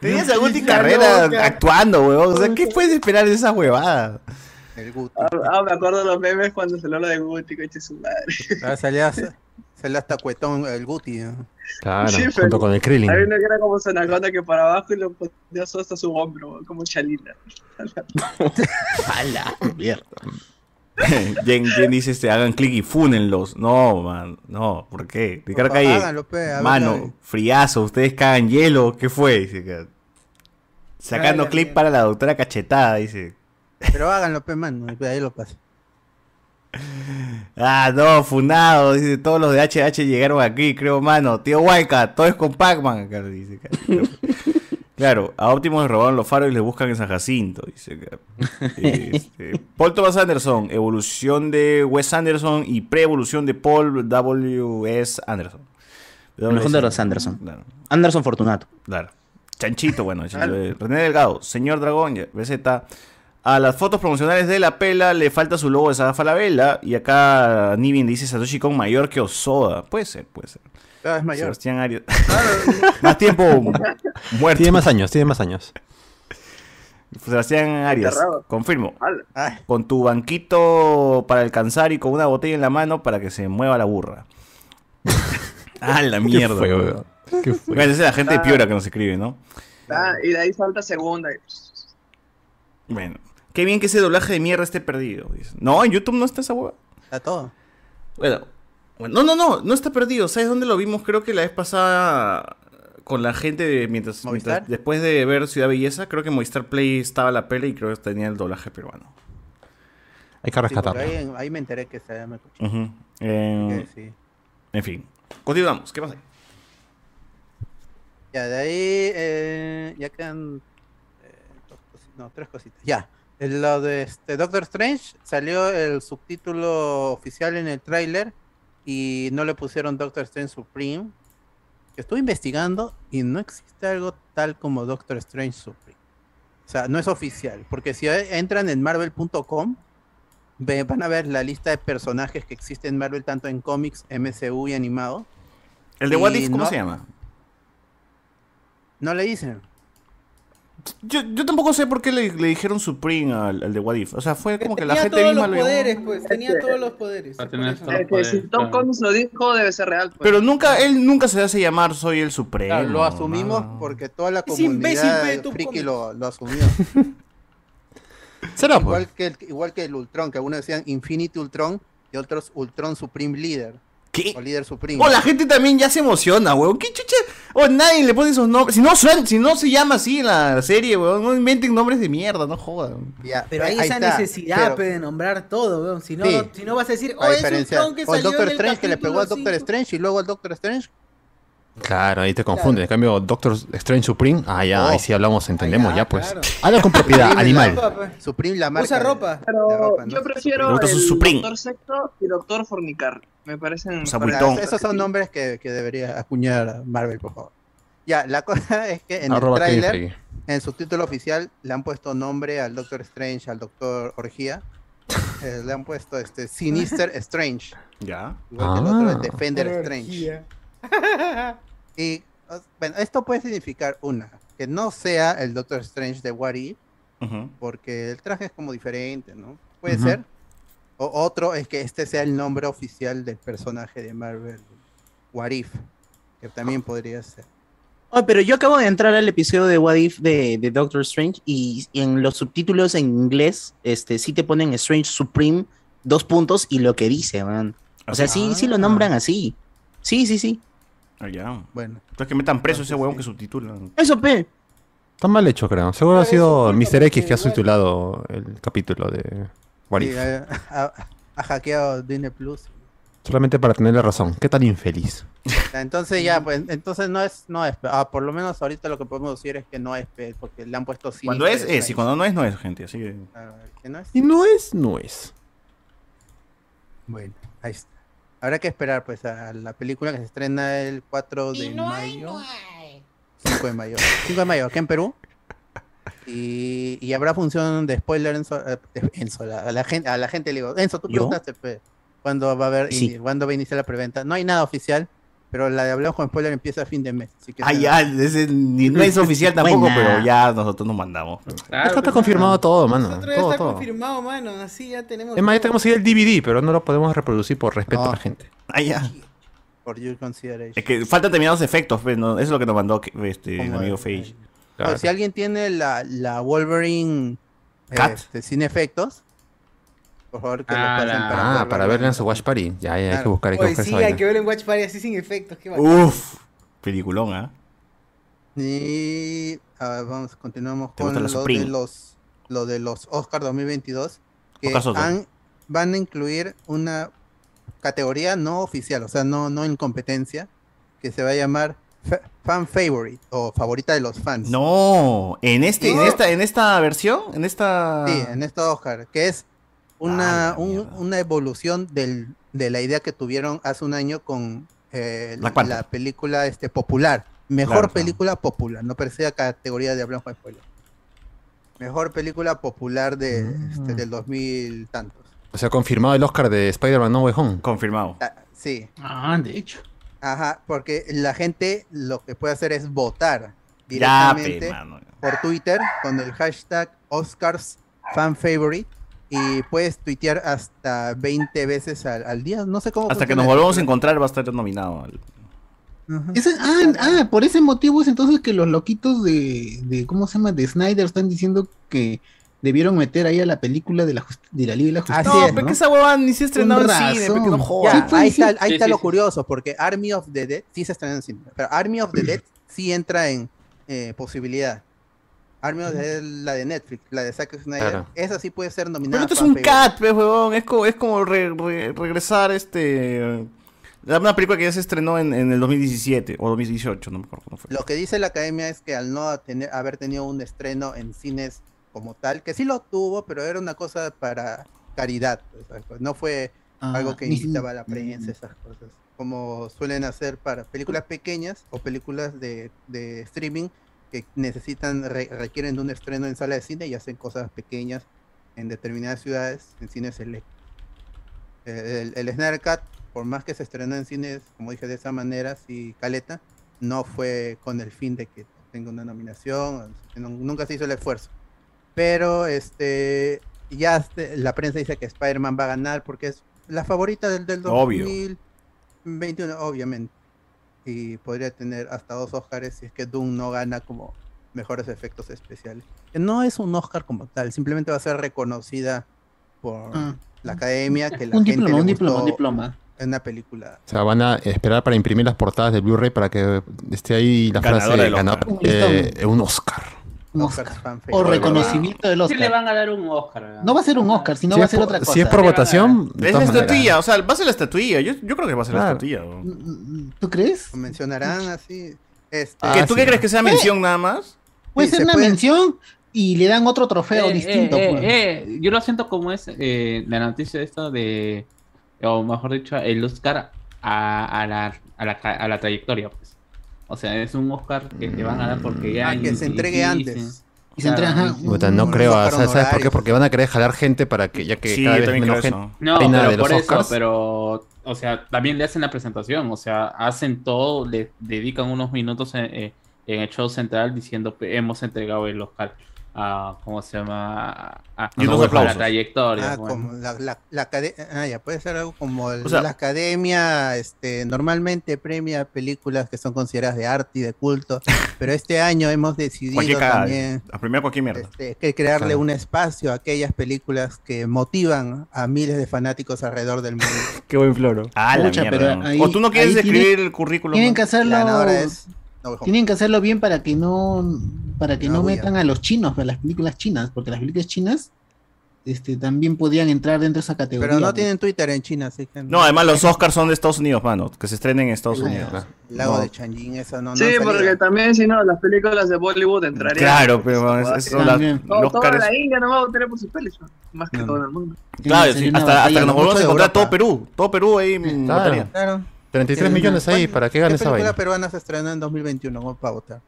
Speaker 4: Tenías a Guti Carrera actuando, huevón. O sea, ¿qué puedes esperar de esa huevada?
Speaker 1: El gusto.
Speaker 9: Ah, me acuerdo de los memes cuando se lo habla de Guti, coche su madre.
Speaker 1: Ah, salía, salía hasta cuetón el Guti. ¿no?
Speaker 3: Claro,
Speaker 9: sí, pero-
Speaker 3: junto con el Krillin.
Speaker 9: Hay uno que era como Sonaconda que para abajo y lo ponía solo hasta su hombro, como chalina.
Speaker 5: ¡Hala! Mierda.
Speaker 4: Jen, Jen dice: este, hagan clic y funenlos. No, man, no, ¿por qué? Ricardo
Speaker 1: Papá,
Speaker 4: Calle.
Speaker 1: háganlo, pe, a ver,
Speaker 4: Mano,
Speaker 1: dale.
Speaker 4: friazo, ustedes cagan hielo, ¿qué fue? Dice que- Sacando
Speaker 2: Cállate.
Speaker 4: clip para la doctora cachetada, dice.
Speaker 1: Pero háganlo, pe, mano. y Ahí lo paso.
Speaker 4: Ah, no, funado, dice, todos los de HH llegaron aquí, creo, mano. Tío Huayca, todo es con Pac-Man, acá, dice. Claro, a Optimus le robaron los faros y les buscan en San Jacinto, dice. acá. Este, Paul Thomas Anderson, evolución de Wes Anderson y pre-evolución de Paul W.S. Anderson.
Speaker 5: mejor de los Anderson.
Speaker 4: Claro.
Speaker 5: Anderson Fortunato.
Speaker 4: Claro. Chanchito, bueno. chanchito. Eh, René Delgado, señor Dragón, ya, BZ. A las fotos promocionales de la pela le falta su logo de Saga Falabella. Y acá Nibin dice Satoshi Kon mayor que Osoda. Puede ser, puede ser.
Speaker 1: Cada vez mayor.
Speaker 4: Sebastián Arias. más tiempo muerto.
Speaker 3: Tiene más años, tiene más años.
Speaker 4: Sebastián Arias.
Speaker 9: Enterrado.
Speaker 4: Confirmo.
Speaker 1: Ay,
Speaker 4: Con tu banquito para alcanzar y con una botella en la mano para que se mueva la burra. ah, la mierda.
Speaker 3: ¿Qué fue, weón? ¿Qué fue?
Speaker 4: Bueno, esa es la gente de Piura que nos escribe, ¿no?
Speaker 9: Ah, y de ahí salta segunda. y-
Speaker 4: Bueno. Qué bien que ese doblaje de mierda esté perdido. dice. No, en YouTube no está esa hueva.
Speaker 1: está todo.
Speaker 4: Bueno. bueno, No, no, no. No está perdido. ¿Sabes dónde lo vimos? Creo que la vez pasada con la gente de, mientras,
Speaker 1: ¿Movistar?
Speaker 4: mientras- después de ver Ciudad Belleza, creo que Movistar Play estaba la peli y creo que tenía el doblaje peruano.
Speaker 1: Sí,
Speaker 3: Hay que
Speaker 1: porque
Speaker 3: rescatarlo.
Speaker 1: ahí, ahí me enteré que se me escuchó.
Speaker 4: Ujú. Eh,
Speaker 1: Sí.
Speaker 4: En fin. Continuamos. ¿Qué pasa?
Speaker 1: Ya, de ahí eh, ya quedan eh, dos cosi- no, tres cositas. Ya. En Lo de este Doctor Strange salió el subtítulo oficial en el tráiler y no le pusieron Doctor Strange Supreme. Estuve investigando y no existe algo tal como Doctor Strange Supreme. O sea, no es oficial, porque si eh, entran en marvel.com ve- van a ver la lista de personajes que existen en Marvel tanto en cómics, MCU y animado.
Speaker 4: El de
Speaker 1: Y
Speaker 4: What If, ¿cómo
Speaker 1: no-
Speaker 4: se llama?
Speaker 1: No le dicen.
Speaker 4: Yo, yo tampoco sé por qué le, le dijeron Supreme al, al de What If. O sea, fue como que la gente
Speaker 2: todos
Speaker 4: misma
Speaker 2: los
Speaker 4: lo llamó.
Speaker 2: poderes, pues. Tenía
Speaker 9: Este-
Speaker 2: todos los poderes.
Speaker 8: Va a
Speaker 2: Por
Speaker 8: tener
Speaker 2: eso.
Speaker 8: todo.
Speaker 9: Eh, que si
Speaker 8: Poder,
Speaker 9: Tom
Speaker 8: claro.
Speaker 9: Collins lo dijo, debe ser real. pues.
Speaker 4: Pero nunca, él nunca se hace llamar soy el Supremo.
Speaker 1: Claro, lo asumimos
Speaker 4: mano.
Speaker 1: porque toda la
Speaker 2: Es imbécil,
Speaker 1: comunidad
Speaker 2: pe, tú
Speaker 1: friki
Speaker 2: comes.
Speaker 1: lo, lo asumió.
Speaker 3: Será, pues.
Speaker 1: igual, que el, igual que el Ultron, que algunos decían Infinity Ultron y otros Ultron Supreme Leader
Speaker 4: ¿Qué?
Speaker 1: o Líder Supreme.
Speaker 4: Oh, la gente también ya se emociona, weón. ¿Qué chucha? Oh, nadie le pone esos nombres. Si no, suena- si no se llama así la serie, weón. No inventen nombres de mierda, no jodan.
Speaker 1: Ya,
Speaker 2: Pero hay
Speaker 1: ahí
Speaker 2: esa
Speaker 1: está,
Speaker 2: necesidad
Speaker 1: pero-
Speaker 2: pe, de nombrar todo, weón. Si no,
Speaker 1: Sí.
Speaker 2: no- si no vas a decir,
Speaker 1: para
Speaker 2: oh, es un
Speaker 1: diferenciar.
Speaker 2: clon que
Speaker 1: o el
Speaker 2: salió
Speaker 1: Doctor
Speaker 2: en el
Speaker 1: Strange que le pegó al Doctor
Speaker 2: capítulo cinco.
Speaker 1: Strange y luego al Doctor Strange.
Speaker 3: Claro, ahí te confunden. En cambio, Doctor Strange Supreme, ah, ya,
Speaker 1: Oh.
Speaker 3: ahí sí hablamos, entendemos,
Speaker 2: Ah,
Speaker 3: ya pues.
Speaker 2: claro.
Speaker 3: Habla con propiedad,
Speaker 1: Dímelo.
Speaker 3: animal.
Speaker 2: Ropa, pe.
Speaker 1: Supreme la marca.
Speaker 2: Usa
Speaker 1: de-
Speaker 2: ropa.
Speaker 1: de
Speaker 9: Pero
Speaker 1: ropa, ¿no?
Speaker 9: yo prefiero
Speaker 4: Doctor
Speaker 9: el
Speaker 4: Supreme.
Speaker 9: Doctor Sexto y Doctor Fornicar. Me parecen...
Speaker 1: Ah,
Speaker 4: Sabuitón. Perdón.
Speaker 1: esos son nombres que, que debería acuñar Marvel, por favor. Ya, la cosa es que en el
Speaker 3: Arroba Kevin
Speaker 1: tráiler
Speaker 3: Feige.
Speaker 1: En su título oficial le han puesto nombre al Doctor Strange, al Doctor Orgía. Eh, le han puesto este Sinister Strange.
Speaker 4: Ya.
Speaker 1: Igual que el otro es
Speaker 3: Ah.
Speaker 1: Defender Strange. Y o- bueno, esto puede significar una, que no sea el Doctor Strange de Wari,
Speaker 4: Ujú.
Speaker 1: porque el traje es como diferente, ¿no? Puede
Speaker 3: Ujú.
Speaker 1: ser. O otro es que este sea el nombre oficial del personaje de Marvel, Warif, que también podría ser.
Speaker 5: Oh, pero yo acabo de entrar al episodio de What If de, de Doctor Strange y, y en los subtítulos en inglés este, sí te ponen Strange Supreme, dos puntos y lo que dice, man. O sea, sí, sí lo nombran así. Sí, sí, sí.
Speaker 4: Ah, ya.
Speaker 1: Bueno,
Speaker 4: Entonces que metan preso ese
Speaker 1: Entonces,
Speaker 4: weón
Speaker 1: sí.
Speaker 4: que subtitulan.
Speaker 5: Eso, pe.
Speaker 3: Está mal hecho, creo. Seguro ha
Speaker 2: Claro,
Speaker 3: sido
Speaker 2: eso fue
Speaker 3: Mr. X
Speaker 2: porque
Speaker 3: que ha
Speaker 2: igual-
Speaker 3: titulado el capítulo de What
Speaker 1: y,
Speaker 3: If.
Speaker 1: eh, ha, ha hackeado Disney Plus.
Speaker 3: Solamente para tener la razón. ¿Qué tan infeliz?
Speaker 1: Ya, Entonces ya, pues, entonces no es, no es, ah, por lo menos ahorita lo que podemos decir es que no es, pe, porque le han puesto sí.
Speaker 4: Cuando es, es, y cuando no es, no es, gente. Así que.
Speaker 1: Ah, que no es.
Speaker 3: Y no es, no es.
Speaker 1: Bueno, ahí está. Habrá que esperar pues a la película que se estrena el 4 de mayo. 5 de mayo. 5 de mayo, acá en Perú. Y, y habrá función de spoiler Enzo, eh, Enzo, la- a, la gente, a la gente le digo, Enzo, tú
Speaker 5: ¿Yo?
Speaker 1: preguntaste pe, cuándo va a haber,
Speaker 5: Sí.
Speaker 1: ini- cuándo va a iniciar la preventa. No hay nada oficial, pero la de hablamos con spoiler empieza a fin de mes. Así que
Speaker 4: Ah, ya, ese ni- no es oficial tampoco,
Speaker 5: Buena.
Speaker 4: pero ya nosotros nos mandamos.
Speaker 3: Ya
Speaker 7: Claro,
Speaker 3: está, está
Speaker 7: pues,
Speaker 3: confirmado todo, mano.
Speaker 2: Nosotros ya
Speaker 3: Todo,
Speaker 2: está
Speaker 3: todo.
Speaker 2: confirmado, mano. Así ya tenemos.
Speaker 3: Es más, ya
Speaker 2: todo.
Speaker 3: tenemos ahí el DVD, pero no lo podemos reproducir por respeto
Speaker 1: No.
Speaker 3: a la gente.
Speaker 4: Ah, ya.
Speaker 1: por your consideration.
Speaker 4: Es que faltan determinados efectos, pues, ¿no? Eso es lo que nos mandó que- este, el
Speaker 1: Como
Speaker 4: amigo
Speaker 1: el-
Speaker 4: Feige.
Speaker 1: Bueno,
Speaker 3: Claro.
Speaker 1: Pues, si alguien tiene la, la Wolverine
Speaker 4: Cat.
Speaker 1: este, sin efectos, por favor que
Speaker 7: Ah,
Speaker 1: lo pasen
Speaker 7: la-
Speaker 1: para
Speaker 3: Ah,
Speaker 1: poder
Speaker 3: para verla en su Watch Party. Ya, ya, hay que
Speaker 1: Claro.
Speaker 3: buscar, hay que
Speaker 2: Oye,
Speaker 3: buscar
Speaker 2: sí,
Speaker 3: esa
Speaker 2: hay
Speaker 3: vaina.
Speaker 2: que ver en Watch Party así sin efectos. Qué bacán.
Speaker 4: Uf, peliculón, ¿ah?
Speaker 1: Y a ver, vamos, continuamos
Speaker 4: ¿Te
Speaker 1: con
Speaker 4: gusta la
Speaker 1: lo
Speaker 4: Supreme?
Speaker 1: de, los, lo de los Oscar 2022, que
Speaker 4: Oscar Soto.
Speaker 1: han- van a incluir una categoría no oficial, o sea, no, no en competencia, que se va a llamar fa- Fan Favorite o favorita de los fans.
Speaker 4: No, en este,
Speaker 1: No.
Speaker 4: en esta, en esta versión, en esta.
Speaker 1: Sí, en esta Oscar, que es
Speaker 4: Ah,
Speaker 1: una,
Speaker 4: la
Speaker 1: un-
Speaker 4: mierda.
Speaker 1: una evolución del, de la idea que tuvieron hace un año con eh,
Speaker 4: Black
Speaker 1: la,
Speaker 4: Panther.
Speaker 1: película este, popular. Mejor
Speaker 4: Claro, claro.
Speaker 1: película popular, no persiga categoría de hablamos de spoiler. Mejor película popular de,
Speaker 4: Mm.
Speaker 1: este, del 2000 tantos.
Speaker 3: O sea, confirmado el Oscar de Spider-Man No Way Home.
Speaker 4: Confirmado.
Speaker 1: Ah, sí,
Speaker 8: Ah, de hecho.
Speaker 1: ajá, porque la gente lo que puede hacer es votar
Speaker 4: Ya,
Speaker 1: directamente.
Speaker 4: pe, mano.
Speaker 1: por Twitter con el hashtag Oscars Fan Favorite y puedes tuitear hasta 20 veces al, al día. No sé cómo.
Speaker 4: Hasta que
Speaker 1: funciona
Speaker 4: nos
Speaker 1: esto,
Speaker 4: volvamos a
Speaker 1: pero-
Speaker 4: encontrar va a estar nominado. al-
Speaker 1: Ajá.
Speaker 6: Ese- ah, ah, por ese motivo es entonces que los loquitos de, de ¿cómo se llama? de Snyder están diciendo que debieron meter ahí a la película de la, jus- de la Liga y la Justicia.
Speaker 1: Así es,
Speaker 6: ¿no?
Speaker 4: pe, que esa huevada ni se ha estrenado en
Speaker 6: Con
Speaker 4: cine, pe,
Speaker 6: razón.
Speaker 4: que no
Speaker 6: Ya.
Speaker 4: jodas.
Speaker 1: Ya,
Speaker 6: Sí, pues,
Speaker 1: Ah, ahí
Speaker 6: sí.
Speaker 1: está, ahí
Speaker 7: Sí,
Speaker 1: está
Speaker 7: sí,
Speaker 1: lo
Speaker 7: sí.
Speaker 1: curioso, porque Army of the Dead sí se estrena en cine, pero Army of the Dead sí entra en eh, posibilidad. Army of the Dead, la de Netflix, la de Zack Snyder,
Speaker 3: Claro.
Speaker 1: esa sí puede ser nominada.
Speaker 4: Pero esto es
Speaker 1: fan
Speaker 4: un
Speaker 1: favorite.
Speaker 4: cat, pe, huevón. Es como, es como re- re- regresar este. Era Una película que ya se estrenó en, en el 2017 o 2018, no me acuerdo cuándo fue.
Speaker 1: Lo que dice la academia es que al no tener- haber tenido un estreno en cines como tal, que sí lo tuvo, pero era una cosa para caridad. o sea, pues, no fue
Speaker 6: Ah,
Speaker 1: algo que incitaba a
Speaker 6: Mm,
Speaker 1: la prensa, esas cosas. Como suelen hacer para películas pequeñas o películas de, de streaming que necesitan, re- requieren de un estreno en sala de cine y hacen cosas pequeñas en determinadas ciudades, en cines selectos. El, el Snyder Cut, por más que se estrenó en cines, como dije, de esa manera, sí, caleta, no fue con el fin de que tenga una nominación, no- nunca se hizo el esfuerzo. Pero este ya este- la prensa dice que Spider-Man va a ganar porque es la favorita del, del
Speaker 4: Obvio.
Speaker 1: 2021, obviamente. Y podría tener hasta dos Oscars si es que Doom no gana como mejores efectos especiales. Que No es un Oscar como tal, simplemente va a ser reconocida por
Speaker 6: Ah.
Speaker 1: la academia que la
Speaker 6: Un
Speaker 1: gente
Speaker 6: diploma,
Speaker 1: le
Speaker 6: un diploma,
Speaker 1: gustó
Speaker 6: un
Speaker 8: diploma.
Speaker 1: en una película.
Speaker 3: O sea, van a esperar para imprimir las portadas del Blu-ray para que esté ahí la
Speaker 4: Ganadora
Speaker 3: frase
Speaker 4: del
Speaker 3: ganador,
Speaker 6: Oscar.
Speaker 3: eh, un Oscar.
Speaker 6: Un
Speaker 1: Oscar
Speaker 6: Oscar.
Speaker 1: Fan Fest.
Speaker 6: O reconocimiento del
Speaker 8: Sí le
Speaker 6: Oscar.
Speaker 8: van a dar un Oscar. ¿verdad?
Speaker 6: No va a ser un Oscar, sino
Speaker 3: si
Speaker 6: va a
Speaker 3: es
Speaker 6: ser
Speaker 3: por-
Speaker 6: otra cosa.
Speaker 3: Si es por
Speaker 8: Sí, van a
Speaker 3: votación, de
Speaker 4: Es la
Speaker 3: todas maneras.
Speaker 4: estatuilla, o sea, va a ser la estatuilla. Yo, yo creo que va a ser la
Speaker 3: Claro.
Speaker 4: estatuilla. weón.
Speaker 6: Mm, ¿Tú crees?
Speaker 1: mencionarán así. Este,
Speaker 3: Ah,
Speaker 4: ¿Que ¿Tú
Speaker 3: sí.
Speaker 4: qué crees que sea mención nada más?
Speaker 6: Puede
Speaker 1: Sí,
Speaker 6: ser
Speaker 1: se
Speaker 6: una
Speaker 1: puede.
Speaker 6: mención y le dan otro trofeo
Speaker 8: Eh,
Speaker 6: distinto.
Speaker 8: eh,
Speaker 6: pues.
Speaker 8: eh, eh, Yo lo siento como es eh, la noticia esta de, o mejor dicho, el Oscar a, a la, a, la, ca- a la trayectoria. Pues. O sea, es un Oscar que te van a dar porque ya...
Speaker 1: ah, que se entregue antes.
Speaker 6: Y se entregan,
Speaker 8: claro,
Speaker 6: ajá,
Speaker 8: sí.
Speaker 6: un-
Speaker 3: Puta, no
Speaker 1: Mm,
Speaker 3: creo,
Speaker 1: no
Speaker 3: o sea,
Speaker 1: sacaron
Speaker 3: ¿sabes por qué?
Speaker 1: horarios.
Speaker 3: Porque van a querer jalar gente para que ya que
Speaker 4: Sí,
Speaker 3: cada
Speaker 4: yo
Speaker 3: vez
Speaker 4: también creo
Speaker 3: menos gente
Speaker 4: eso.
Speaker 8: No,
Speaker 3: reina
Speaker 8: pero
Speaker 3: de los
Speaker 8: por eso,
Speaker 3: Oscars.
Speaker 8: pero, o sea, también le hacen la presentación, o sea, hacen todo, le dedican unos minutos en, eh, en el show central diciendo que hemos entregado el Oscar a, ¿cómo se llama? A, a-
Speaker 4: Y unos
Speaker 8: a la
Speaker 4: aplausos.
Speaker 8: trayectoria.
Speaker 1: Ah,
Speaker 8: bueno.
Speaker 1: como la, la, la acade- ah, ya, puede ser algo como el-
Speaker 4: O sea-
Speaker 1: la academia este, normalmente premia películas que son consideradas de arte y de culto, pero este año hemos decidido
Speaker 4: Cualquier cagada.
Speaker 1: también
Speaker 4: A primera cualquier
Speaker 3: Eh,
Speaker 4: mierda.
Speaker 1: este, que crearle
Speaker 3: Claro.
Speaker 1: un espacio a aquellas películas que motivan a miles de fanáticos alrededor del mundo.
Speaker 3: Qué buen floro.
Speaker 4: Ah, la
Speaker 6: Pucha,
Speaker 4: mierda.
Speaker 6: pero
Speaker 4: ¿no?
Speaker 6: ahí-
Speaker 4: o tú no quieres
Speaker 6: ahí tiene-
Speaker 4: escribir el currículum.
Speaker 6: Tienen que
Speaker 4: ¿no?
Speaker 6: hacerlo.
Speaker 1: La ganadora es No Way Home.
Speaker 6: Tienen que hacerlo bien para que no para que
Speaker 1: No
Speaker 6: no,
Speaker 1: huyan.
Speaker 6: metan a los chinos para las películas chinas, porque las películas chinas este también podían entrar dentro de esa categoría.
Speaker 1: Pero no
Speaker 6: pues.
Speaker 1: tienen Twitter en China, así que
Speaker 4: No, además los Oscars son de Estados Unidos, mano. Que se estrenen en Estados
Speaker 6: Ah,
Speaker 4: Unidos.
Speaker 1: el lago
Speaker 4: no.
Speaker 1: de Changjin, eso no. no
Speaker 9: sí,
Speaker 1: han salido.
Speaker 9: porque también si no, las películas de Bollywood entrarían.
Speaker 4: Claro, pero es- es- son las-
Speaker 6: También.
Speaker 4: los
Speaker 9: Todo- toda
Speaker 4: Oscars-
Speaker 9: la India no va a votar por sus pelis, ¿no? más que
Speaker 1: No,
Speaker 9: todo el mundo.
Speaker 4: Claro, sí,
Speaker 6: Sería una
Speaker 4: hasta, hasta
Speaker 6: batalla
Speaker 4: que nos
Speaker 6: de-
Speaker 4: volvamos a
Speaker 1: mucho de
Speaker 4: encontrar todo
Speaker 1: Europa.
Speaker 4: Perú. Todo Perú ahí mm,
Speaker 3: Claro.
Speaker 4: votaría.
Speaker 1: Claro.
Speaker 3: 33 millones ahí, ¿para qué gane esa
Speaker 1: película
Speaker 3: vaina?
Speaker 1: peruana se estrenó en 2021 como para votar?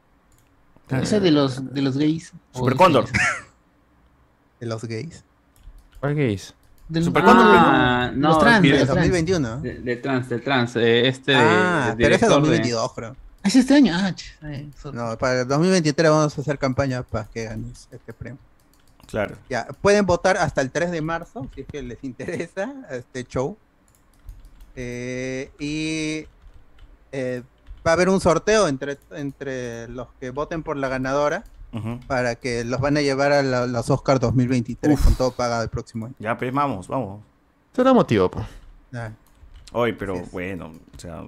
Speaker 6: Esa de los de los gays. Este, o
Speaker 4: Super
Speaker 6: los
Speaker 4: Cóndor.
Speaker 6: gays.
Speaker 1: De los gays.
Speaker 3: ¿Cuál que es?
Speaker 6: Del-
Speaker 4: Super Cóndor,
Speaker 8: Ah, no,
Speaker 6: Los trans,
Speaker 8: mira,
Speaker 1: Del
Speaker 6: los trans.
Speaker 1: 2021.
Speaker 8: de, de trans, del trans, eh, este de-
Speaker 1: Ah, pero ese
Speaker 8: de
Speaker 1: es
Speaker 8: director de-
Speaker 1: 2022, creo.
Speaker 6: Ah, ¿Es este año? Ah, ch- ay, sorry.
Speaker 1: No, para el 2023 vamos a hacer campaña para que ganes este premio.
Speaker 4: Claro.
Speaker 1: Ya, pueden votar hasta el 3 de marzo, si es que les interesa este show. Eh, y eh, va a haber un sorteo entre, entre los que voten por la ganadora
Speaker 4: Ujú.
Speaker 1: para que los van a llevar a la- los Oscars 2023 con todo pagado el próximo año.
Speaker 4: Ya, pues vamos, vamos.
Speaker 3: Será motivo, po.
Speaker 1: Ah,
Speaker 4: Hoy, pero
Speaker 1: Así es.
Speaker 4: bueno, o sea.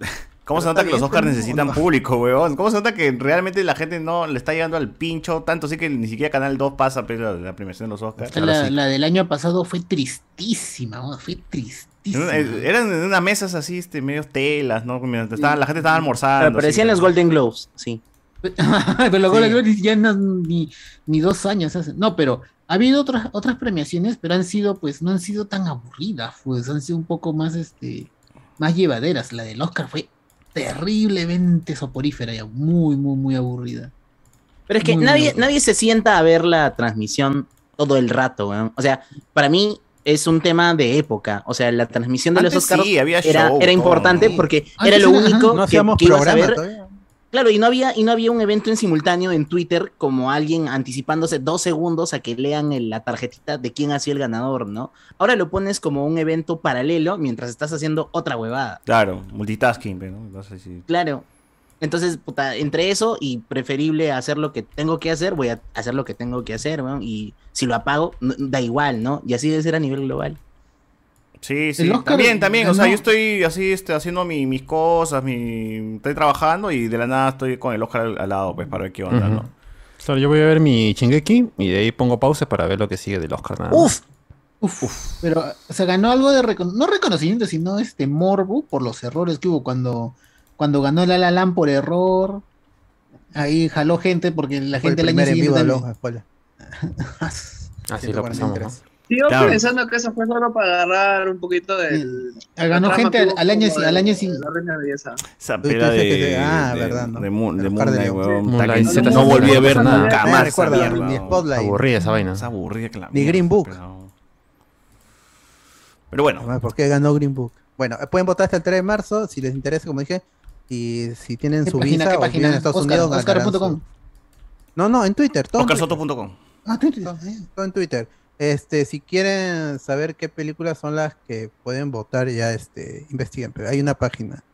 Speaker 4: ¿Cómo se
Speaker 1: Pero
Speaker 4: nota
Speaker 1: está
Speaker 4: que los
Speaker 1: bien,
Speaker 4: Oscars
Speaker 1: pues, no,
Speaker 4: necesitan
Speaker 1: no.
Speaker 4: público, weón? ¿Cómo se nota que realmente la gente no le está llegando al pincho? Tanto así que ni siquiera Canal 2 pasa pues, la, la premiación de los Oscars.
Speaker 3: Claro,
Speaker 6: la,
Speaker 3: sí.
Speaker 6: la del año pasado fue tristísima, weón, fue
Speaker 4: En
Speaker 6: tristísima.
Speaker 4: una- eh, eran en unas mesas así, este, medios telas, ¿no? Mientras estaban- la gente estaba almorzando.
Speaker 5: Pero parecían
Speaker 4: así.
Speaker 5: los Golden Globes, sí.
Speaker 6: pero luego
Speaker 1: Sí.
Speaker 6: la Glory ya no- ni, ni dos años hace. No, pero ha habido otras otras premiaciones, pero han sido, pues, no han sido tan aburridas, pues, han sido un poco más, este, más llevaderas. La del Oscar fue terriblemente soporífera, ya muy, muy, muy aburrida.
Speaker 5: Pero es que
Speaker 6: Muy
Speaker 5: nadie,
Speaker 6: bien.
Speaker 5: nadie se sienta a ver la transmisión todo el rato, weón. O sea, para mí es un tema de época. O sea, la transmisión de los
Speaker 4: Antes
Speaker 5: Oscars
Speaker 4: sí, había
Speaker 5: era,
Speaker 4: show,
Speaker 5: era
Speaker 4: todo,
Speaker 5: importante
Speaker 4: ¿no?
Speaker 5: porque
Speaker 6: Antes
Speaker 5: era lo
Speaker 6: era, ajá,
Speaker 5: único
Speaker 1: No
Speaker 5: que,
Speaker 1: hacíamos
Speaker 5: que ibas a
Speaker 1: programa
Speaker 5: ver.
Speaker 1: todavía.
Speaker 5: Claro, y no había, y no había un evento en simultáneo en Twitter como alguien anticipándose dos segundos a que lean el- la tarjetita de quién ha sido el ganador, ¿no? Ahora lo pones como un evento paralelo mientras estás haciendo otra huevada.
Speaker 4: Claro, multitasking, pero, ¿no? Entonces, sí.
Speaker 5: Claro. Entonces, puta, entre eso y preferible hacer lo que tengo que hacer, voy a hacer lo que tengo que hacer, weón. Y si lo apago, no- da igual, ¿no? Y así debe ser a nivel global.
Speaker 4: Sí, sí.
Speaker 6: El Oscar
Speaker 4: también, también. O sea,
Speaker 6: ganó-
Speaker 4: yo estoy así este, haciendo mi- mis cosas, mi... estoy trabajando y de la nada estoy con el Oscar al, al lado, pues, para ver qué onda,
Speaker 3: Ujú.
Speaker 4: ¿no?
Speaker 3: Claro, yo voy a ver mi Chingeki y de ahí pongo pausa para ver lo que sigue del Oscar. Nada más.
Speaker 5: Uf,
Speaker 6: Uf, Pero, o sea, ganó algo de, recon- no reconocimiento, sino este morbo por los errores que hubo cuando, cuando ganó la La Land por error. Ahí jaló gente porque la
Speaker 1: Fue el
Speaker 6: gente la
Speaker 1: primer en vivo de Loja,
Speaker 3: Así Ah, lo pasamos, ¿no?
Speaker 9: Sigo
Speaker 4: Claro.
Speaker 9: pensando que eso fue solo para agarrar un poquito del.
Speaker 6: eh, Ganó
Speaker 9: la trama
Speaker 6: gente
Speaker 9: que
Speaker 6: al,
Speaker 9: hubo
Speaker 6: al año
Speaker 9: como
Speaker 6: si- al
Speaker 9: de-
Speaker 6: año si-
Speaker 9: de La reina de belleza.
Speaker 4: Esa
Speaker 1: Tú
Speaker 4: pela de,
Speaker 1: dices que te- ah,
Speaker 4: de-
Speaker 1: verdad, ¿no?
Speaker 4: de Moon- de
Speaker 1: El
Speaker 4: Moonlight,
Speaker 1: Oscar de León.
Speaker 4: huevón.
Speaker 3: Moonlight
Speaker 4: Puta que
Speaker 3: se
Speaker 4: no,
Speaker 3: te-
Speaker 4: no volví a ver
Speaker 3: no,
Speaker 4: nada.
Speaker 3: no,
Speaker 1: Ah,
Speaker 4: Jamás. esa
Speaker 1: recuerda,
Speaker 4: mierda,
Speaker 1: ni
Speaker 4: huevón.
Speaker 1: Spotlight.
Speaker 3: Aburrida esa vaina.
Speaker 4: Es aburrida que la
Speaker 1: Ni
Speaker 4: mierda,
Speaker 1: Green Book.
Speaker 4: pero- Pero bueno,
Speaker 1: Además, ¿Por qué ganó Green Book? Bueno, eh, pueden votar hasta el 3 de marzo si les interesa, como dije. Y si tienen
Speaker 6: ¿Qué
Speaker 1: su
Speaker 6: página,
Speaker 1: visa
Speaker 6: qué
Speaker 1: o
Speaker 6: página?
Speaker 1: viven en Estados
Speaker 6: Oscar,
Speaker 1: Unidos,
Speaker 6: Oscar
Speaker 1: ganarán
Speaker 6: punto com.
Speaker 1: su- No, no, en Twitter. Todo en Twitter.
Speaker 4: oscarsoto.com.
Speaker 6: Ah, Twitter.
Speaker 1: todo en Twitter. Este, si quieren saber qué películas son las que pueden votar, ya este, investiguen. Pero hay una página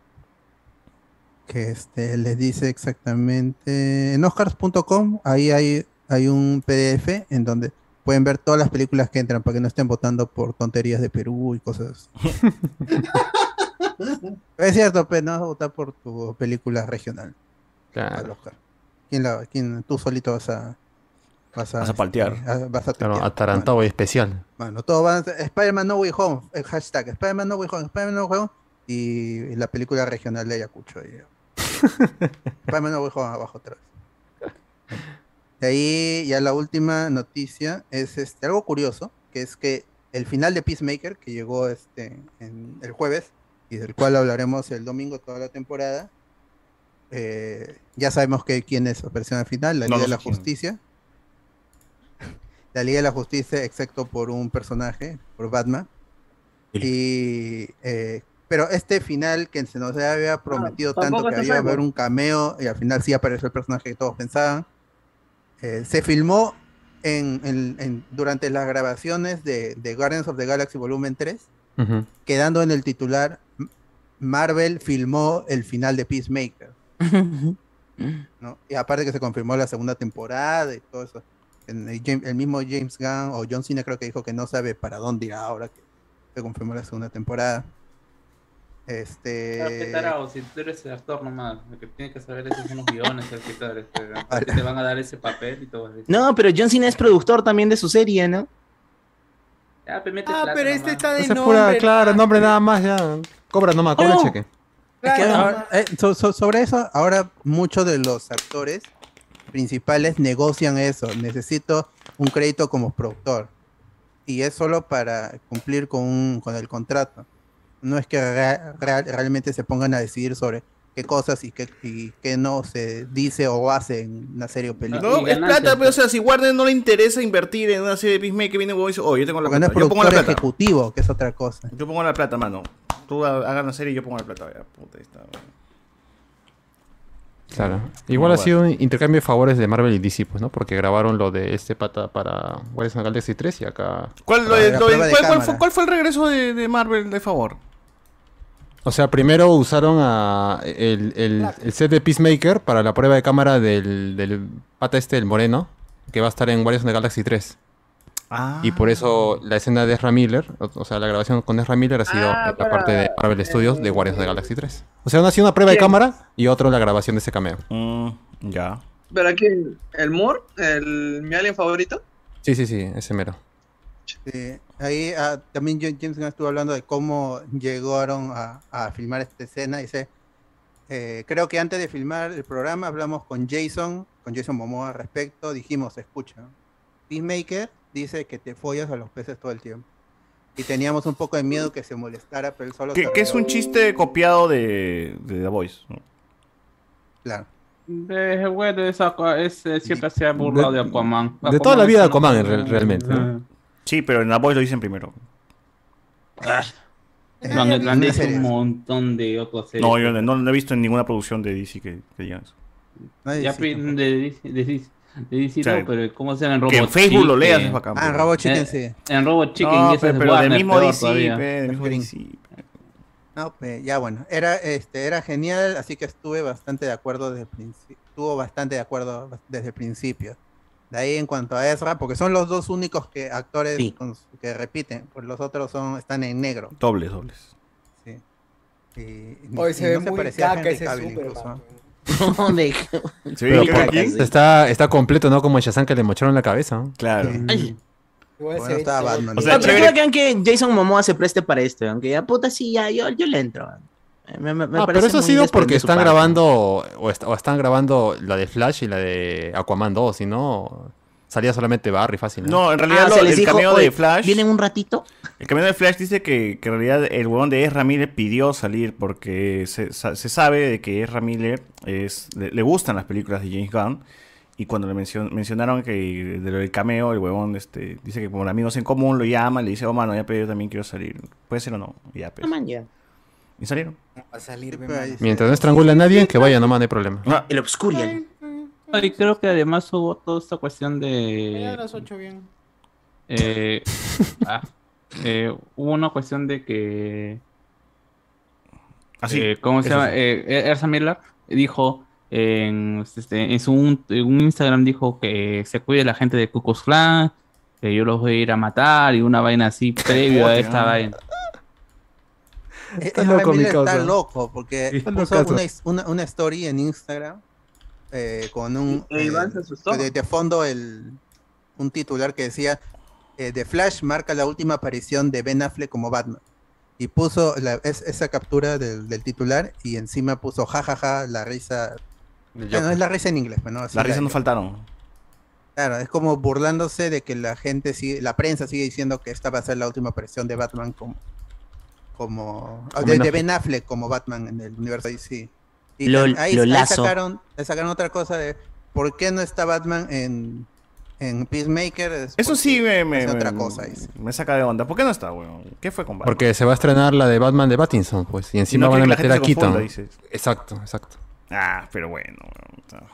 Speaker 1: que este, les dice exactamente en oscars.com. Ahí hay, hay un PDF en donde pueden ver todas las películas que entran para que no estén votando por tonterías de Perú y cosas. así. es cierto, pero no vas a votar por tu película regional al
Speaker 3: Claro,
Speaker 1: Oscar. ¿Quién la, quién, tú solito vas a. Vas a,
Speaker 4: Vas a paltear.
Speaker 1: este, a- vas a
Speaker 3: claro,
Speaker 1: tuitear.
Speaker 3: atarantado y especial.
Speaker 1: Bueno, todo va. Spider-Man No Way Home. El hashtag Spider-Man No Way Home. Spider-Man No Way Home. Y la película regional de Ayacucho. ahí. Spider-Man No Way Home abajo atrás. De ahí ya la última noticia es este, algo curioso, que es que el final de Peacemaker, que llegó este, en el jueves, y del cual hablaremos el domingo toda la temporada, eh, ya sabemos que quién es Operación al final, la
Speaker 4: No
Speaker 1: Liga
Speaker 4: lo
Speaker 1: de la
Speaker 4: sé quién.
Speaker 1: Justicia. La Liga de la Justicia, excepto por un personaje, por Batman. Y, eh, pero este final que se nos había prometido tanto
Speaker 9: tampoco
Speaker 1: que
Speaker 9: se
Speaker 1: iba a
Speaker 9: sabe.
Speaker 1: haber un cameo y al final sí apareció el personaje que todos pensaban. Eh, se filmó en, en- en- durante las grabaciones de, de Guardians of the Galaxy Volumen 3,
Speaker 3: Ujú.
Speaker 1: quedando en el titular M- Marvel filmó el final de Peacemaker. ¿no? Y aparte que se confirmó la segunda temporada y todo eso. En el, Jam- el mismo James Gunn o John Cena creo que dijo que no sabe para dónde irá ahora que se confirmó la segunda temporada.
Speaker 7: Claro, qué
Speaker 1: Este.
Speaker 7: tarado, si tú eres el actor nomás, lo que tienes que saber es que son los guiones, el que te- el que- el que
Speaker 1: Ala.
Speaker 7: te van a dar ese papel y todo eso.
Speaker 5: No, pero John Cena es productor también de su serie, ¿no?
Speaker 7: Ya, pues, mete
Speaker 2: Ah,
Speaker 7: plata
Speaker 2: pero
Speaker 7: nomás.
Speaker 2: este está de
Speaker 3: Esa es
Speaker 2: nombre.
Speaker 3: pura, claro,
Speaker 2: nada.
Speaker 3: nombre nada más, ya. Cobra nomás, cobra el
Speaker 5: Oh.
Speaker 3: cheque.
Speaker 1: Es que
Speaker 2: Claro.
Speaker 1: ahora- eh, so- so- sobre eso, ahora muchos de los actores principales negocian eso. Necesito un crédito como productor. Y es solo para cumplir con, un- con el contrato. No es que rea- real- realmente se pongan a decidir sobre qué cosas y qué, y qué no se dice o hace en una serie o película.
Speaker 4: No,
Speaker 7: Y
Speaker 4: es
Speaker 7: ganancias,
Speaker 4: plata, pero o
Speaker 7: pues.
Speaker 4: sea, si Warner no le interesa invertir en una serie de Peacemaker que viene huevón y dice, oh, yo tengo la
Speaker 1: Porque no
Speaker 4: plata.
Speaker 1: es
Speaker 4: Yo pongo la
Speaker 1: productor
Speaker 4: plata.
Speaker 1: ejecutivo, que es otra cosa.
Speaker 4: Yo pongo la plata, mano. Tú ha- hagan la serie y yo pongo la plata. Ya, puta, ahí está. weón.
Speaker 3: Claro. Igual ha
Speaker 4: bueno.
Speaker 3: sido un intercambio de favores de Marvel y DC, pues, ¿no? Porque grabaron lo de este pata para Guardians of the Galaxy 3 y acá.
Speaker 4: ¿Cuál, lo
Speaker 1: Para
Speaker 4: de-
Speaker 1: la
Speaker 4: lo de-
Speaker 1: prueba de
Speaker 4: cuál- cuál
Speaker 1: cámara.
Speaker 4: fue, cuál fue el regreso de, de Marvel de favor?
Speaker 3: O sea, primero usaron a el, el- el set de Peacemaker para la prueba de cámara del, del pata este, el moreno, que va a estar en Guardians of the Galaxy 3.
Speaker 4: Ah.
Speaker 3: Y por eso la escena de Ezra Miller, o, o sea, la grabación con Ezra Miller ha sido
Speaker 9: Ah, eh,
Speaker 3: en la parte de Marvel Studios de Guardians of the Galaxy 3. O sea, una ha sido una prueba de
Speaker 9: Bien.
Speaker 3: cámara y otro la grabación de ese cameo.
Speaker 4: Mm, ya.
Speaker 9: Pero aquí, el Moore, el, mi alien favorito.
Speaker 3: Sí, sí, sí, ese mero.
Speaker 1: Sí, ahí ah, también Jam- James Gunn estuvo hablando de cómo llegaron a, a filmar esta escena. Dice, eh, creo que antes de filmar el programa hablamos con Jason, con Jason Momoa al respecto. Dijimos, escucha, Peacemaker dice que te follas a los peces todo el tiempo. Y teníamos un poco de miedo que se molestara, pero él solo...
Speaker 4: Que,
Speaker 1: sabía
Speaker 4: que es un chiste copiado de, de The Voice. ¿no?
Speaker 1: hablar".
Speaker 7: Eh, bueno, es Aqua- es, eh, siempre se ha burlado de,
Speaker 3: de-
Speaker 7: Aquaman.
Speaker 3: de toda la vida de
Speaker 7: es una-
Speaker 3: Aquaman, en real- realmente, ¿no?
Speaker 7: Ah.
Speaker 4: Sí, pero en The Voice lo dicen primero.
Speaker 7: Lo han, lo han
Speaker 1: Una
Speaker 7: hecho
Speaker 1: serie.
Speaker 7: un montón de otras series.
Speaker 4: No, yo no, no he visto en ninguna producción de DC que, que digan eso.
Speaker 1: Nadie
Speaker 7: Ya
Speaker 1: dice
Speaker 7: pe-
Speaker 1: tampoco.
Speaker 7: de, de- de- de DC,
Speaker 4: O sea,
Speaker 7: no, pero ¿cómo se llama? En Robot
Speaker 4: Que en Facebook lo
Speaker 7: Chicken.
Speaker 4: leas es bacán.
Speaker 1: Ah,
Speaker 4: pero-
Speaker 1: Robot Chicken,
Speaker 7: Eh,
Speaker 1: sí.
Speaker 7: En Robot Chicken,
Speaker 4: No,
Speaker 7: y esa
Speaker 4: pe-
Speaker 7: es
Speaker 4: pero del
Speaker 7: Warner
Speaker 4: mismo
Speaker 7: peor
Speaker 4: DC,
Speaker 7: todavía.
Speaker 4: pe, del mismo
Speaker 1: Green.
Speaker 4: DC.
Speaker 1: No, pe- ya bueno, era, este, era genial, así que estuve bastante de acuerdo desde el principio. Estuvo bastante de acuerdo bas- desde el principio. De ahí en cuanto a Ezra, porque son los dos únicos que actores
Speaker 5: Sí.
Speaker 1: con su- que repiten, pues los otros son, están en negro.
Speaker 4: Dobles, dobles.
Speaker 1: sí. Y,
Speaker 2: Hoy
Speaker 1: y
Speaker 2: se ve
Speaker 1: no
Speaker 2: muy
Speaker 1: parecía a
Speaker 2: caca
Speaker 1: Henry
Speaker 2: ese
Speaker 1: Cavill
Speaker 2: Superman,
Speaker 1: incluso.
Speaker 2: güey.
Speaker 5: ¿Dónde?
Speaker 4: Sí,
Speaker 3: Pero
Speaker 4: ¿qué-
Speaker 3: por-
Speaker 4: quién?
Speaker 5: Sí.
Speaker 3: está, está completo, ¿no? Como en Shazam que le mocharon la cabeza. ¿no?
Speaker 4: Claro.
Speaker 1: Sí.
Speaker 5: Ay.
Speaker 2: Igual
Speaker 1: Bueno,
Speaker 2: se ve
Speaker 1: estaba
Speaker 2: todo.
Speaker 1: Batman.
Speaker 4: O sea,
Speaker 5: No, pero
Speaker 4: chévere.
Speaker 5: creo que aunque Jason Momoa se preste para esto, aunque ya puta sí, ya yo, yo le entro. Me- me- me
Speaker 3: Ah, pero
Speaker 5: parece
Speaker 3: eso ha
Speaker 5: muy
Speaker 3: sido
Speaker 5: desprende
Speaker 3: porque
Speaker 5: de su
Speaker 3: están
Speaker 5: parte.
Speaker 3: grabando o, est- o están grabando la de Flash y la de Aquaman 2, si no salía solamente Barry fácil.
Speaker 4: No, en realidad
Speaker 5: Ah,
Speaker 4: lo-
Speaker 5: se les
Speaker 4: el
Speaker 5: dijo,
Speaker 4: cameo
Speaker 5: "Oye,
Speaker 4: de Flash.
Speaker 5: Vienen un ratito.
Speaker 4: El cameo de Flash dice que, que en realidad el huevón de Ezra Miller pidió salir porque se, sa- se sabe de que Ezra Miller es, le, le gustan las películas de James Gunn. Y cuando le mencion- mencionaron que de lo del cameo, el huevón este, dice que como amigos en común lo llama, le dice, oh mano, ya pero yo también quiero salir. ¿Puede ser o no? Y ya, pues.
Speaker 5: No, man, ya.
Speaker 4: Y salieron.
Speaker 2: Va a salir, ve,
Speaker 1: Pero ahí
Speaker 2: mano.
Speaker 1: sí. pues,
Speaker 3: Mientras no estrangula a nadie, que vaya nomás, no hay problema.
Speaker 4: Ah,
Speaker 5: El Obscurian.
Speaker 8: Y creo que además hubo toda esta cuestión de.
Speaker 2: bien.
Speaker 8: eh, ah, eh, hubo una cuestión de que.
Speaker 3: Ah,
Speaker 4: así.
Speaker 8: eh, ¿Cómo se
Speaker 4: eso
Speaker 8: llama?
Speaker 4: sí.
Speaker 8: Eh, Ersa Miller dijo en, este, en su un, en un Instagram dijo que se cuide la gente de Cucos Clan, que yo los voy a ir a matar y una vaina así previo a
Speaker 4: Joder,
Speaker 8: esta
Speaker 3: ah,
Speaker 4: ¿no?
Speaker 8: vaina.
Speaker 1: Está
Speaker 3: Está loco,
Speaker 1: loco,
Speaker 3: mi
Speaker 1: está
Speaker 3: causa.
Speaker 1: loco, porque
Speaker 3: Sí. Está
Speaker 1: puso
Speaker 3: locazo.
Speaker 1: una, una, una story en Instagram eh, con un
Speaker 9: Y Iván se asustó.
Speaker 1: de, de fondo el un titular que decía eh, The Flash marca la última aparición de Ben Affleck como Batman. Y puso la- es- esa captura del, del titular y encima puso jajaja la risa. Bueno, es la risa en inglés, pero no así
Speaker 4: Las risas
Speaker 1: la-
Speaker 4: no faltaron.
Speaker 1: Claro, es como burlándose de que la gente sigue, la prensa sigue diciendo que esta va a ser la última aparición de Batman como, como ah, de, de Ben Affleck como Batman en el universo DC. Y
Speaker 5: Lo-
Speaker 1: tam- ahí,
Speaker 5: lo
Speaker 1: ahí
Speaker 5: lazo.
Speaker 1: sacaron, le sacaron otra cosa de por qué no está Batman en, en Peacemaker. Es
Speaker 4: Eso
Speaker 1: porque-
Speaker 4: sí me, me,
Speaker 1: es otra
Speaker 4: me-
Speaker 1: cosa, dice.
Speaker 4: me saca de onda. ¿Por qué no está, weón? ¿Qué fue con Batman?
Speaker 3: Porque se va a estrenar la de Batman de Pattinson, pues. Y
Speaker 4: Y
Speaker 3: encima
Speaker 4: no
Speaker 3: van a
Speaker 4: quiere
Speaker 3: meter
Speaker 4: que la
Speaker 3: a
Speaker 4: gente se confunda,
Speaker 3: Keaton.
Speaker 4: dices.
Speaker 3: Exacto, exacto.
Speaker 4: Ah, pero bueno.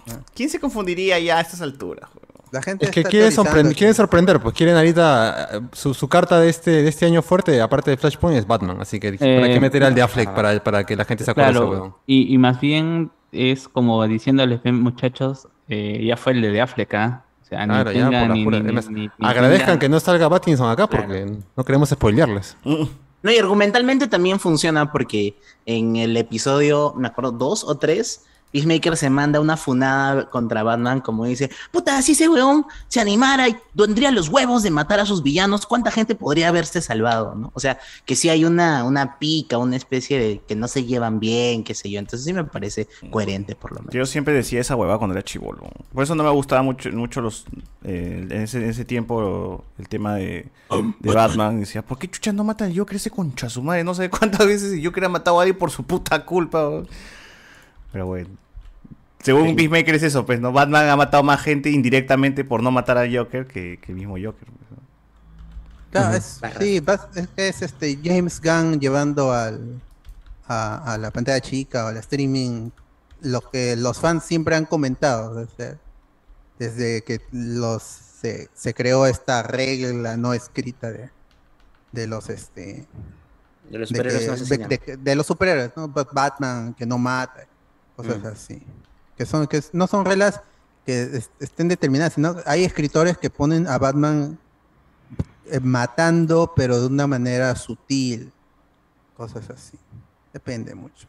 Speaker 4: weón. ¿Quién se confundiría ya a estas alturas? weón?
Speaker 1: La gente
Speaker 3: Es que
Speaker 1: está
Speaker 3: quieren,
Speaker 1: teorizando
Speaker 3: sorpren-
Speaker 1: aquí.
Speaker 3: quieren sorprender, pues quieren ahorita. eh, Su, su carta de este, de este año fuerte, aparte de Flashpoint, es Batman. Así que, ¿para
Speaker 8: Eh,
Speaker 3: qué meter al de
Speaker 8: claro.
Speaker 3: Affleck para, para que la gente se acuerde de ese
Speaker 8: Claro,
Speaker 3: huevón?
Speaker 8: y, y más bien es como diciéndoles, "Ven, muchachos, eh, ya fue el de África. O sea, ni
Speaker 3: Claro, ya, por
Speaker 8: tengan,
Speaker 3: la
Speaker 8: ni-
Speaker 3: pura-
Speaker 8: ni-
Speaker 3: es más,
Speaker 8: ni- ni
Speaker 3: Agradezcan
Speaker 8: tengan-
Speaker 3: que no salga Pattinson acá porque no queremos spoilearles.
Speaker 4: Mm.
Speaker 5: No, y argumentalmente también funciona porque en el episodio, me acuerdo, dos o tres, Peacemaker se manda una funada contra Batman, como dice, puta, si ese weón se animara y tendría los huevos de matar a sus villanos, ¿cuánta gente podría haberse salvado? ¿no? O sea, que sí hay una, una pica, una especie de que no se llevan bien, qué sé yo. Entonces sí me parece coherente, por lo menos.
Speaker 4: Yo siempre decía esa huevada cuando era chivolo. Por eso no me gustaba mucho, mucho los eh, en, ese, en ese tiempo el tema de, de Batman. Decía, ¿por qué chucha no mata al Joker ese concha su madre? No sé cuántas veces el Joker ha matado a alguien por su puta culpa. weón. Pero bueno. Según Peacemaker es eso, pues, ¿no? Batman ha matado más gente indirectamente por no matar al Joker que, que el mismo Joker. pues, ¿no?
Speaker 1: Claro, es, sí, vas- es, es este James Gunn llevando al, a, a la pantalla chica o al streaming lo que los fans siempre han comentado desde, desde que los se, se creó esta regla no escrita de, de los este
Speaker 5: De los
Speaker 1: de, que-
Speaker 5: superhéroes no
Speaker 1: de-
Speaker 5: asesinan.
Speaker 1: de que- de los superhéroes, ¿no? Ba- Batman que no mata, cosas así. Que son que es- no son reglas que es- estén determinadas, sino hay escritores que ponen a Batman eh, matando pero de una manera sutil, cosas así. Depende mucho.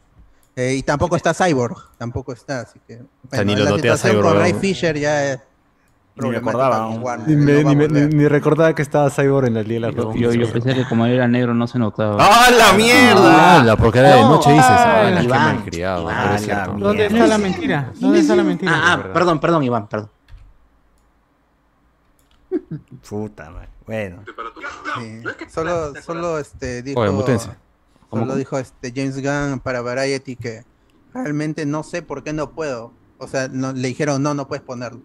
Speaker 1: Eh, y tampoco está Cyborg, tampoco está, así que
Speaker 3: ni lo
Speaker 1: la
Speaker 3: noté a
Speaker 1: situación
Speaker 3: Cyborg,
Speaker 1: con Ray
Speaker 3: ¿no?
Speaker 1: Fisher ya es
Speaker 4: Ni me
Speaker 1: problemática
Speaker 4: acordaba,
Speaker 1: con
Speaker 4: ¿no?
Speaker 1: Warner,
Speaker 4: Ni
Speaker 1: no va a volver.
Speaker 3: recordaba que estaba Cyborg en la Liga
Speaker 8: Yo, yo- yo pensé que como era negro no se notaba.
Speaker 4: ¡Ah, la mierda!
Speaker 3: ¡Hala! Porque era de
Speaker 4: No,
Speaker 3: noche dices.
Speaker 4: ah,
Speaker 3: ¡Hala! ¡Qué
Speaker 5: Iván,
Speaker 3: malcriado!
Speaker 5: Iván,
Speaker 3: pero es
Speaker 5: la
Speaker 3: cierto.
Speaker 4: mierda.
Speaker 2: ¿Dónde está la mentira? ¿Dónde está la mentira?
Speaker 5: Ah, ah, perdón, perdón, Iván, perdón.
Speaker 4: Puta madre. Bueno.
Speaker 1: Sí. Solo, solo este dijo,
Speaker 3: Oye, mutense.
Speaker 1: solo dijo este James Gunn para Variety que realmente no sé por qué no puedo. O sea, no, le dijeron no, no puedes ponerlos.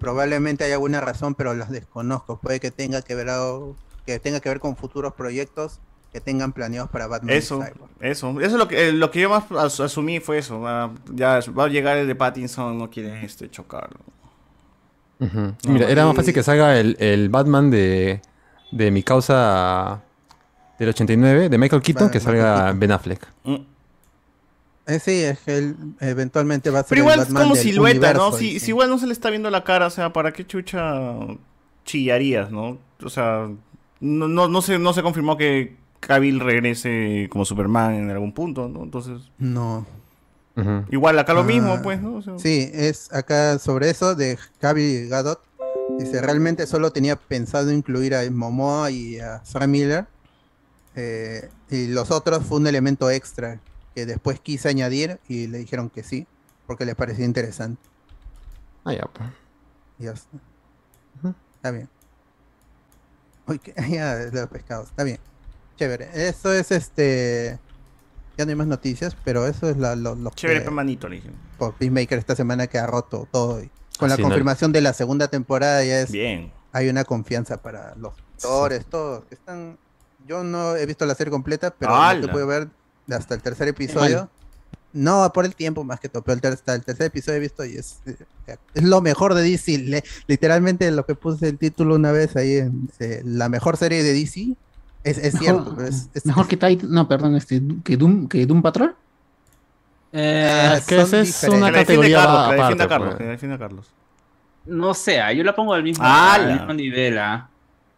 Speaker 1: Probablemente hay alguna razón, pero las desconozco. Puede que tenga que ver algo- que tenga que ver con futuros proyectos que tengan planeados para Batman. y
Speaker 4: Eso,
Speaker 1: Cyborg.
Speaker 4: eso, eso es lo que, eh, lo que yo más as- asumí fue eso. ah, ya va a llegar el de Pattinson, no quieren este chocarlo.
Speaker 3: Ujú. Mira, era más fácil que salga el, el Batman de, de mi causa del 89, de Michael Keaton,
Speaker 1: Vale,
Speaker 3: que
Speaker 1: Michael
Speaker 3: salga Ben Affleck.
Speaker 4: Mm.
Speaker 1: Eh, sí, es que él eventualmente va a ser
Speaker 4: Pero
Speaker 1: el
Speaker 4: igual es
Speaker 1: Batman
Speaker 4: como
Speaker 1: del
Speaker 4: silueta, ¿no?
Speaker 1: universo,
Speaker 4: Si,
Speaker 1: dice.
Speaker 4: si igual no se le está viendo la cara, o sea, ¿para qué chucha chillarías, no? O sea, no, no, no, se, no se confirmó que Cavill regrese como Superman en algún punto, ¿no? Entonces,
Speaker 1: No.
Speaker 3: Ujú.
Speaker 4: igual acá lo
Speaker 1: Ah,
Speaker 4: mismo, pues, ¿no? O sea,
Speaker 1: Sí, es acá sobre eso de Javi Gadot. Dice, realmente solo tenía pensado incluir a Momoa y a Sam Miller. eh, y los otros fue un elemento extra que después quise añadir y le dijeron que sí, porque les parecía interesante.
Speaker 3: Ah, ya, pues.
Speaker 1: Y Ya está. Está bien. Uy, que- ya, de los pescados. Está bien. Chévere. Eso es este. Ya no hay más noticias, pero eso es la, lo, lo
Speaker 4: Chévere,
Speaker 1: que
Speaker 4: permanito, le dije.
Speaker 1: por Peacemaker esta semana que ha roto todo. y con la
Speaker 3: Así no-
Speaker 1: confirmación de la segunda temporada ya es
Speaker 4: Bien.
Speaker 1: hay una confianza para los actores, todos que están. Yo no he visto la serie completa, pero lo que
Speaker 4: ¡Hala!
Speaker 1: pude ver hasta el tercer episodio. No, por el tiempo más que todo, pero el ter- hasta el tercer episodio he visto y es, eh, es lo mejor de DC. Le- literalmente lo que puse el título una vez ahí, en, eh, la mejor serie de DC, es, es cierto. pero es- es-
Speaker 6: mejor que Titan, no, perdón, este, que Doom, que Doom Patrol.
Speaker 1: Ah,
Speaker 3: Eh, es que esa
Speaker 1: son
Speaker 3: es
Speaker 1: diferentes.
Speaker 4: Que
Speaker 3: una
Speaker 4: la defiende
Speaker 3: categoría
Speaker 4: Carlos, que la
Speaker 3: aparte.
Speaker 4: defienda Carlos, que
Speaker 3: pues.
Speaker 4: la defienda Carlos.
Speaker 8: No sé, ah, yo la pongo al mismo,
Speaker 4: ¡Hala!
Speaker 8: al mismo nivel. ah.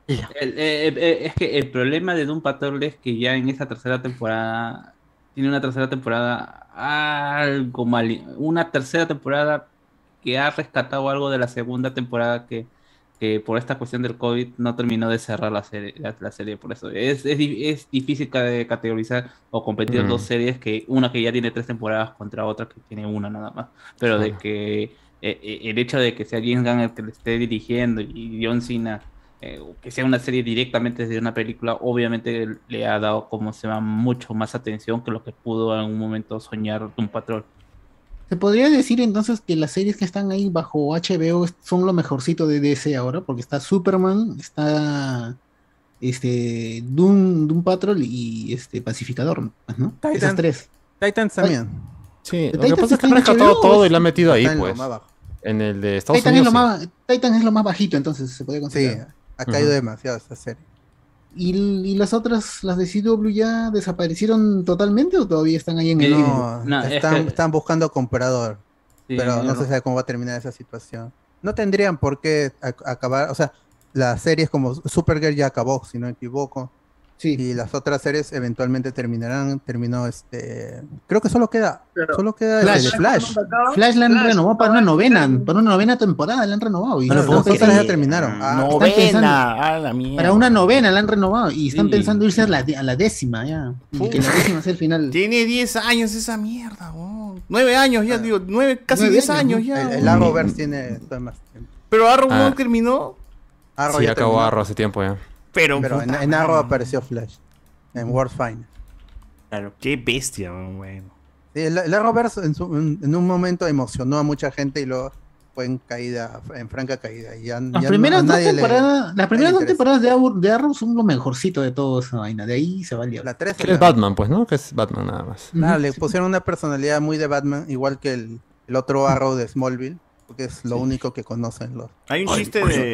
Speaker 6: Ya.
Speaker 8: El- eh, eh, eh, es que el problema de Doom Patrol es que ya en esta tercera temporada tiene una tercera temporada algo mal, una tercera temporada que ha rescatado algo de la segunda temporada que, que por esta cuestión del COVID no terminó de cerrar la serie, la, la serie por eso. Es, es, di- es difícil ca- de categorizar o competir
Speaker 3: Mm.
Speaker 8: dos series que una que ya tiene tres temporadas contra otra que tiene una nada más. Pero de
Speaker 3: Claro.
Speaker 8: que eh, eh, el hecho de que sea James Gunn el que le esté dirigiendo y John Cena eh, o que sea una serie directamente desde una película, obviamente le ha dado, como se llama, mucho más atención que lo que pudo en algún momento soñar un patrón.
Speaker 6: ¿Se podría decir entonces que las series que están ahí bajo HBO es- son lo mejorcito de DC ahora? Porque está Superman, está este Doom, Doom Patrol y este Pacificador, ¿no?
Speaker 1: Titan.
Speaker 6: Esas tres.
Speaker 1: Titans también.
Speaker 3: Sí, lo que
Speaker 6: Titans
Speaker 3: pasa es que
Speaker 6: está
Speaker 3: han
Speaker 6: en
Speaker 3: rescatado
Speaker 6: HBO,
Speaker 3: todo y
Speaker 6: es-
Speaker 3: lo han metido ahí,
Speaker 1: Está en lo
Speaker 3: pues.
Speaker 1: más bajo.
Speaker 3: En el de Estados
Speaker 6: Titan es,
Speaker 3: Unidos.
Speaker 6: lo
Speaker 3: sí.
Speaker 6: más, Titan es lo más bajito, entonces se puede
Speaker 1: Sí,
Speaker 6: considerar.
Speaker 1: ha caído
Speaker 3: Ujú.
Speaker 1: demasiado esta serie.
Speaker 6: ¿Y, y las otras, las de CW ya desaparecieron totalmente o todavía están ahí en el
Speaker 8: Sí.
Speaker 6: limbo?
Speaker 1: No,
Speaker 8: no, es
Speaker 1: están,
Speaker 8: que-
Speaker 1: están buscando comprador.
Speaker 8: Sí,
Speaker 1: pero no
Speaker 8: no-
Speaker 1: se sabe cómo va a terminar esa situación. No tendrían por qué ac- acabar, o sea, las series como Supergirl ya acabó, si no me equivoco,
Speaker 6: Sí.
Speaker 1: y las otras series eventualmente terminarán, terminó este, creo que solo queda,
Speaker 9: Pero-
Speaker 1: solo queda el
Speaker 6: Flash.
Speaker 1: de Flash.
Speaker 6: Flash la han
Speaker 9: Flash,
Speaker 6: renovado para una
Speaker 9: ahora
Speaker 6: novena,
Speaker 9: tienen-
Speaker 6: para una novena temporada la han renovado. Y
Speaker 1: No lo
Speaker 6: están
Speaker 1: puedo
Speaker 6: pensando-
Speaker 1: creer. ya
Speaker 5: creer.
Speaker 1: terminaron. Ah,
Speaker 4: No,
Speaker 6: están pensando-
Speaker 4: novena, a la mierda.
Speaker 6: Para una novena la han renovado y están
Speaker 8: Sí.
Speaker 6: pensando irse a la, de- a la décima ya. Y que la décima sea el final.
Speaker 4: Tiene 10 años esa mierda, weón. 9 años ya,
Speaker 1: Ah.
Speaker 4: digo, 9, casi
Speaker 6: Nueve
Speaker 4: 10 años,
Speaker 6: años,
Speaker 4: ya.
Speaker 1: El,
Speaker 4: weón.
Speaker 1: el Arrowverse tiene todo más tiempo.
Speaker 4: Pero Arrow
Speaker 3: Ah.
Speaker 4: no terminó,
Speaker 1: Arrow
Speaker 3: Sí,
Speaker 1: ya
Speaker 3: acabó
Speaker 1: terminó,
Speaker 3: Arrow hace tiempo ya.
Speaker 4: pero.
Speaker 1: Pero en,
Speaker 4: puta
Speaker 1: en Arrow
Speaker 4: madre.
Speaker 1: apareció Flash, en World Final.
Speaker 4: Qué bestia, weón, bueno.
Speaker 1: Sí, el, el Arrowverse en, su- en- en un momento emocionó a mucha gente y luego fue en caída, en franca caída. Y ya, ya
Speaker 6: Las
Speaker 1: no-
Speaker 6: primeras,
Speaker 1: a
Speaker 6: dos,
Speaker 1: nadie le-
Speaker 6: temporadas, las primeras dos
Speaker 1: interesa.
Speaker 6: temporadas de, Arrow- de Arrow son lo mejorcito de toda esa vaina. De ahí se va a liar.
Speaker 1: la 13
Speaker 3: Que es
Speaker 1: la-
Speaker 3: Batman, pues, ¿no? Que es Batman nada más.
Speaker 6: Ujú.
Speaker 1: Nada, le pusieron una personalidad muy de Batman, igual que el, el otro Arrow de Smallville, porque es lo único que conocen los.
Speaker 4: Hay un chiste
Speaker 5: pues,
Speaker 4: de,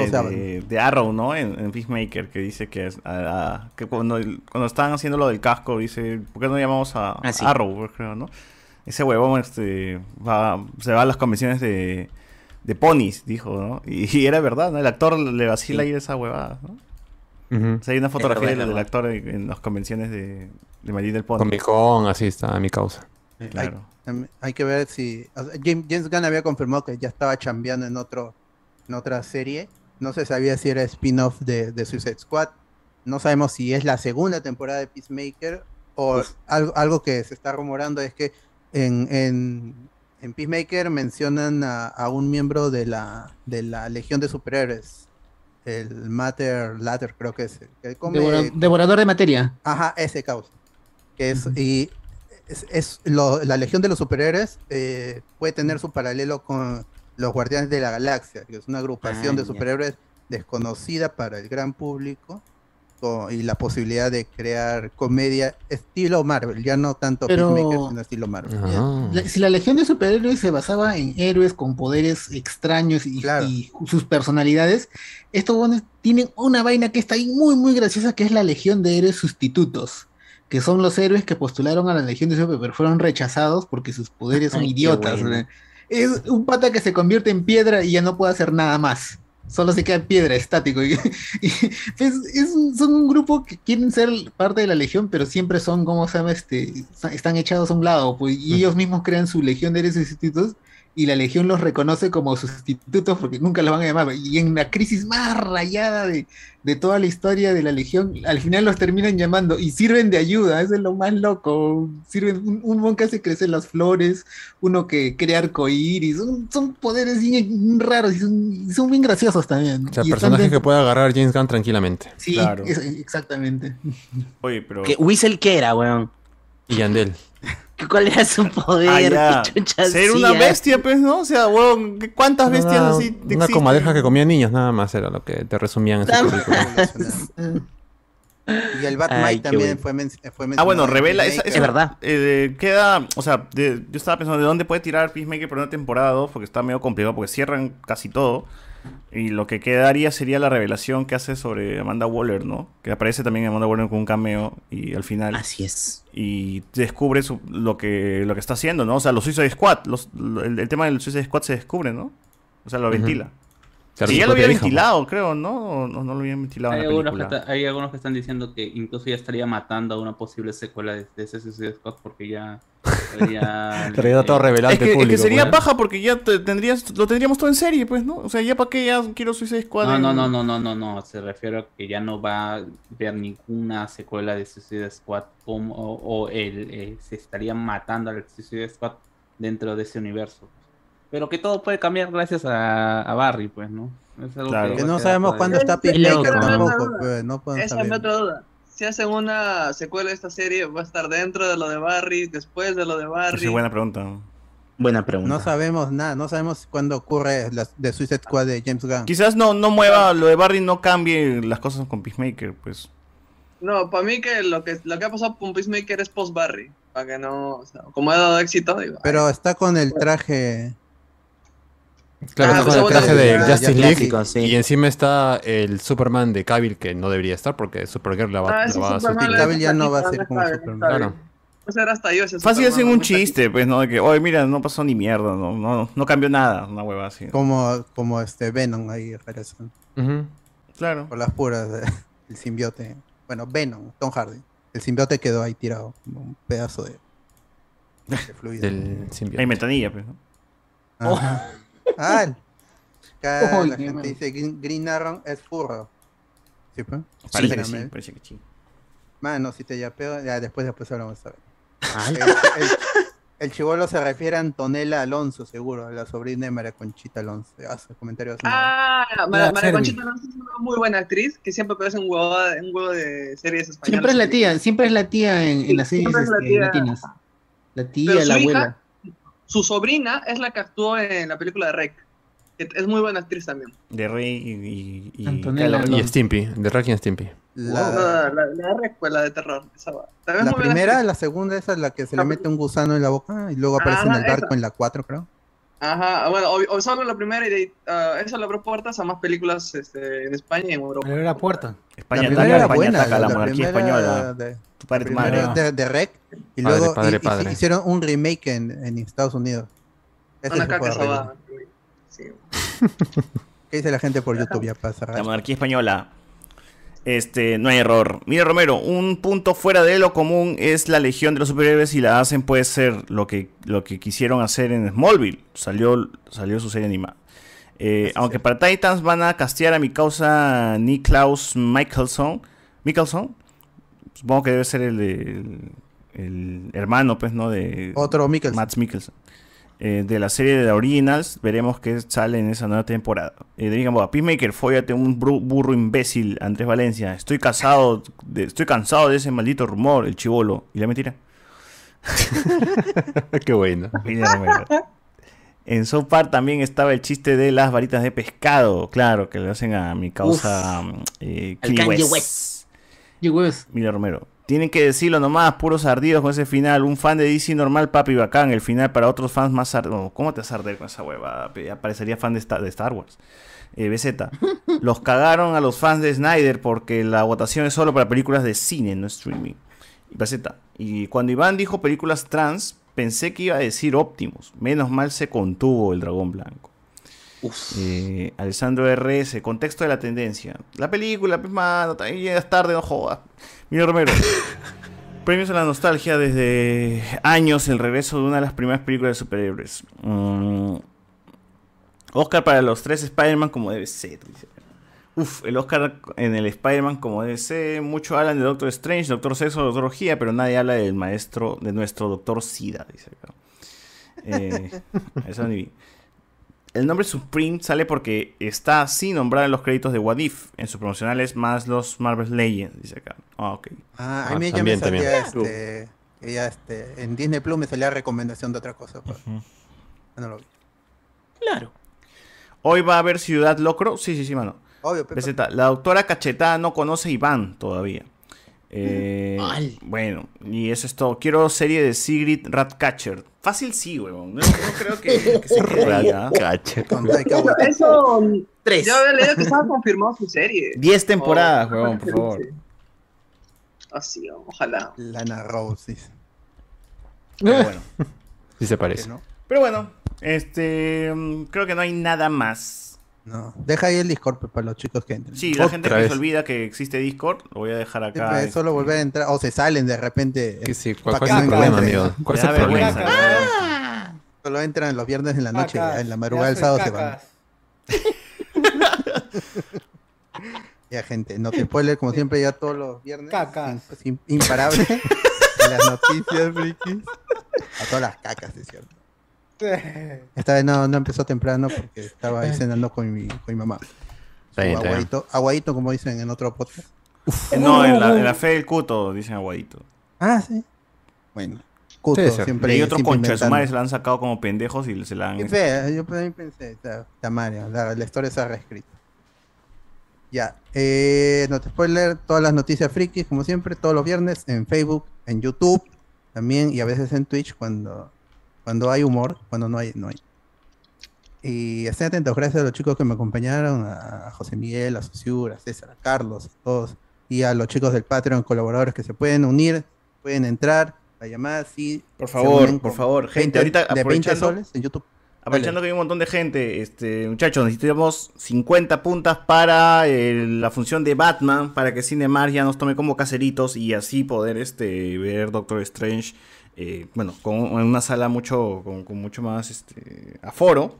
Speaker 1: O
Speaker 4: de,
Speaker 1: sea,
Speaker 4: de- de Arrow, ¿no? En, en Peacemaker, que dice que, es- a- a- que cuando, el- cuando estaban haciendo lo del casco, dice, ¿por qué no llamamos a
Speaker 5: Ah, sí.
Speaker 4: Arrow? Creo, ¿no? Ese huevón este, va, se va a las convenciones de, de ponis, dijo, ¿no? Y, y era verdad, ¿no? El actor le vacila
Speaker 5: Sí.
Speaker 4: ir a esa huevada, ¿no?
Speaker 3: Ujú.
Speaker 4: O sea, hay una fotografía
Speaker 5: verdad,
Speaker 4: del,
Speaker 5: es
Speaker 4: del
Speaker 5: verdad.
Speaker 4: actor en, en las convenciones de, de Madrid del Pony.
Speaker 3: Con mi con, así está, mi causa.
Speaker 4: Claro.
Speaker 1: Hay, em, hay que ver si. o sea, James, James Gunn había confirmado que ya estaba chambeando en, otro, en otra serie. No se sabía si era spin-off de, de Suicide Squad. No sabemos si es la segunda temporada de Peacemaker o algo, algo que se está rumorando es que en, en, en Peacemaker mencionan a, a un miembro de la, de la Legión de Superhéroes. El Matter Latter, creo que es. el que come-
Speaker 6: Devora- devorador de materia.
Speaker 1: Ajá, ese caos. Que es,
Speaker 6: Ujú.
Speaker 1: y es, es lo- la Legión de los Superhéroes eh, puede tener su paralelo con los Guardianes de la Galaxia, que es una agrupación
Speaker 5: Ah,
Speaker 1: de
Speaker 5: ya.
Speaker 1: superhéroes desconocida para el gran público co- y la posibilidad de crear comedia estilo Marvel, ya no tanto
Speaker 6: Pero-
Speaker 1: Peacemaker, sino estilo Marvel.
Speaker 3: Ah.
Speaker 6: La- si la Legión de Superhéroes se basaba en héroes con poderes extraños y,
Speaker 1: Claro.
Speaker 6: y sus personalidades, estos bonos tienen una vaina que está ahí muy, muy graciosa, que es la Legión de Héroes Sustitutos, que son los héroes que postularon a la Legión de Superhéroes, pero fueron rechazados porque sus poderes son
Speaker 5: Ay, qué
Speaker 6: idiotas.
Speaker 5: bueno.
Speaker 6: ¿verdad? Es un pata que se convierte en piedra y ya no puede hacer nada más. Solo se queda en piedra, estático. y- y es, es un- son un grupo que quieren ser parte de la legión, pero siempre son, como se llama, este, sa- están echados a un lado, pues, y ellos mismos crean su legión de héroes y sustitutos y la Legión los reconoce como sustitutos porque nunca los van a llamar. Y en la crisis más rayada de, de toda la historia de la Legión, al final los terminan llamando y sirven de ayuda, eso es lo más loco. Sirven un, un mon que hace crecer las flores, uno que crea arcoíris, son, son poderes bien raros y son, y son bien graciosos también.
Speaker 3: O sea,
Speaker 6: Y están
Speaker 3: personajes que
Speaker 6: dentro-
Speaker 3: puede agarrar James Gunn tranquilamente.
Speaker 6: Sí,
Speaker 4: Claro.
Speaker 6: es- exactamente.
Speaker 4: Oye, pero.
Speaker 5: ¿Qué, ¿Whistle qué era, weón?
Speaker 3: Y Yandel.
Speaker 5: ¿Qué- ¿Cuál era su
Speaker 4: Ah,
Speaker 5: poder?
Speaker 4: ya.
Speaker 5: ¿Qué chucha
Speaker 4: Ser
Speaker 5: hacía?
Speaker 4: una bestia, pues, ¿no? O sea, weón, ¿qué- ¿cuántas bestias
Speaker 3: Una-
Speaker 4: así
Speaker 3: Una
Speaker 4: existen?
Speaker 3: comadreja que comía niños, nada más era lo que te resumían en su currículum.
Speaker 1: Y el Batman
Speaker 5: Ay, qué
Speaker 1: también
Speaker 5: bueno.
Speaker 1: fue, men- fue
Speaker 4: Ah,
Speaker 1: mencionado
Speaker 4: bueno,
Speaker 1: en
Speaker 4: revela. Esa,
Speaker 1: Peacemaker.
Speaker 5: Es verdad.
Speaker 4: eh, queda. O sea, de- yo estaba pensando de dónde puede tirar Peacemaker por una temporada 2 porque está medio complicado porque cierran casi todo. Y lo que quedaría sería la revelación que hace sobre Amanda Waller, ¿no? Que aparece también Amanda Waller con un cameo y al final.
Speaker 5: Así es.
Speaker 4: y descubre su- lo, que, lo que está haciendo, ¿no? O sea, los Suicide Squad, los- lo- el, el tema del Suicide Squad se descubre, ¿no? O sea, lo ventila.
Speaker 3: Claro,
Speaker 4: Que
Speaker 3: su
Speaker 4: ya lo
Speaker 3: propia
Speaker 4: había
Speaker 3: hija,
Speaker 4: ventilado, creo, ¿no? O No, no lo habían ventilado en
Speaker 8: Hay
Speaker 4: la
Speaker 8: algunos, que
Speaker 4: película.
Speaker 8: está- hay algunos que están diciendo que incluso ya estaría matando a una posible secuela de, de ese Suicide Squad porque ya. ya
Speaker 3: Pero ya todo
Speaker 8: eh,
Speaker 3: revelado
Speaker 4: Es
Speaker 3: ante
Speaker 4: que, es
Speaker 3: público.
Speaker 4: que sería
Speaker 3: weón.
Speaker 4: paja porque ya te- tendrías, lo tendríamos todo en serie, pues, ¿no? O sea, ya para qué ya quiero Suicide Squad.
Speaker 8: No,
Speaker 4: en-
Speaker 8: no, no, no, no, no, no. Se refiere a que ya no va a haber ninguna secuela de Suicide Squad como, o, o el, eh, se estaría matando al Suicide Squad dentro de ese universo. Pero que todo puede cambiar gracias a, a Barry, pues, ¿no? Es algo
Speaker 4: Claro.
Speaker 8: va
Speaker 1: Que
Speaker 8: a
Speaker 1: no
Speaker 8: quedar
Speaker 1: sabemos
Speaker 8: todavía.
Speaker 1: cuándo está
Speaker 9: Qué
Speaker 1: Peacemaker
Speaker 5: loco.
Speaker 1: tampoco, pues, no podemos
Speaker 9: Esa es mi
Speaker 1: saber.
Speaker 9: otra duda. Si hacen una secuela de esta serie, va a estar dentro de lo de Barry, después de lo de
Speaker 4: Esa
Speaker 9: Barry.
Speaker 4: es buena pregunta.
Speaker 5: Buena pregunta.
Speaker 1: No sabemos nada, no sabemos cuándo ocurre la de Suicide Squad de James Gunn.
Speaker 4: Quizás no, no mueva, lo de Barry no cambie las cosas con Peacemaker, pues.
Speaker 9: No, para mí que lo que lo que ha pasado con Peacemaker es post Barry, para que no, o sea, como ha dado éxito, digo,
Speaker 1: Pero está con el traje.
Speaker 3: Claro,
Speaker 9: Ah,
Speaker 3: está con el
Speaker 9: segunda
Speaker 3: traje de
Speaker 9: temporada,
Speaker 3: Justice
Speaker 1: ya
Speaker 3: League.
Speaker 5: Clásico,
Speaker 3: Y
Speaker 5: sí.
Speaker 3: encima está el Superman de Cavill que no debería estar porque Supergirl la va,
Speaker 9: Ah,
Speaker 3: la
Speaker 9: ese
Speaker 3: va a
Speaker 9: Superman
Speaker 3: sustituir.
Speaker 9: lo
Speaker 1: Cavill ya no va a
Speaker 9: está
Speaker 1: ser como
Speaker 9: bien, está
Speaker 1: Superman.
Speaker 9: bien.
Speaker 3: Claro.
Speaker 9: pues era hasta yo ese
Speaker 4: Fácil
Speaker 9: Superman,
Speaker 4: hacen
Speaker 9: ¿no?
Speaker 4: un
Speaker 9: Está-
Speaker 4: chiste, pues, ¿no? De que, oye, mira, no pasó ni mierda, no, no, no cambió nada, una hueva así.
Speaker 1: Como, como este Venom ahí regresó.
Speaker 3: Ujú.
Speaker 4: Claro.
Speaker 1: Por las puras, eh, el simbiote. Bueno, Venom, Tom Hardy. El simbiote quedó ahí tirado. como Un pedazo de, de fluido.
Speaker 3: Del simbionte.
Speaker 4: Hay metanilla, pues, ¿no?
Speaker 1: Ajá. Ah, el- acá
Speaker 6: Oy,
Speaker 1: la
Speaker 6: qué
Speaker 1: gente
Speaker 6: mal.
Speaker 1: dice Green, Green Arrow es furro. ¿Sí, pues?
Speaker 4: Parece
Speaker 1: Sí,
Speaker 4: que sí,
Speaker 1: me-
Speaker 4: parece que sí.
Speaker 1: Mano, si te yapeo, ya después, después hablamos. a ver. El, chivolo se refiere a Antonella Alonso, seguro, a la sobrina de María Conchita Alonso. Ah, su comentario es una-
Speaker 9: Ah, Mara,
Speaker 2: Ya,
Speaker 9: Mara
Speaker 2: Servi.
Speaker 9: Conchita Alonso es una muy buena actriz que siempre aparece en un huevo, en huevo de series españolas.
Speaker 6: Siempre es la tía, siempre es la tía en, en las
Speaker 9: Sí,
Speaker 6: series
Speaker 9: siempre es la
Speaker 6: este,
Speaker 9: tía.
Speaker 6: latinas. La
Speaker 9: Pero
Speaker 6: tía,
Speaker 9: su
Speaker 6: la
Speaker 9: hija-
Speaker 6: abuela.
Speaker 9: Su sobrina es la que actuó en la película de Rec. que Es muy buena actriz también.
Speaker 4: De Rey y. y, y
Speaker 6: Antonella,
Speaker 4: Kylo Ren.
Speaker 3: Y Stimpy, de Rocky y Stimpy.
Speaker 4: Ah.
Speaker 9: No,
Speaker 1: La,
Speaker 9: la, la de Rec fue la de terror. Esa va. También es
Speaker 1: la
Speaker 9: muy buena
Speaker 1: primera,
Speaker 9: actriz.
Speaker 1: la segunda, esa es la que se le
Speaker 9: La
Speaker 1: mete un gusano en la boca ah, y luego aparece en
Speaker 9: Ajá,
Speaker 1: el barco
Speaker 9: esa.
Speaker 1: en la 4, creo.
Speaker 9: Ajá, ah, bueno, o, o solo la primera y de, ah, eso le abrió puertas a más películas este, en España y en Europa.
Speaker 2: Abrió la puerta.
Speaker 1: la
Speaker 4: España ataca,
Speaker 1: primera era
Speaker 4: España
Speaker 1: buena,
Speaker 4: ataca, la,
Speaker 1: la
Speaker 4: monarquía
Speaker 1: primera
Speaker 4: española.
Speaker 1: de-
Speaker 4: Tu padre, tu madre.
Speaker 1: primero de, de Rec y
Speaker 3: Padre,
Speaker 1: luego
Speaker 3: padre,
Speaker 1: y- y-
Speaker 3: padre.
Speaker 1: hicieron un remake en, en Estados Unidos. Ese
Speaker 9: Una
Speaker 1: sí
Speaker 9: caca
Speaker 1: fue
Speaker 9: esa
Speaker 1: horrible.
Speaker 9: va. Sí.
Speaker 1: ¿Qué dice la gente por YouTube? Ya pasa.
Speaker 4: La monarquía española. Este, no hay error. Mira, Romero, un punto fuera de lo común es la Legión de los Superhéroes y la hacen puede ser lo que, lo que quisieron hacer en Smallville. Salió, salió su serie animada. Eh, aunque para Titans van a castear a mi causa Niklaus Michelson. Michelson, supongo que debe ser el, el- el hermano, pues, ¿no? De,
Speaker 1: Otro Mikkelsen.
Speaker 4: Matt Mikkelsen. Eh, de la serie de The Originals, veremos qué sale en esa nueva temporada. Eh, Dragon Ball, Peacemaker, fóllate un bru- burro imbécil, Andrés Valencia. Estoy casado, de- estoy cansado de ese maldito rumor, el chivolo. Y la mentira.
Speaker 3: Qué bueno.
Speaker 4: Y la mentira. en South Park también estaba el chiste de las varitas de pescado, claro, que le hacen a mi causa eh,
Speaker 5: Al
Speaker 4: Kanye
Speaker 5: Kanye
Speaker 4: West.
Speaker 5: West.
Speaker 6: Y huevos.
Speaker 4: Mira Romero. Tienen que decirlo nomás, puros ardidos con ese final. Un fan de DC normal, papi, bacán. El final para otros fans más ardidos. ¿Cómo te vas a arder con esa hueva? Aparecería fan de, Sta- de Star Wars. Eh, BZ. Los cagaron a los fans de Snyder porque la votación es solo para películas de cine, no streaming. Y BZ. Y cuando Iván dijo películas trans, pensé que iba a decir Optimus. Menos mal se contuvo el dragón blanco. Eh, Alessandro RS, contexto de la tendencia. La película, pues mano, también llegas tarde, no jodas. Mira Romero. Premios a la nostalgia desde años, el regreso de una de las primeras películas de superhéroes. Mm. Oscar para los tres Spider-Man como debe ser. dice. Uf, el Oscar en el Spider-Man como debe ser. Mucho hablan de Doctor Strange, Doctor Sexo, Doctor Gia, pero nadie habla del maestro, de nuestro Doctor Sida, dice acá. Eh, eso ni vi. El nombre Supreme sale porque está así nombrado en los créditos de What If, en sus promocionales más los Marvel Legends, dice acá. Ah, ok.
Speaker 1: Ah,
Speaker 3: Ah,
Speaker 1: a mí ya
Speaker 3: también,
Speaker 1: me salía
Speaker 4: también.
Speaker 1: este. que ya este. En Disney Plus me salía recomendación de otra cosa. pero no lo vi.
Speaker 5: Claro.
Speaker 4: Hoy va a haber Ciudad Locro. Sí, sí, sí, mano.
Speaker 1: Obvio, Pepe.
Speaker 4: BZ, la doctora Cachetada no conoce a Iván todavía. Eh,
Speaker 6: Ay.
Speaker 4: bueno, y eso es todo. Quiero serie de Sigrid Ratcatcher. Fácil sí, huevón. No, no creo que, que se quede ahí, ¿ah?
Speaker 1: Con Taika
Speaker 9: Eso,
Speaker 1: Waititi.
Speaker 9: eso
Speaker 5: Tres. Oh,
Speaker 9: yo había leído que estaba confirmado su serie. Oh,
Speaker 4: 10 temporadas, huevón, por favor.
Speaker 9: Así, Ah, ojalá.
Speaker 1: Lana Rose. dice.
Speaker 4: Pero bueno.
Speaker 3: Sí se
Speaker 1: Que
Speaker 3: parece.
Speaker 1: no.
Speaker 4: Pero bueno, este mm, creo que no hay nada más.
Speaker 1: No. Deja ahí el Discord Pepe, para los chicos que entren.
Speaker 4: Sí, la
Speaker 3: Otra
Speaker 4: gente que
Speaker 3: vez.
Speaker 4: se olvida que existe Discord, lo voy a dejar acá.
Speaker 1: Siempre
Speaker 4: este,
Speaker 1: solo volver a entrar. O se salen de repente.
Speaker 3: Que sí,
Speaker 1: Pa'
Speaker 3: ¿Cuál, cuál
Speaker 1: que
Speaker 3: es el
Speaker 1: no
Speaker 3: problema,
Speaker 1: encuentre.
Speaker 3: amigo? ¿Cuál es
Speaker 4: me
Speaker 3: el
Speaker 4: da
Speaker 3: problema?
Speaker 4: vergüenza, huevón.
Speaker 1: Solo entran los viernes en la noche.
Speaker 2: Cacas,
Speaker 1: ya en la madrugada del
Speaker 2: pedazo de
Speaker 1: sábado se van.
Speaker 2: cacas.
Speaker 1: Ya, gente. No te spoiler, como siempre, ya todos los viernes. pues,
Speaker 2: Cacas.
Speaker 1: im- imparable. en las noticias, frikis. A todas las cacas, es cierto. Esta vez no, no empezó temprano porque estaba ahí cenando con mi, con mi mamá.
Speaker 3: Está bien,
Speaker 1: Su
Speaker 3: está bien.
Speaker 1: aguadito, aguadito, como dicen en otro podcast.
Speaker 4: Eh, No, en la, en la fe del cuto, dicen aguadito.
Speaker 1: Ah, sí. Bueno. Cuto,
Speaker 3: Debe ser.
Speaker 1: siempre.
Speaker 4: Y hay otros
Speaker 1: siempre
Speaker 4: conchas de su madre
Speaker 1: inventando.
Speaker 4: se la han sacado como pendejos y se la han.
Speaker 1: Qué fea, yo también pensé, ta- tamaño, la, la historia se ha reescrito. Ya, eh, no te spoiler, todas las noticias frikis, como siempre, todos los viernes en Facebook, en YouTube, también y a veces en Twitch cuando, cuando hay humor, cuando no hay, no hay. Y estén atentos, gracias a los chicos que me acompañaron, a José Miguel, a Susur, a César, a Carlos, a todos, y a los chicos del Patreon, colaboradores que se pueden unir, pueden entrar, la llamada, sí.
Speaker 4: Por
Speaker 1: se
Speaker 4: favor,
Speaker 1: unen
Speaker 4: por
Speaker 1: con
Speaker 4: favor, gente,
Speaker 1: 20
Speaker 4: ahorita
Speaker 1: de 20
Speaker 4: aprovechando,
Speaker 1: soles en YouTube.
Speaker 4: aprovechando que hay un montón de gente, este, muchachos, necesitamos 50 puntas para eh, la función de Batman, para que Cinemar ya nos tome como caseritos y así poder este, ver Doctor Strange, eh, bueno, con, en una sala mucho, con, con mucho más este, aforo.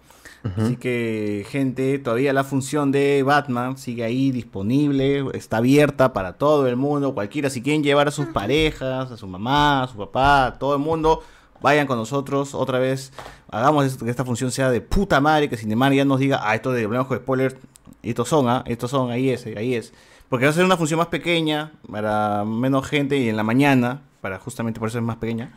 Speaker 4: Así que, gente, todavía la función de Batman sigue ahí disponible, está abierta para todo el mundo, cualquiera. Si quieren llevar a sus parejas, a su mamá, a su papá, a todo el mundo, vayan con nosotros otra vez. Hagamos esto- que esta función sea de puta madre, que Cinemar ya nos diga, ah, esto de hablamos con spoilers, estos son, ah, estos son, ahí es, ahí es. Porque va a ser una función más pequeña, para menos gente y en la mañana, para justamente por eso es más pequeña.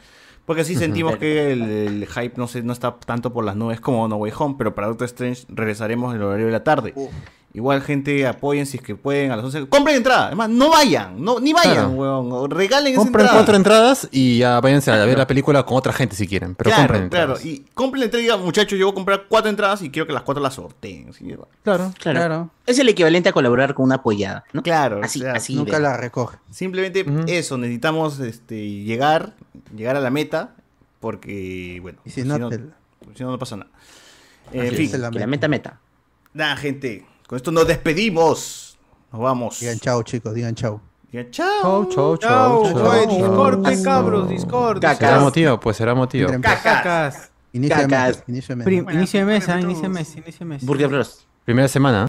Speaker 4: Porque sí sentimos que el, el hype no, se, no está tanto por las nubes como No Way Home, pero para Doctor Strange regresaremos en el horario de la tarde.
Speaker 1: Uf.
Speaker 4: Igual, gente, apoyen si es que pueden a las 11. ¡Compren entrada! Además, no vayan, no, ni vayan,
Speaker 3: Claro.
Speaker 4: weón. o Regalen esa
Speaker 3: Compren
Speaker 4: entrada.
Speaker 3: cuatro entradas y ya váyanse a ver la película con otra gente si quieren. Pero
Speaker 4: claro,
Speaker 3: compren
Speaker 4: claro.
Speaker 3: entradas.
Speaker 4: Y compren la entrada y digan, muchachos, yo voy a comprar cuatro entradas y quiero que las cuatro las sorteen. ¿sí?
Speaker 3: Claro.
Speaker 5: Claro. Es el equivalente a colaborar con una apoyada, ¿no?
Speaker 4: Claro,
Speaker 5: Así,
Speaker 4: o sea,
Speaker 5: así.
Speaker 1: Nunca
Speaker 5: de-
Speaker 1: la recoge.
Speaker 4: Simplemente
Speaker 3: Ujú.
Speaker 4: eso, necesitamos este, llegar, llegar a la meta, porque, bueno, pues,
Speaker 1: Y si no, te la-
Speaker 4: si no, no pasa nada.
Speaker 5: Así
Speaker 4: En
Speaker 5: es,
Speaker 4: fin,
Speaker 1: se la
Speaker 5: que la
Speaker 1: meta.
Speaker 5: meta meta.
Speaker 4: Nada, gente. Con esto nos despedimos. Nos vamos.
Speaker 1: Digan chao, chicos, digan chao.
Speaker 4: Digan chao.
Speaker 3: Chau, chau,
Speaker 2: Chao,
Speaker 3: chau. chau,
Speaker 2: chau,
Speaker 3: chau.
Speaker 2: Discord, pe, cabros, Discord.
Speaker 5: Cacas.
Speaker 3: Será motivo, pues será motivo.
Speaker 1: Entren,
Speaker 2: Cacas.
Speaker 1: Inicio de mes,
Speaker 5: Cacas.
Speaker 1: inicio de mes.
Speaker 2: Prim- Inicio de mes, ah, inicio de mes, inicio de mes.
Speaker 5: Burger Bros.
Speaker 3: Primera semana.